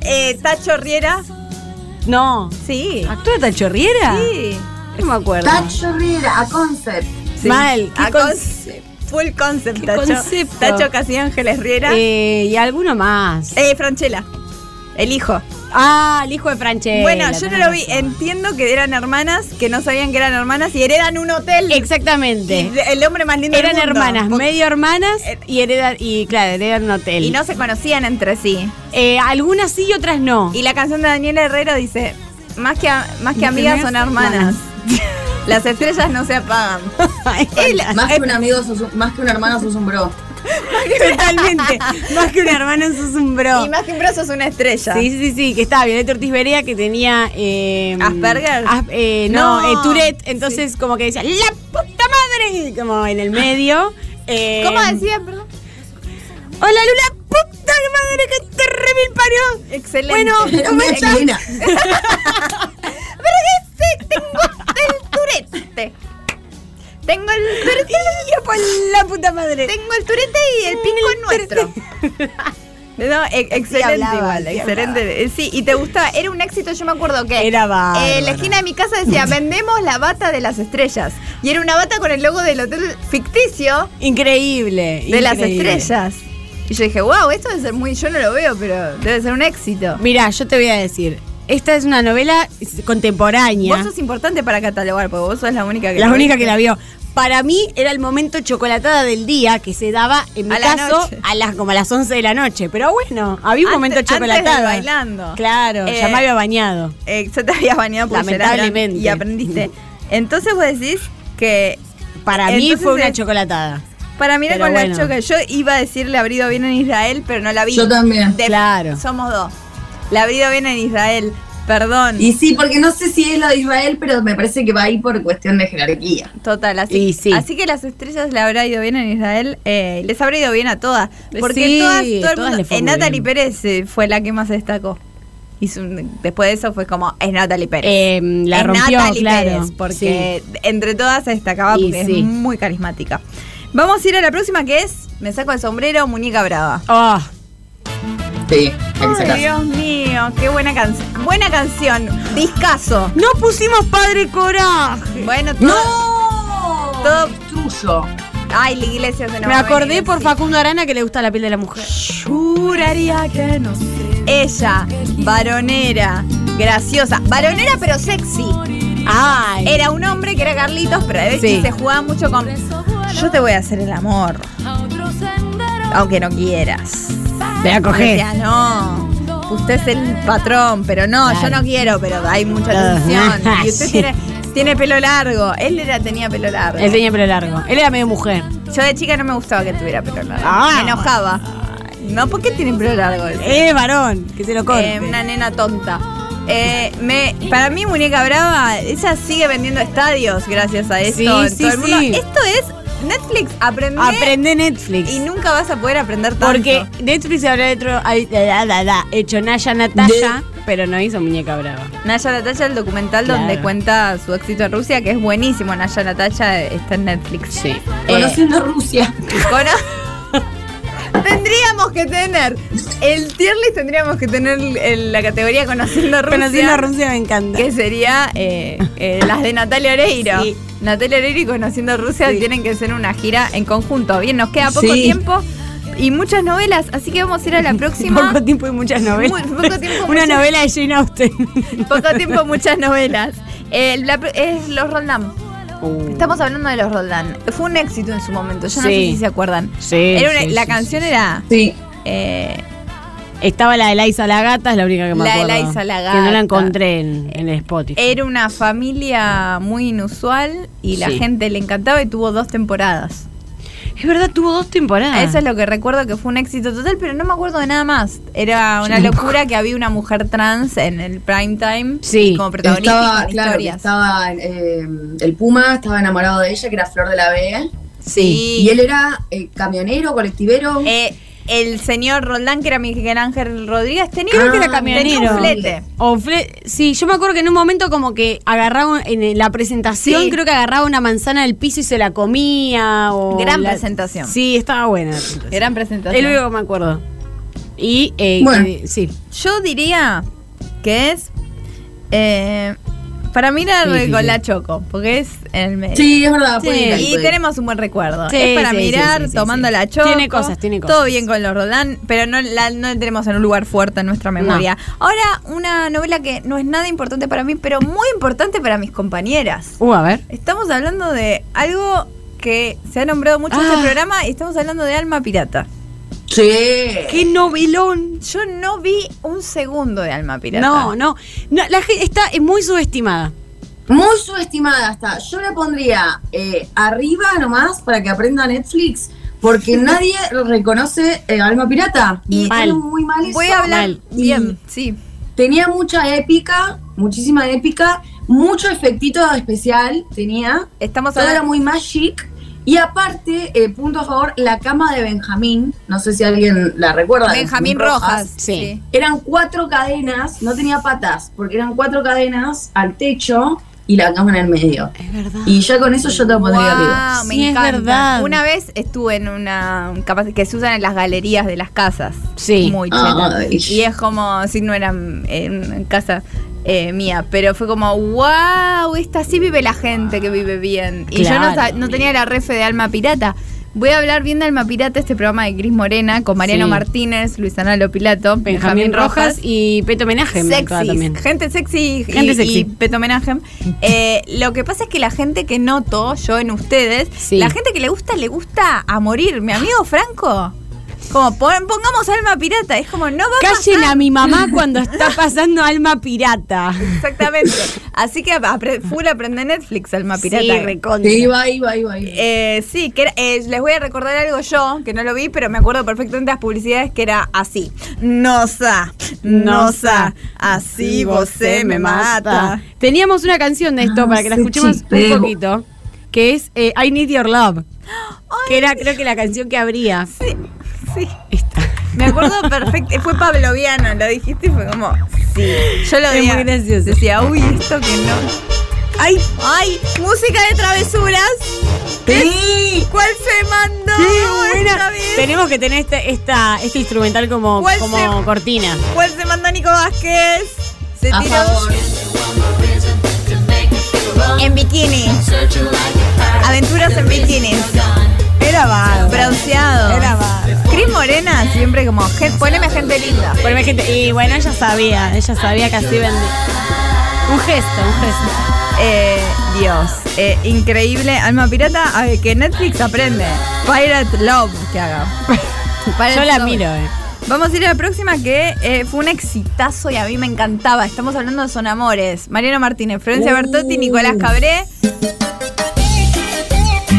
S2: eh, Tacho Riera.
S4: No.
S2: Sí.
S4: ¿Actúa Tachorriera?
S2: Sí.
S4: No me acuerdo.
S3: Tacho Riera, a concept.
S4: Mal. ¿Qué
S2: A
S4: con-
S2: conce- Full concept,
S4: qué
S2: Tacho.
S4: concepto.
S2: Tacho Casi Ángeles Riera. Eh,
S4: Eh, y alguno más.
S2: Franchella. El hijo.
S4: Ah, el hijo de Franchella.
S2: bueno, yo no
S4: tenés
S2: lo vi.
S4: razón.
S2: Entiendo que eran hermanas, que no sabían que eran hermanas y heredan un hotel.
S4: Exactamente.
S2: Y El hombre más lindo
S4: Eran
S2: del mundo.
S4: hermanas,
S2: Porque-
S4: medio hermanas
S2: Eh,
S4: y heredan, y claro, heredan un hotel.
S2: Y no se conocían entre sí.
S4: Eh, algunas sí y otras no.
S2: Y la canción de Daniela Herrero dice, más que, a- más que
S4: Las
S2: amigas son
S4: primeras
S2: hermanas. *laughs* Las estrellas no se apagan. *laughs* Y la-
S3: Más que un amigo, sos un- más que un hermano, sos un
S2: *laughs*
S3: bro.
S4: Totalmente. *laughs* Más que un hermano, sos un bro.
S2: "Eh, y más que un brazo es una estrella.
S4: Sí, sí, sí, que estaba Violeta Ortiz Berea que tenía. eh,
S2: Asperger.
S4: as- eh, no,
S2: No.
S4: eh, Tourette. Entonces, como que decía, ¡La puta madre! Como en el medio. Eh,
S2: ¿Cómo decía? Perdón.
S4: ¡Hola, Lula! ¡Puta madre que te remil parió!
S2: *laughs* Excelente.
S3: *laughs*
S4: Bueno,
S3: Era una chilena.
S2: el turete. Tengo
S4: *laughs*
S2: el turete.
S4: la puta madre!
S2: Tengo el turete y el pico es nuestro. *laughs* No, e- excelente
S4: hablaba,
S2: igual,
S4: sí
S2: excelente. Eh, Sí, y te gustaba, era un éxito, yo me acuerdo que
S4: Era bárbaro.
S2: eh, en la esquina de mi casa
S4: *laughs*
S2: decía, vendemos la bata de las estrellas. Y era una bata con el logo del hotel ficticio
S4: Increíble.
S2: de las
S4: increíble.
S2: estrellas. Y yo dije, wow, esto debe ser muy, yo no lo veo, pero debe ser un éxito.
S4: Mirá, yo te voy a decir. Esta es una novela contemporánea.
S2: Vos sos importante para catalogar, porque vos sos la única que
S4: La
S2: lo
S4: única que
S2: viste.
S4: la vio. Para mí era el momento chocolatada del día que se daba, en mi
S2: A la
S4: caso,
S2: noche.
S4: a las, como a las 11 de la noche. Pero bueno, había un
S2: Antes-
S4: momento
S2: antes de
S4: chocolatada.
S2: bailando.
S4: Claro,
S2: Eh,
S4: ya me había bañado.
S2: Eh, yo te habías bañado porque ya eras grande
S4: Lamentablemente.
S2: y aprendiste. Entonces vos decís que
S4: Para mí
S2: entonces
S4: fue una
S2: es-
S4: chocolatada.
S2: Para mirar
S4: Pero
S2: con
S4: bueno.
S2: la choca. Yo iba a decirle abrido bien en Israel, pero no la vi.
S3: Yo también.
S2: De-
S4: Claro.
S2: Somos dos. La abrido bien en Israel. Perdón.
S3: Y sí, porque no sé si es lo de Israel, pero me parece que va ahí por cuestión de jerarquía.
S2: Total, así,
S4: Y sí.
S2: así que las estrellas le habrá ido bien en Israel, eh, les habrá ido bien a todas. Porque
S4: Sí,
S2: todas, todo el
S4: todas
S2: mundo-
S4: les fue
S2: eh,
S4: muy
S2: Natalie
S4: bien.
S2: Pérez eh, fue la que más se destacó. Hizo un- después de eso fue como, es Natalie Pérez.
S4: Eh, la
S2: es
S4: rompió,
S2: Natalie
S4: claro.
S2: Pérez,
S4: Sí.
S2: porque entre todas se destacaba
S4: Y
S2: porque
S4: sí.
S2: es muy carismática. Vamos a ir a la próxima que es, me saco el sombrero, muñeca brava.
S4: Oh,
S3: Sí, hay que
S2: Ay,
S3: sacar.
S2: Dios mío, qué buena canción. Buena canción, discazo.
S4: no pusimos padre coraje.
S2: Bueno, todo,
S3: ¡No!
S2: Todo-
S3: Es tuyo.
S2: Ay, la iglesia se nos
S4: Me
S2: va a
S4: acordé
S2: venir
S4: por
S2: encima.
S4: Facundo Arana que le gusta la piel de la mujer.
S2: Juraría que no sé. Ella, varonera, graciosa. Varonera pero sexy.
S4: Ay.
S2: Era un hombre que era Carlitos, pero a veces
S4: Sí.
S2: se jugaba mucho con. Yo te voy a hacer el amor. Aunque no quieras.
S4: Te la cogés.
S2: Decía, no. Usted es el patrón, pero no, yo
S4: Claro.
S2: no quiero, pero hay mucha
S4: Ah,
S2: tensión.
S4: *laughs*
S2: Y usted
S4: sí.
S2: tiene, tiene pelo largo. Él era, tenía pelo largo.
S4: Él tenía pelo largo. Él era medio mujer.
S2: Yo de chica no me gustaba que tuviera pelo largo.
S4: Ah.
S2: Me enojaba. No, ¿por qué tiene pelo largo?
S4: Eh, varón, que se lo corte.
S2: Eh, una nena tonta. Eh, me, para mí, Muñeca Brava, esa sigue vendiendo estadios gracias a esto.
S4: Sí,
S2: en
S4: sí,
S2: todo el mundo.
S4: sí.
S2: Esto es Netflix, aprende
S4: Aprende Netflix.
S2: y nunca vas a poder aprender tanto.
S4: Porque Netflix habrá hecho, ay, da, da, da, da, hecho Naya Natasha, pero no hizo Muñeca Brava.
S2: Naya Natacha, el documental
S4: Claro.
S2: donde cuenta su éxito en Rusia, que es buenísimo. Naya Natacha está en Netflix. Eh,
S4: Sí.
S3: *laughs* Conociendo Rusia.
S2: Cono- *laughs* tendríamos que tener el tier list, tendríamos que tener el- la categoría Conociendo Rusia.
S4: Conociendo a Rusia me encanta.
S2: Que sería eh, eh, las de Natalia Oreiro.
S4: Sí.
S2: Natalia Oreiro y Conociendo Rusia
S4: Sí.
S2: tienen que ser una gira en conjunto. Bien, nos queda poco
S3: Sí.
S2: tiempo y muchas novelas, así que vamos a
S4: *laughs*
S2: ir a la próxima.
S4: Poco tiempo y muchas novelas.
S2: Muy-
S4: *laughs*
S2: poco tiempo,
S4: Una
S2: muchas-
S4: novela de Jane Austen.
S2: *laughs* Poco tiempo, muchas novelas. Eh, la pr- es Los Roldán.
S5: Uh.
S2: Estamos hablando de Los Roldán. Fue un éxito en su momento, yo no sé
S4: Sí.
S2: si se acuerdan.
S4: Sí,
S2: Era una-
S4: sí,
S2: la
S4: sí,
S2: canción
S4: sí.
S2: era...
S3: Sí.
S2: eh,
S4: Estaba la de Liza la gata, es la única que me
S2: La de
S4: acuerdo.
S2: Liza Eh, la
S4: Que no
S2: gata.
S4: la encontré en, en el Spotify.
S2: era una familia muy inusual y la
S4: Sí.
S2: gente le encantaba y tuvo dos temporadas.
S4: es verdad, tuvo dos temporadas.
S2: Eso es lo que recuerdo que fue un éxito total, pero no me acuerdo de nada más. Era una locura que había una mujer trans en el prime time
S4: Sí,
S2: y como protagonista y
S3: Estaba,
S2: con
S3: claro, que
S2: historias.
S3: estaba eh, el Puma, estaba enamorado de ella, que era Flor de la B.
S2: sí.
S3: Y él era eh, camionero, colectivero.
S2: Eh, el señor Roldán, que era Miguel Ángel Rodríguez, tenía,
S4: Ah,
S3: Creo que era
S2: tenía
S3: camionero.
S2: un flete.
S4: O fle- sí, yo me acuerdo que en un momento como que agarraba en la presentación,
S3: Sí.
S4: creo que agarraba una manzana del piso y se la comía. o
S2: Gran
S4: la-
S2: presentación.
S4: Sí, estaba buena. la presentación.
S2: Gran
S4: Es
S2: presentación.
S4: lo único que me acuerdo. Y, eh,
S3: Bueno.
S4: eh, sí.
S2: Yo diría que es. eh, para mí era
S4: Sí, sí,
S2: con
S4: sí.
S2: la Choco, porque es en el medio.
S3: sí, es verdad.
S2: Sí,
S3: puede ir ahí,
S2: y
S3: puede ir.
S2: tenemos un buen recuerdo.
S4: Eh, Sí,
S2: es para
S4: sí, sí,
S2: mirar,
S4: sí, sí,
S2: tomando
S4: sí.
S2: la choco.
S4: Tiene cosas, tiene cosas.
S2: Todo bien con los Roldán, pero no la, no la tenemos en un lugar fuerte en nuestra memoria. Ahora, una novela que no es nada importante para mí, pero muy importante para mis compañeras.
S4: Uh, a ver.
S2: Estamos hablando de algo que se ha nombrado mucho en
S4: Ah.
S2: este programa y estamos hablando de Alma Pirata.
S3: Sí.
S4: ¡Qué novelón!
S2: Yo no vi un segundo de Alma Pirata.
S4: No, no, no, La gente está eh, muy subestimada.
S3: Muy subestimada está. Yo le pondría eh, arriba nomás para que aprenda Netflix,
S4: *laughs*
S3: porque nadie reconoce eh, Alma Pirata. Y
S4: Mal.
S3: hicieron muy mal eso.
S2: Voy a hablar
S4: Mal.
S2: bien, sí.
S3: Tenía mucha épica, muchísima épica, mucho efectito especial tenía.
S2: Estamos
S3: Todo era
S2: hablando.
S3: muy magic. Y aparte, eh, punto a favor, la cama de Benjamín. No sé si alguien la recuerda. de
S2: Benjamín Rojas.
S4: Sí.
S3: Eran cuatro cadenas, no tenía patas, porque eran cuatro cadenas al techo y la cama en el medio.
S4: Es verdad.
S3: Y ya con eso yo te lo pondría
S2: Guau,
S3: arriba.
S2: me
S4: Sí, es
S2: encanta.
S4: verdad.
S2: Una vez estuve en una capaz que se usan en las galerías de las casas.
S4: Sí.
S2: Muy cheta.
S3: Ay.
S2: Y es como si no era mm, en casa eh, mía, pero fue como, wow, esta sí vive la gente que vive bien. Y yo no, sa-
S4: Claro.
S2: no tenía la refe de Alma Pirata. Voy a hablar bien de Alma Pirata, este programa de Cris Morena, con Mariano
S4: Sí.
S2: Martínez, Luis Analo Pilato,
S4: Benjamín Rojas y Peto Homenaje. me acuerdo
S2: Sexy,
S4: también.
S2: gente sexy y-
S4: Gente sexy.
S2: y peto homenaje. Eh, lo que pasa es que la gente que noto yo en ustedes,
S4: Sí.
S2: la gente que le gusta, le gusta a morir. Mi amigo Franco, como pon- pongamos alma pirata, es como no va a
S4: Callen a mi mamá cuando está pasando alma pirata.
S2: Exactamente. Así que apre- full aprende Netflix, alma pirata.
S4: Sí, recontra.
S3: Sí, va, ahí va, ahí va. ahí va.
S2: Eh, sí, que era- eh, les voy a recordar algo yo, que no lo vi, pero me acuerdo perfectamente las publicidades que era así. Nosa, nosa, así vos se me mata.
S4: Teníamos una canción de esto
S3: Ah,
S4: para que la
S3: sí,
S4: escuchemos un
S3: chispeo.
S4: poquito, que es eh, I Need Your
S2: *gasps*
S4: Love, que era creo que la canción que abría.
S2: Sí, sí.
S4: Esta.
S2: Me acuerdo perfecto. Fue pabloviano, lo dijiste y fue como. Sí. Yo lo
S4: Es
S2: veía.
S4: muy gracioso.
S2: Decía, uy, esto que no. ¡Ay! ¡Ay! ¡Música de travesuras!
S3: Sí.
S2: ¿Cuál se mandó?
S4: Qué buena.
S2: esta vez?
S4: Tenemos que tener este, esta, este instrumental como,
S2: ¿Cuál
S4: como
S2: se-
S4: cortina.
S2: ¿Cuál Pues se mandó Nico Vázquez? Se
S3: A favor.
S2: tiró en bikini. Aventuras en bikini. Era bárbaro. Bronceado. Era bárbaro. Cris Morena siempre como, "Gen- poneme gente linda.
S4: Poneme gente- Y bueno, ella sabía, ella sabía que así vendía. Un gesto, un gesto.
S2: Eh, Dios, eh, increíble. Alma Pirata, a ver, que Netflix aprende. Pirate Love, que haga. Pirate
S4: Yo la
S2: Love.
S4: miro, eh.
S2: Vamos a ir a la próxima que eh, fue un exitazo y a mí me encantaba. Estamos hablando de Son Amores. Mariano Martínez, Florencia Bertotti,
S3: Uh.
S2: Nicolás Cabré.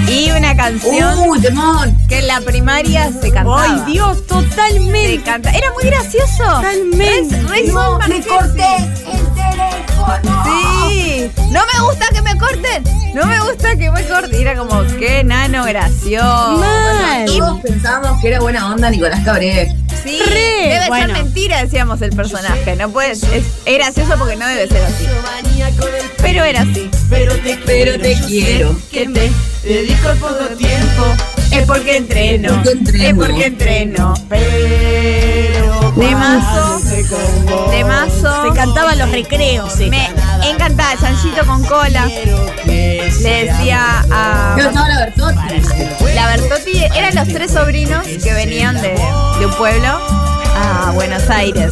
S2: Y una canción
S3: ¡Uh, temón!
S2: que en la primaria se cantaba.
S4: Ay, Dios,
S2: Se
S4: totalmente.
S2: canta. Era muy gracioso.
S4: Totalmente.
S2: Es Rey Martínez.
S3: corté el
S2: Sí, no me gusta que me corten, no me gusta que me corten. Y Era como, qué nano gracioso.
S3: Todos pensábamos que era buena onda Nicolás Cabré.
S2: Sí,
S4: Re,
S2: debe
S4: bueno.
S2: ser mentira, decíamos el personaje. No puede, es, es gracioso porque no debe ser así. Pero era así.
S1: Pero te
S3: Pero te quiero.
S2: Que me
S1: dedico poco tiempo.
S2: Es porque entreno.
S3: Porque entreno.
S2: Es porque entreno.
S1: Pero
S2: Temazo.
S4: Se
S2: Temazo.
S4: cantaban los recreos. eh.
S2: Me encantaba chanchito con cola. Le decía a
S3: Pero estaba la Bertotti.
S2: la Bertotti. Eran los tres sobrinos que venían de, de un pueblo a Buenos Aires.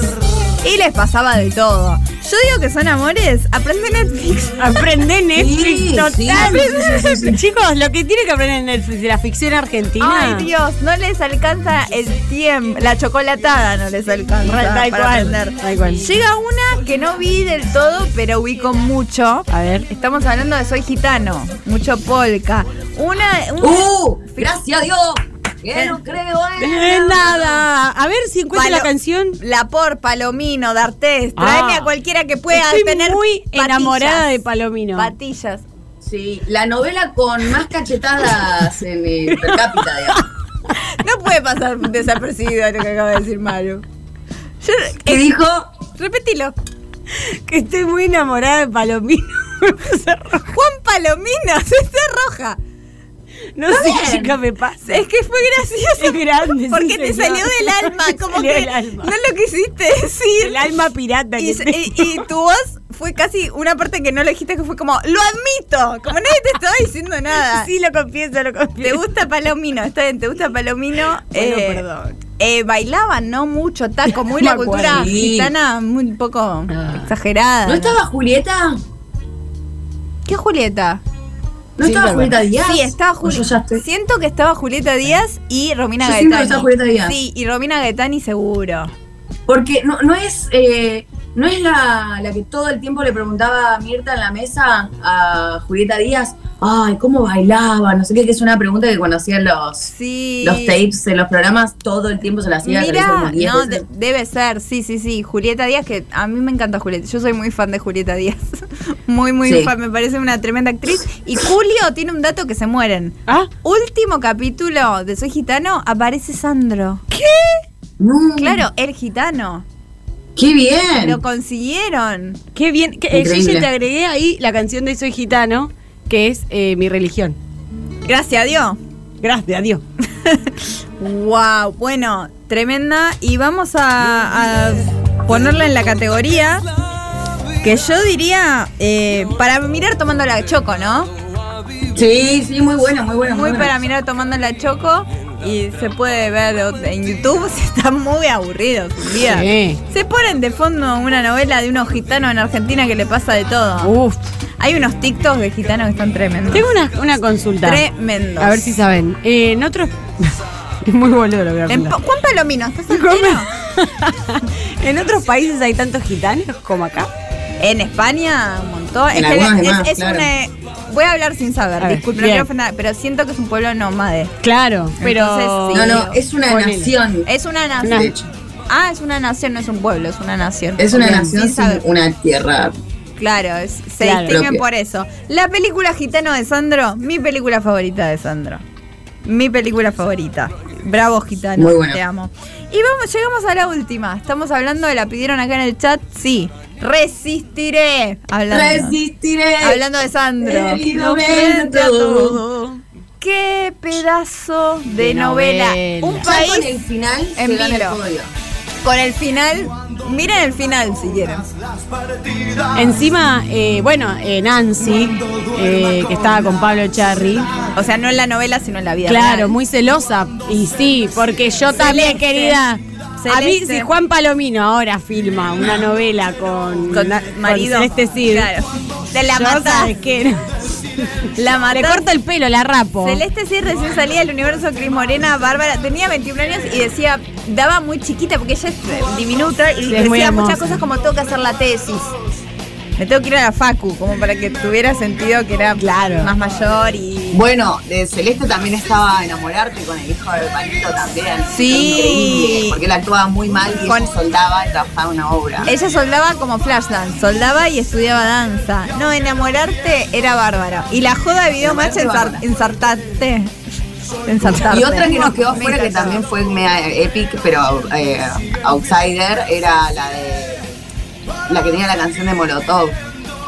S2: Y les pasaba de todo. Yo digo que son amores. Aprende Netflix.
S4: *laughs* Aprende Netflix
S3: Sí, sí,
S4: total.
S3: sí, sí,
S4: *laughs*
S3: sí,
S4: Chicos, lo que tiene que aprender Netflix de la ficción argentina.
S2: Ay Dios, no les alcanza el tiempo, la chocolatada no les alcanza
S4: Ra- tal
S2: para
S4: cual,
S2: aprender.
S4: tal cual.
S2: Llega una que no vi del todo, pero ubico mucho.
S4: A ver.
S2: Estamos hablando de Soy Gitano, mucho polka. Una, un-
S3: ¡Uh! ¡Gracias a Dios! Que no creo
S4: Eh,
S3: en
S4: nada. A ver si encuentro la
S2: Palo-
S4: canción.
S2: La por Palomino, D'Artés,
S4: Ah.
S2: tráeme a cualquiera que pueda
S4: Estoy
S2: tener
S4: muy
S2: patillas.
S4: enamorada de Palomino.
S2: Patillas.
S3: Sí, la novela con más cachetadas en el per cápita, digamos.
S2: No puede pasar desapercibido lo que acaba de decir Mario. Yo-
S3: Que
S2: eh,
S3: dijo,
S2: repetilo.
S4: Que estoy muy enamorada de Palomino. *laughs* Me puse roja.
S2: Juan
S4: *laughs*
S2: Palomino, se está roja.
S4: no sé qué chica me pasa.
S2: Es que fue gracioso.
S4: Es grande, sí,
S2: Porque te
S4: señor.
S2: salió del
S4: *laughs*
S2: alma.
S4: Me
S2: Como
S4: salió
S2: que
S4: del alma.
S2: no lo quisiste decir.
S4: El alma pirata
S2: Y,
S4: que tengo.
S2: y- y tu voz fue casi una parte que no lo dijiste, que fue como, lo admito. Como nadie te estaba diciendo nada.
S4: *laughs* Sí, lo confieso, lo
S2: Te
S4: confieso.
S2: gusta Palomino, está bien, te gusta Palomino.
S4: Bueno,
S2: Eh,
S4: perdón.
S2: eh, bailaban, no mucho,
S3: *laughs*
S2: taco, muy
S4: Me
S2: la
S4: acuerdo.
S2: cultura
S3: Sí.
S2: gitana, muy un poco exagerada.
S3: ¿no estaba Julieta?
S2: ¿Qué Julieta?
S3: ¿No estaba Julieta Díaz?
S2: Sí, estaba
S3: O yo ya
S2: Julieta.
S3: estoy-
S2: Siento que estaba Julieta Díaz y Romina
S3: Yo
S2: Gaetani.
S3: siento que estaba Julieta Díaz.
S2: Sí, y Romina Gaetani seguro.
S3: Porque no, no es, eh, no es la, la que todo el tiempo le preguntaba a Mirta en la mesa a Julieta Díaz, ay, ¿cómo bailaba? No sé qué, que es una pregunta que conocían los,
S2: Sí.
S3: los tapes de los programas, todo el tiempo se la hacía. la hizo como
S2: Mira,
S3: 10
S2: no,
S3: veces.
S2: de- debe ser, sí, sí, sí. Julieta Díaz, que a mí me encanta Julieta. Yo soy muy fan de Julieta Díaz. *laughs* muy, muy
S3: Sí.
S2: fan. Me parece una tremenda actriz. Y Julio tiene un dato que se mueren.
S4: ¿Ah?
S2: Último capítulo de Soy Gitano, aparece Sandro.
S3: No,
S2: Claro, el gitano.
S3: ¡Qué bien!
S2: Lo consiguieron.
S4: Qué bien. Que, eh, yo
S3: Increíble.
S4: ya te agregué ahí la canción de Soy Gitano, que es eh, mi religión.
S2: Gracias a Dios.
S4: Gracias, adiós.
S2: Wow, bueno, tremenda. Y vamos a, a ponerla en la categoría que yo diría eh, para mirar tomando la choco, ¿no?
S3: Sí, sí, muy buena, muy buena.
S2: Muy
S3: buena.
S2: para mirar tomando la choco y se puede ver ot- en YouTube *laughs* si están muy aburridos un día.
S4: Sí.
S2: Se ponen de fondo una novela de unos gitanos en Argentina que le pasa de todo.
S4: Uf.
S2: Hay unos TikToks de gitanos que están tremendos.
S4: Tengo una, una consulta.
S2: Tremendos.
S4: A ver si saben. Eh, en otros. es muy boludo lo que voy a
S2: En
S4: contar.
S2: Pa- Juan Palomino, ¿estás
S4: ¿Cómo?
S2: soltero? *laughs*
S4: ¿En otros países hay tantos gitanos como acá?
S2: En España, un montón.
S3: En
S2: es que
S3: algunos
S2: es-
S3: demás,
S2: es
S3: claro.
S2: una, eh, Voy a hablar sin saber,
S4: A ver,
S2: disculpe, no
S4: bien.
S2: quiero ofender, pero siento que es un pueblo nómade.
S4: Claro, pero.
S2: Entonces,
S3: No,
S2: sí.
S3: no, es una
S4: Ponele.
S3: nación.
S2: Es una
S3: de
S2: nación.
S3: hecho.
S2: Ah, es una nación, no es un pueblo, es una nación.
S3: Es una
S2: Bien,
S3: nación
S2: sin
S3: sin
S2: saber.
S3: una tierra.
S2: Claro, es- se
S4: Claro.
S2: distinguen
S3: Propia.
S2: por eso. La película Gitano de Sandro, mi película favorita de Sandro. Mi película favorita. Bravo Gitano,
S3: Muy buena.
S2: te amo. Y vamos, llegamos a la última. Estamos hablando de la pidieron acá en el chat. Sí, resistiré. Hablando.
S3: Resistiré.
S2: Hablando de Sandro.
S3: Querido frente a todo.
S2: Qué pedazo de,
S4: De
S2: novela.
S4: novela.
S2: Un
S3: Ya con el
S2: país
S3: final se
S2: en
S3: gana el
S2: vilo.
S3: podio.
S2: con el final. Miren el final si quieren.
S4: Encima, eh, bueno, eh, Nancy, eh, que estaba con Pablo Charri,
S2: O sea, no en la novela, sino en la vida.
S4: claro,
S2: real.
S4: muy celosa. Y sí, porque yo también,
S2: Celeste.
S4: querida. A mí,
S2: Celeste.
S4: si Juan Palomino ahora filma una novela con,
S2: Con
S4: na-
S2: marido.
S4: con Celeste Cid,
S2: Claro. Te la
S4: yo,
S2: mata.
S4: ¿sabes qué?
S2: La mata.
S4: Le corto el pelo, la rapo.
S2: Celeste sí recién salía del universo Cris Morena, Bárbara, tenía 21 años y decía, daba muy chiquita porque ella es eh, diminuta y
S4: Sí, es muy
S2: decía muchas
S4: hermosa.
S2: cosas como tengo que hacer la tesis. Me tengo que ir a la facu, como para que tuviera sentido que era
S4: Claro.
S2: más mayor y
S3: Bueno, de Celeste también estaba enamorarte con el hijo del palito también.
S10: Sí.
S3: Increíble, Porque él actuaba muy mal y
S10: Con-
S3: ella soldaba y trabajaba una obra.
S10: Ella soldaba como flashdance, soldaba y estudiaba danza. No, enamorarte era bárbaro. Y la joda de video match ensar- ensartarte. Ensartarte.
S3: Y otra que nos quedó fuera que también fue mea epic, pero eh, outsider, era la de la que tenía la canción de Molotov,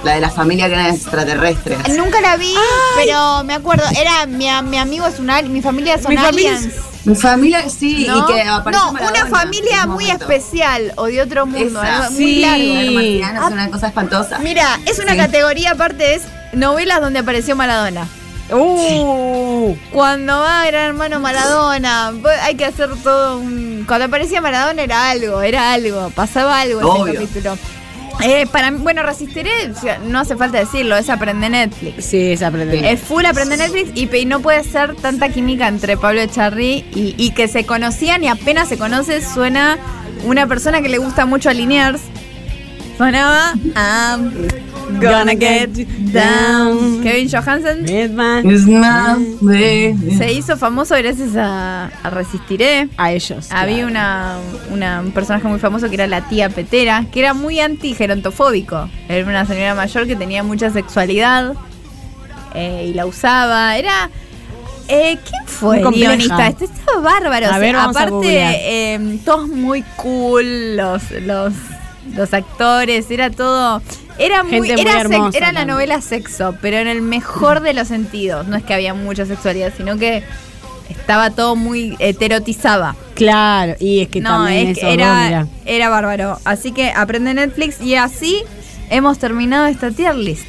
S3: la de la familia que eran extraterrestres.
S2: Nunca la vi, pero me acuerdo. Era mi, mi amigo es un al- mi familia son
S4: Mi familia
S2: aliens.
S3: Mi familia, sí,
S2: ¿no?
S3: y que apareció
S2: No, una
S3: Maradona en
S2: familia
S3: un
S2: muy
S3: momento.
S2: especial o de otro mundo,
S3: Esa.
S2: algo muy largo.
S3: Sí. Es una cosa espantosa.
S2: Mira, es una
S3: Sí.
S2: categoría aparte, es novelas donde apareció Maradona.
S4: Uh,
S2: Cuando va Gran Hermano Maradona, bo- hay que hacer todo un... Cuando aparecía Maradona era algo, era algo, pasaba algo en
S3: Obvio.
S2: ese capítulo. Eh, para mí, bueno, Resistiré, o sea, no hace falta decirlo, es Aprende Netflix.
S4: sí, es aprender.
S2: Es full Aprende Netflix y, pe- y no puede ser tanta química entre Pablo Echarri y, y que se conocían y apenas se conoce suena una persona que le gusta mucho a Liniers. Sonaba I'm gonna get down. Kevin Johansen
S3: It's not there.
S2: se hizo famoso gracias a, a Resistiré.
S4: A ellos. claro.
S2: Había una, una- un personaje muy famoso que era la tía Petera, que era muy antigerontofóbico. Era una señora mayor que tenía mucha sexualidad eh, y la usaba. Era. eh, ¿Quién fue
S4: Muy
S2: el
S4: compleja.
S2: guionista? Este estaba bárbaro.
S4: A
S2: O sea,
S4: ver, vamos a
S2: aparte,
S4: googlear.
S2: eh, todos muy cool, los, los, los actores, era todo. Era muy,
S4: Gente muy
S2: era, sex-
S4: hermosa
S2: era la
S4: también.
S2: novela sexo, pero en el mejor de los sentidos. No es que había mucha sexualidad, sino que estaba todo muy eterotizaba.
S4: Claro, y es que
S2: no,
S4: también
S2: es que
S4: eso
S2: era,
S4: dobla.
S2: era bárbaro. Así que aprende Netflix y así hemos terminado esta tier list.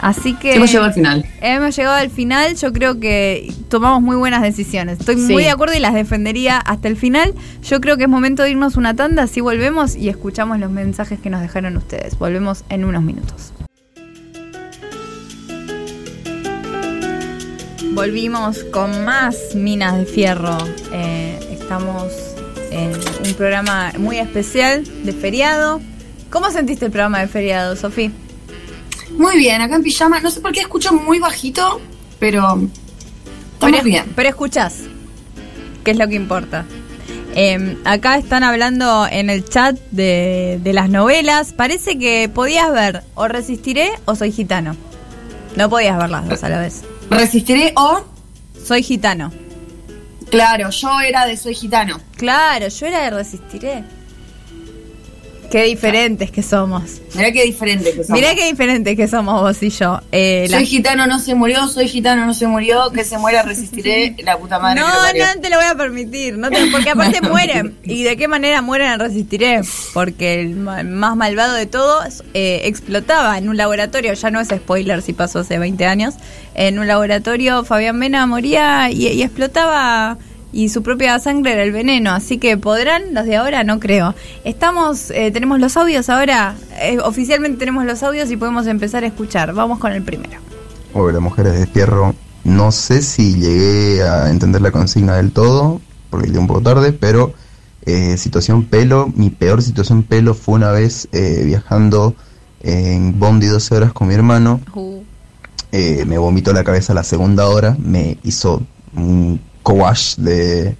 S2: Así que
S3: Hemos llegado al final.
S2: hemos llegado al final. Yo creo que tomamos muy buenas decisiones. Estoy
S4: Sí.
S2: muy de acuerdo y las defendería hasta el final. Yo creo que es momento de irnos una tanda, así volvemos y escuchamos los mensajes que nos dejaron ustedes. Volvemos en unos minutos. Volvimos con más Minas de Fierro. Eh, estamos en un programa muy especial de feriado. ¿Cómo sentiste el programa de feriado, Sofía?
S3: Muy bien, acá en pijama. No sé por qué escucho muy bajito, pero estamos
S2: pero,
S3: bien.
S2: Pero escuchás, que es lo que importa. Eh, acá están hablando en el chat de, de las novelas. Parece que podías ver o Resistiré o Soy Gitano. No podías ver las dos a la vez.
S3: Resistiré o,
S2: Soy Gitano.
S3: claro, yo era de Soy Gitano.
S2: Claro, yo era de Resistiré. Qué diferentes que somos.
S3: Mirá qué diferente que somos.
S2: Mirá qué diferentes que somos vos y yo. Eh, la-
S3: Soy gitano, no se murió, soy gitano, no se murió, que se muera,
S2: *laughs*
S3: resistiré, la puta madre. que lo
S2: No,
S3: parió.
S2: no te lo voy a permitir, no te-
S3: *laughs*
S2: porque aparte mueren. ¿Y de qué manera mueren en Resistiré? Porque el ma- más malvado de todos eh, explotaba en un laboratorio, ya no es spoiler si pasó hace 20 años, en un laboratorio Fabián Mena moría y, y explotaba y su propia sangre era el veneno, así que podrán los de ahora, no creo. Estamos, eh, tenemos los audios ahora, eh, oficialmente tenemos los audios y podemos empezar a escuchar. Vamos con el primero.
S11: Hola, mujeres de fierro. No sé si llegué a entender la consigna del todo, porque llegué un poco tarde, pero eh, situación pelo, mi peor situación pelo fue una vez eh, viajando en Bondi 12 horas con mi hermano.
S2: Uh,
S11: Eh, me vomitó la cabeza la segunda hora, me hizo un coash de,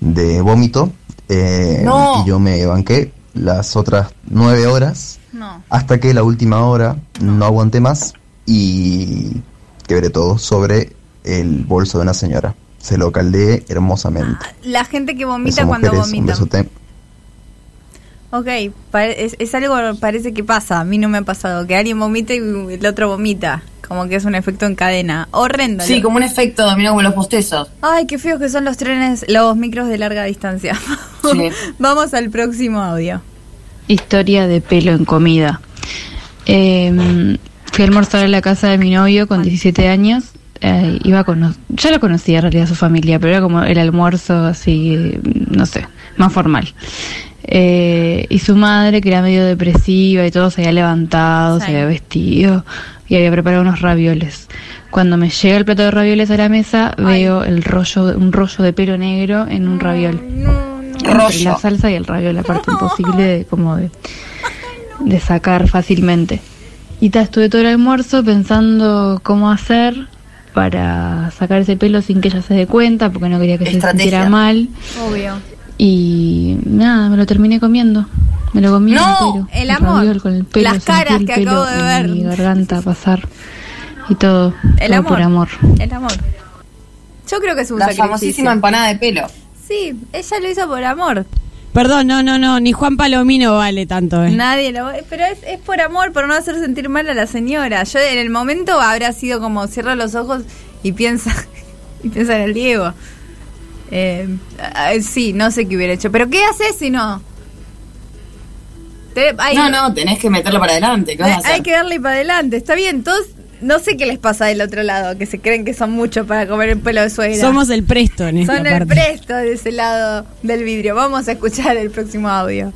S11: de vómito eh,
S3: No.
S11: y yo me banqué las otras nueve horas
S2: no.
S11: hasta que la última hora no aguanté más y quebré todo sobre el bolso de una señora. Se lo caldeé hermosamente.
S2: La gente que vomita
S11: Eso,
S2: cuando
S11: mujeres, un
S2: vomita.
S11: besote.
S2: Ok, pare- es, es algo parece que pasa, a mí no me ha pasado, que alguien vomita y el otro vomita, como que es un efecto en cadena, horrendo.
S3: Sí,
S2: Lo-
S3: como un efecto dominó como los bostezos.
S2: Ay, qué feos que son los trenes, los micros de larga distancia.
S3: Sí.
S2: *laughs* Vamos al próximo audio.
S12: Historia de pelo en comida. Eh, fui a almorzar a la casa de mi novio con 17 años. Eh, iba con ya lo conocía en realidad su familia, pero era como el almuerzo así, no sé, más formal. Eh, y su madre, que era medio depresiva y todo, se había levantado,
S2: Sí.
S12: se había vestido y había preparado unos ravioles. Cuando me llega el plato de ravioles a la mesa, veo el rollo, un rollo de pelo negro en un raviol entre la salsa y el raviol, la parte imposible de, como de, de sacar fácilmente. Y ta, estuve todo el almuerzo pensando cómo hacer para sacar ese pelo sin que ella se dé cuenta, porque no quería que se
S2: Estrategia.
S12: sintiera mal.
S2: Obvio.
S12: Y nada, me lo terminé comiendo. Me lo comí
S2: No,
S12: entero.
S2: el
S12: Un
S2: amor.
S12: raviol con el pelo,
S2: Las
S12: sentí
S2: caras
S12: el
S2: que
S12: pelo
S2: acabo de
S12: en
S2: ver.
S12: Mi garganta pasar y todo.
S2: El
S12: todo
S2: amor.
S12: por amor.
S2: El amor. Yo creo que es un
S3: La
S2: sacrificio.
S3: famosísima empanada de pelo.
S2: Sí, ella lo hizo por amor.
S4: Perdón, no, no, no, ni Juan Palomino vale tanto, ¿eh?
S2: Nadie lo Pero es, es por amor, por no hacer sentir mal a la señora. Yo en el momento habrá sido como cierra los ojos y piensa, *laughs* y piensa en el Diego. Eh, ah, eh, sí, no sé qué hubiera hecho. Pero ¿qué haces si no? Te- ay,
S3: No, no, tenés que meterlo para adelante. ¿Qué vas a
S2: Hay,
S3: hacer?
S2: hay que darle para adelante. Está bien, todos. No sé qué les pasa del otro lado, que se creen que son muchos para comer el pelo de suegra.
S4: Somos el presto en esta
S2: Son el
S4: parte.
S2: presto de ese lado del vidrio. Vamos a escuchar el próximo audio.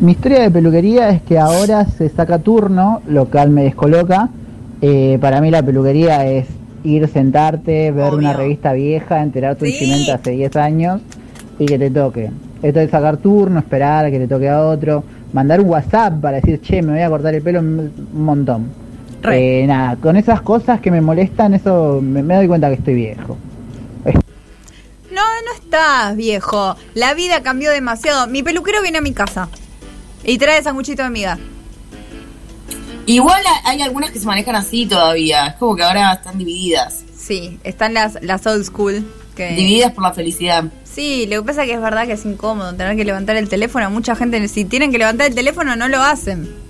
S13: Mi historia de peluquería es que ahora se saca turno, lo cual me descoloca. Eh, para mí la peluquería es ir, sentarte, ver una revista vieja, enterar tu vestimenta hace 10 años y que te toque. Esto de sacar turno, esperar a que te toque a otro, mandar un WhatsApp para decir, che, me voy a cortar el pelo un un montón. Eh, nada, con esas cosas que me molestan, eso me, me doy cuenta que estoy viejo.
S2: No, no estás, viejo. La vida cambió demasiado. Mi peluquero viene a mi casa y trae sanguchito de miga.
S3: Igual a- hay algunas que se manejan así todavía. Es como que ahora están divididas.
S2: Sí, están las, las old school. Que...
S3: Divididas por la felicidad.
S2: Sí, lo que pasa es que es verdad que es incómodo tener que levantar el teléfono. Mucha gente, si tienen que levantar el teléfono, no lo hacen.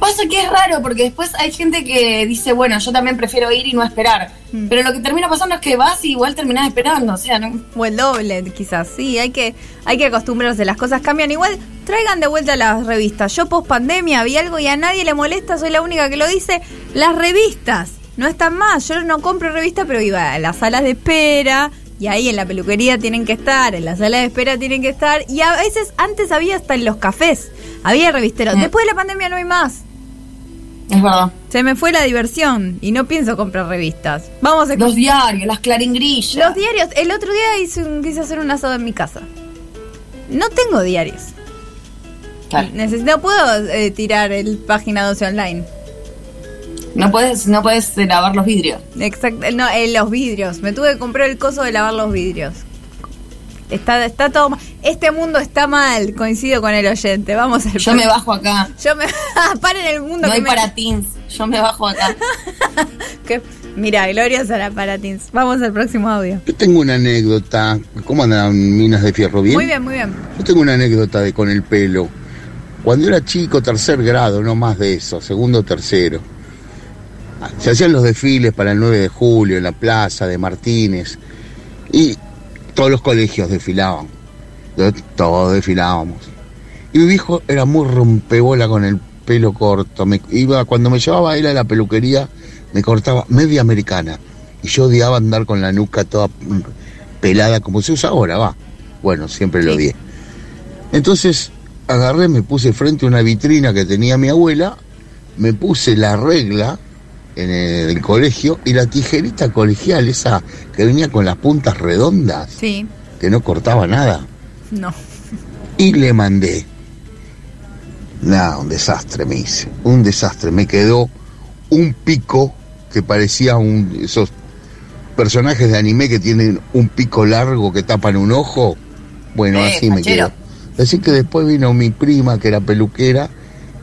S3: Pasa que es raro porque después hay gente que dice, bueno, yo también prefiero ir y no esperar.
S2: Mm.
S3: Pero lo que termina pasando es que vas y igual terminás esperando. O sea, no.
S2: O el doble, quizás. Sí, hay que, hay que acostumbrarse. Las cosas cambian. Igual, traigan de vuelta las revistas. Yo post pandemia vi algo y a nadie le molesta. Soy la única que lo dice. Las revistas no están más. Yo no compro revistas, pero iba a las salas de espera. Y ahí en la peluquería tienen que estar, en la sala de espera tienen que estar. Y a veces antes había hasta en los cafés. Había revisteros. Después de la pandemia no hay más.
S3: Es verdad.
S2: Se me fue la diversión y no pienso comprar revistas. Vamos a
S3: Los diarios, las claringrillas.
S2: Los diarios. El otro día hice un- quise hacer un asado en mi casa. No tengo diarios.
S3: Claro.
S2: Necesito, puedo eh, tirar el página 12 online.
S3: No puedes, no puedes eh, lavar los vidrios.
S2: Exacto. eh, No, en los vidrios. Me tuve que comprar el coso de lavar los vidrios. Está, está todo mal. Este mundo está mal. Coincido con el oyente. Vamos al
S3: Yo me bajo acá.
S2: Yo me. *laughs* Ah, Paren el mundo.
S3: No
S2: que
S3: hay
S2: me-
S3: para teens. Yo me bajo acá.
S2: *laughs* que- Mira, Gloria será para teens. Vamos al próximo audio.
S14: Yo tengo una anécdota. ¿Cómo andan minas de fierro? ¿Bien?
S2: Muy bien, muy bien.
S14: Yo tengo una anécdota de con el pelo. Cuando era chico, tercer grado, no más de eso, segundo, tercero. Se hacían los desfiles para el 9 de julio en la plaza de Martínez y todos los colegios desfilaban. Yo- Todos desfilábamos. Y mi viejo era muy rompebola con el pelo corto. Me iba, cuando me llevaba él a la peluquería, me cortaba media americana. Y yo odiaba andar con la nuca toda mm, pelada como se usa ahora, va. Bueno, siempre lo odié. Entonces agarré, me puse frente a una vitrina que tenía mi abuela, me puse la regla en el colegio y la tijerita colegial, esa que venía con las puntas redondas,
S2: Sí.
S14: que no cortaba nada,
S2: No.
S14: y le mandé. Nada, un desastre me hice, un desastre. Me quedó un pico que parecía un esos personajes de anime que tienen un pico largo que tapan un ojo. Bueno,
S15: Eh,
S14: así me
S15: fachero.
S14: quedó. Así que después vino mi prima, que era peluquera,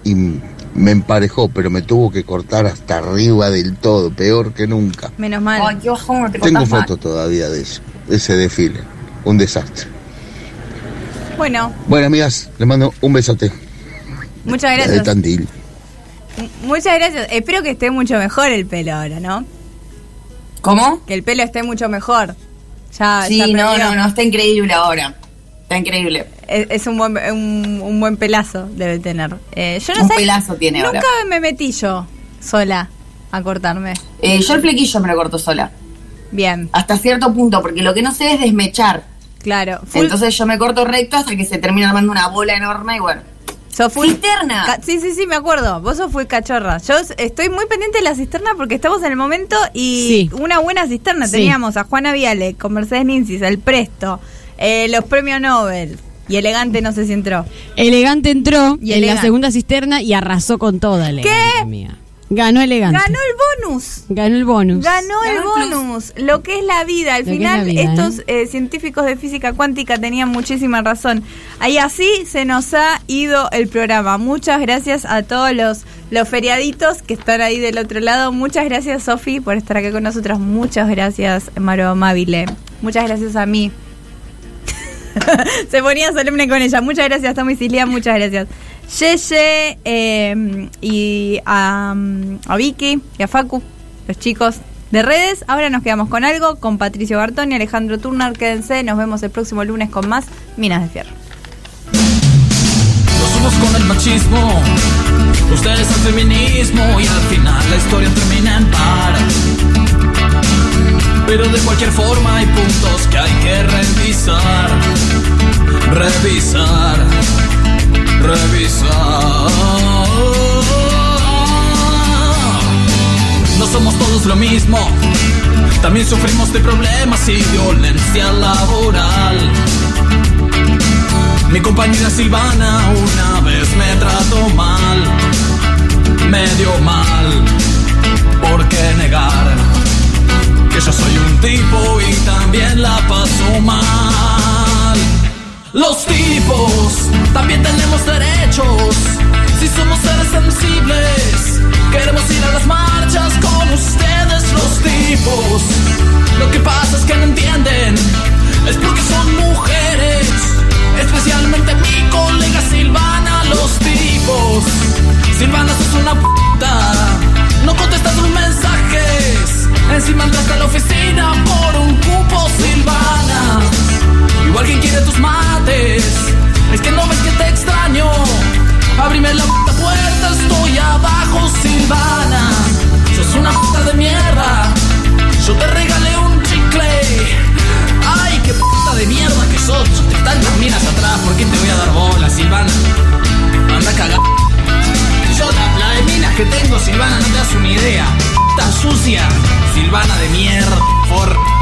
S14: y m- me emparejó, pero me tuvo que cortar hasta arriba del todo, peor que nunca.
S2: Menos mal.
S3: Ay, qué bajón, te
S14: Tengo
S3: portás mal.
S14: fotos todavía de eso, de ese desfile. Un desastre.
S2: Bueno,
S14: Bueno, amigas, les mando un besote.
S2: muchas
S14: De
S2: gracias.
S14: Tandil.
S2: M- Muchas gracias. Espero que esté mucho mejor el pelo ahora, ¿no?
S3: ¿Cómo?
S2: Que el pelo esté mucho mejor. Ya, ya
S3: sí, no,
S2: perdió.
S3: no, no, está increíble ahora. Está increíble.
S2: Es, es un, buen, un, un buen pelazo debe tener. Eh, yo no
S3: Un
S2: sé,
S3: pelazo tiene
S2: Nunca
S3: ahora.
S2: me metí yo sola a cortarme.
S3: Eh, yo el flequillo me lo corto sola.
S2: Bien,
S3: Hasta cierto punto, porque lo que no sé es desmechar.
S2: claro.
S3: Entonces yo me corto recto hasta que se termina armando una bola enorme y bueno.
S2: ¿Sos full
S3: cisterna?
S2: Ca- Sí, sí, sí, me acuerdo. Vos sos full cachorra. Yo s- estoy muy pendiente de la cisterna porque estamos en el momento y una buena cisterna.
S4: Sí.
S2: Teníamos a Juana Viale con Mercedes Nincis, el Presto, eh, los premios Nobel y Elegante no sé si entró.
S4: Elegante entró
S2: Y
S4: en
S2: elegante.
S4: la segunda cisterna y arrasó con toda, Elegante,
S2: ¿Qué?
S4: amiga. Ganó elegante.
S2: Ganó el bonus.
S4: Ganó el bonus.
S2: Ganó el bonus, lo que es la vida. Al
S4: Lo que es
S2: final,
S4: la vida,
S2: estos eh, científicos de física cuántica tenían muchísima razón. Ahí así se nos ha ido el programa. Muchas gracias a todos los, los feriaditos que están ahí del otro lado. Muchas gracias, Sofi, por estar aquí con nosotros. Muchas gracias, Maro Amabile. Muchas gracias a mí. *laughs* se ponía solemne con ella. Muchas gracias, Tommy Cilia. Muchas gracias. Yeye eh, y a, mm, a Vicky y a Facu, los chicos de redes. Ahora nos quedamos con algo, con Patricio Bartón y Alejandro Turner. Quédense, nos vemos el próximo lunes con más Minas de Fierro.
S1: Nos somos con el machismo, ustedes al feminismo y al final la historia termina en par. Pero de cualquier forma hay puntos que hay que revisar, revisar, revisar. No somos todos lo mismo, también sufrimos de problemas y violencia laboral. Mi compañera Silvana una vez me trató mal, medio mal. ¿Por qué negar que yo soy un tipo y también la paso mal? Los tipos también tenemos derechos. Si somos seres sensibles, queremos ir a las marchas con ustedes, los tipos. Lo que pasa es que no entienden, es porque son mujeres. Especialmente mi colega Silvana, los tipos. Silvana, sos una puta. No contestas sus mensajes. Encima andaste a la oficina por un cupo, Silvana. Igual quien quiere tus mates. Es que no ves que te extraño. Abrime la puta puerta, estoy abajo, Silvana. Sos una puta de mierda. Yo te regalé un chicle. Ay, qué puta de mierda que sos. Te están las minas atrás, ¿por qué te voy a dar bola, Silvana? Anda a cagar. Yo la, la de minas que tengo, Silvana, no te das una idea. Puta sucia, Silvana de mierda, por.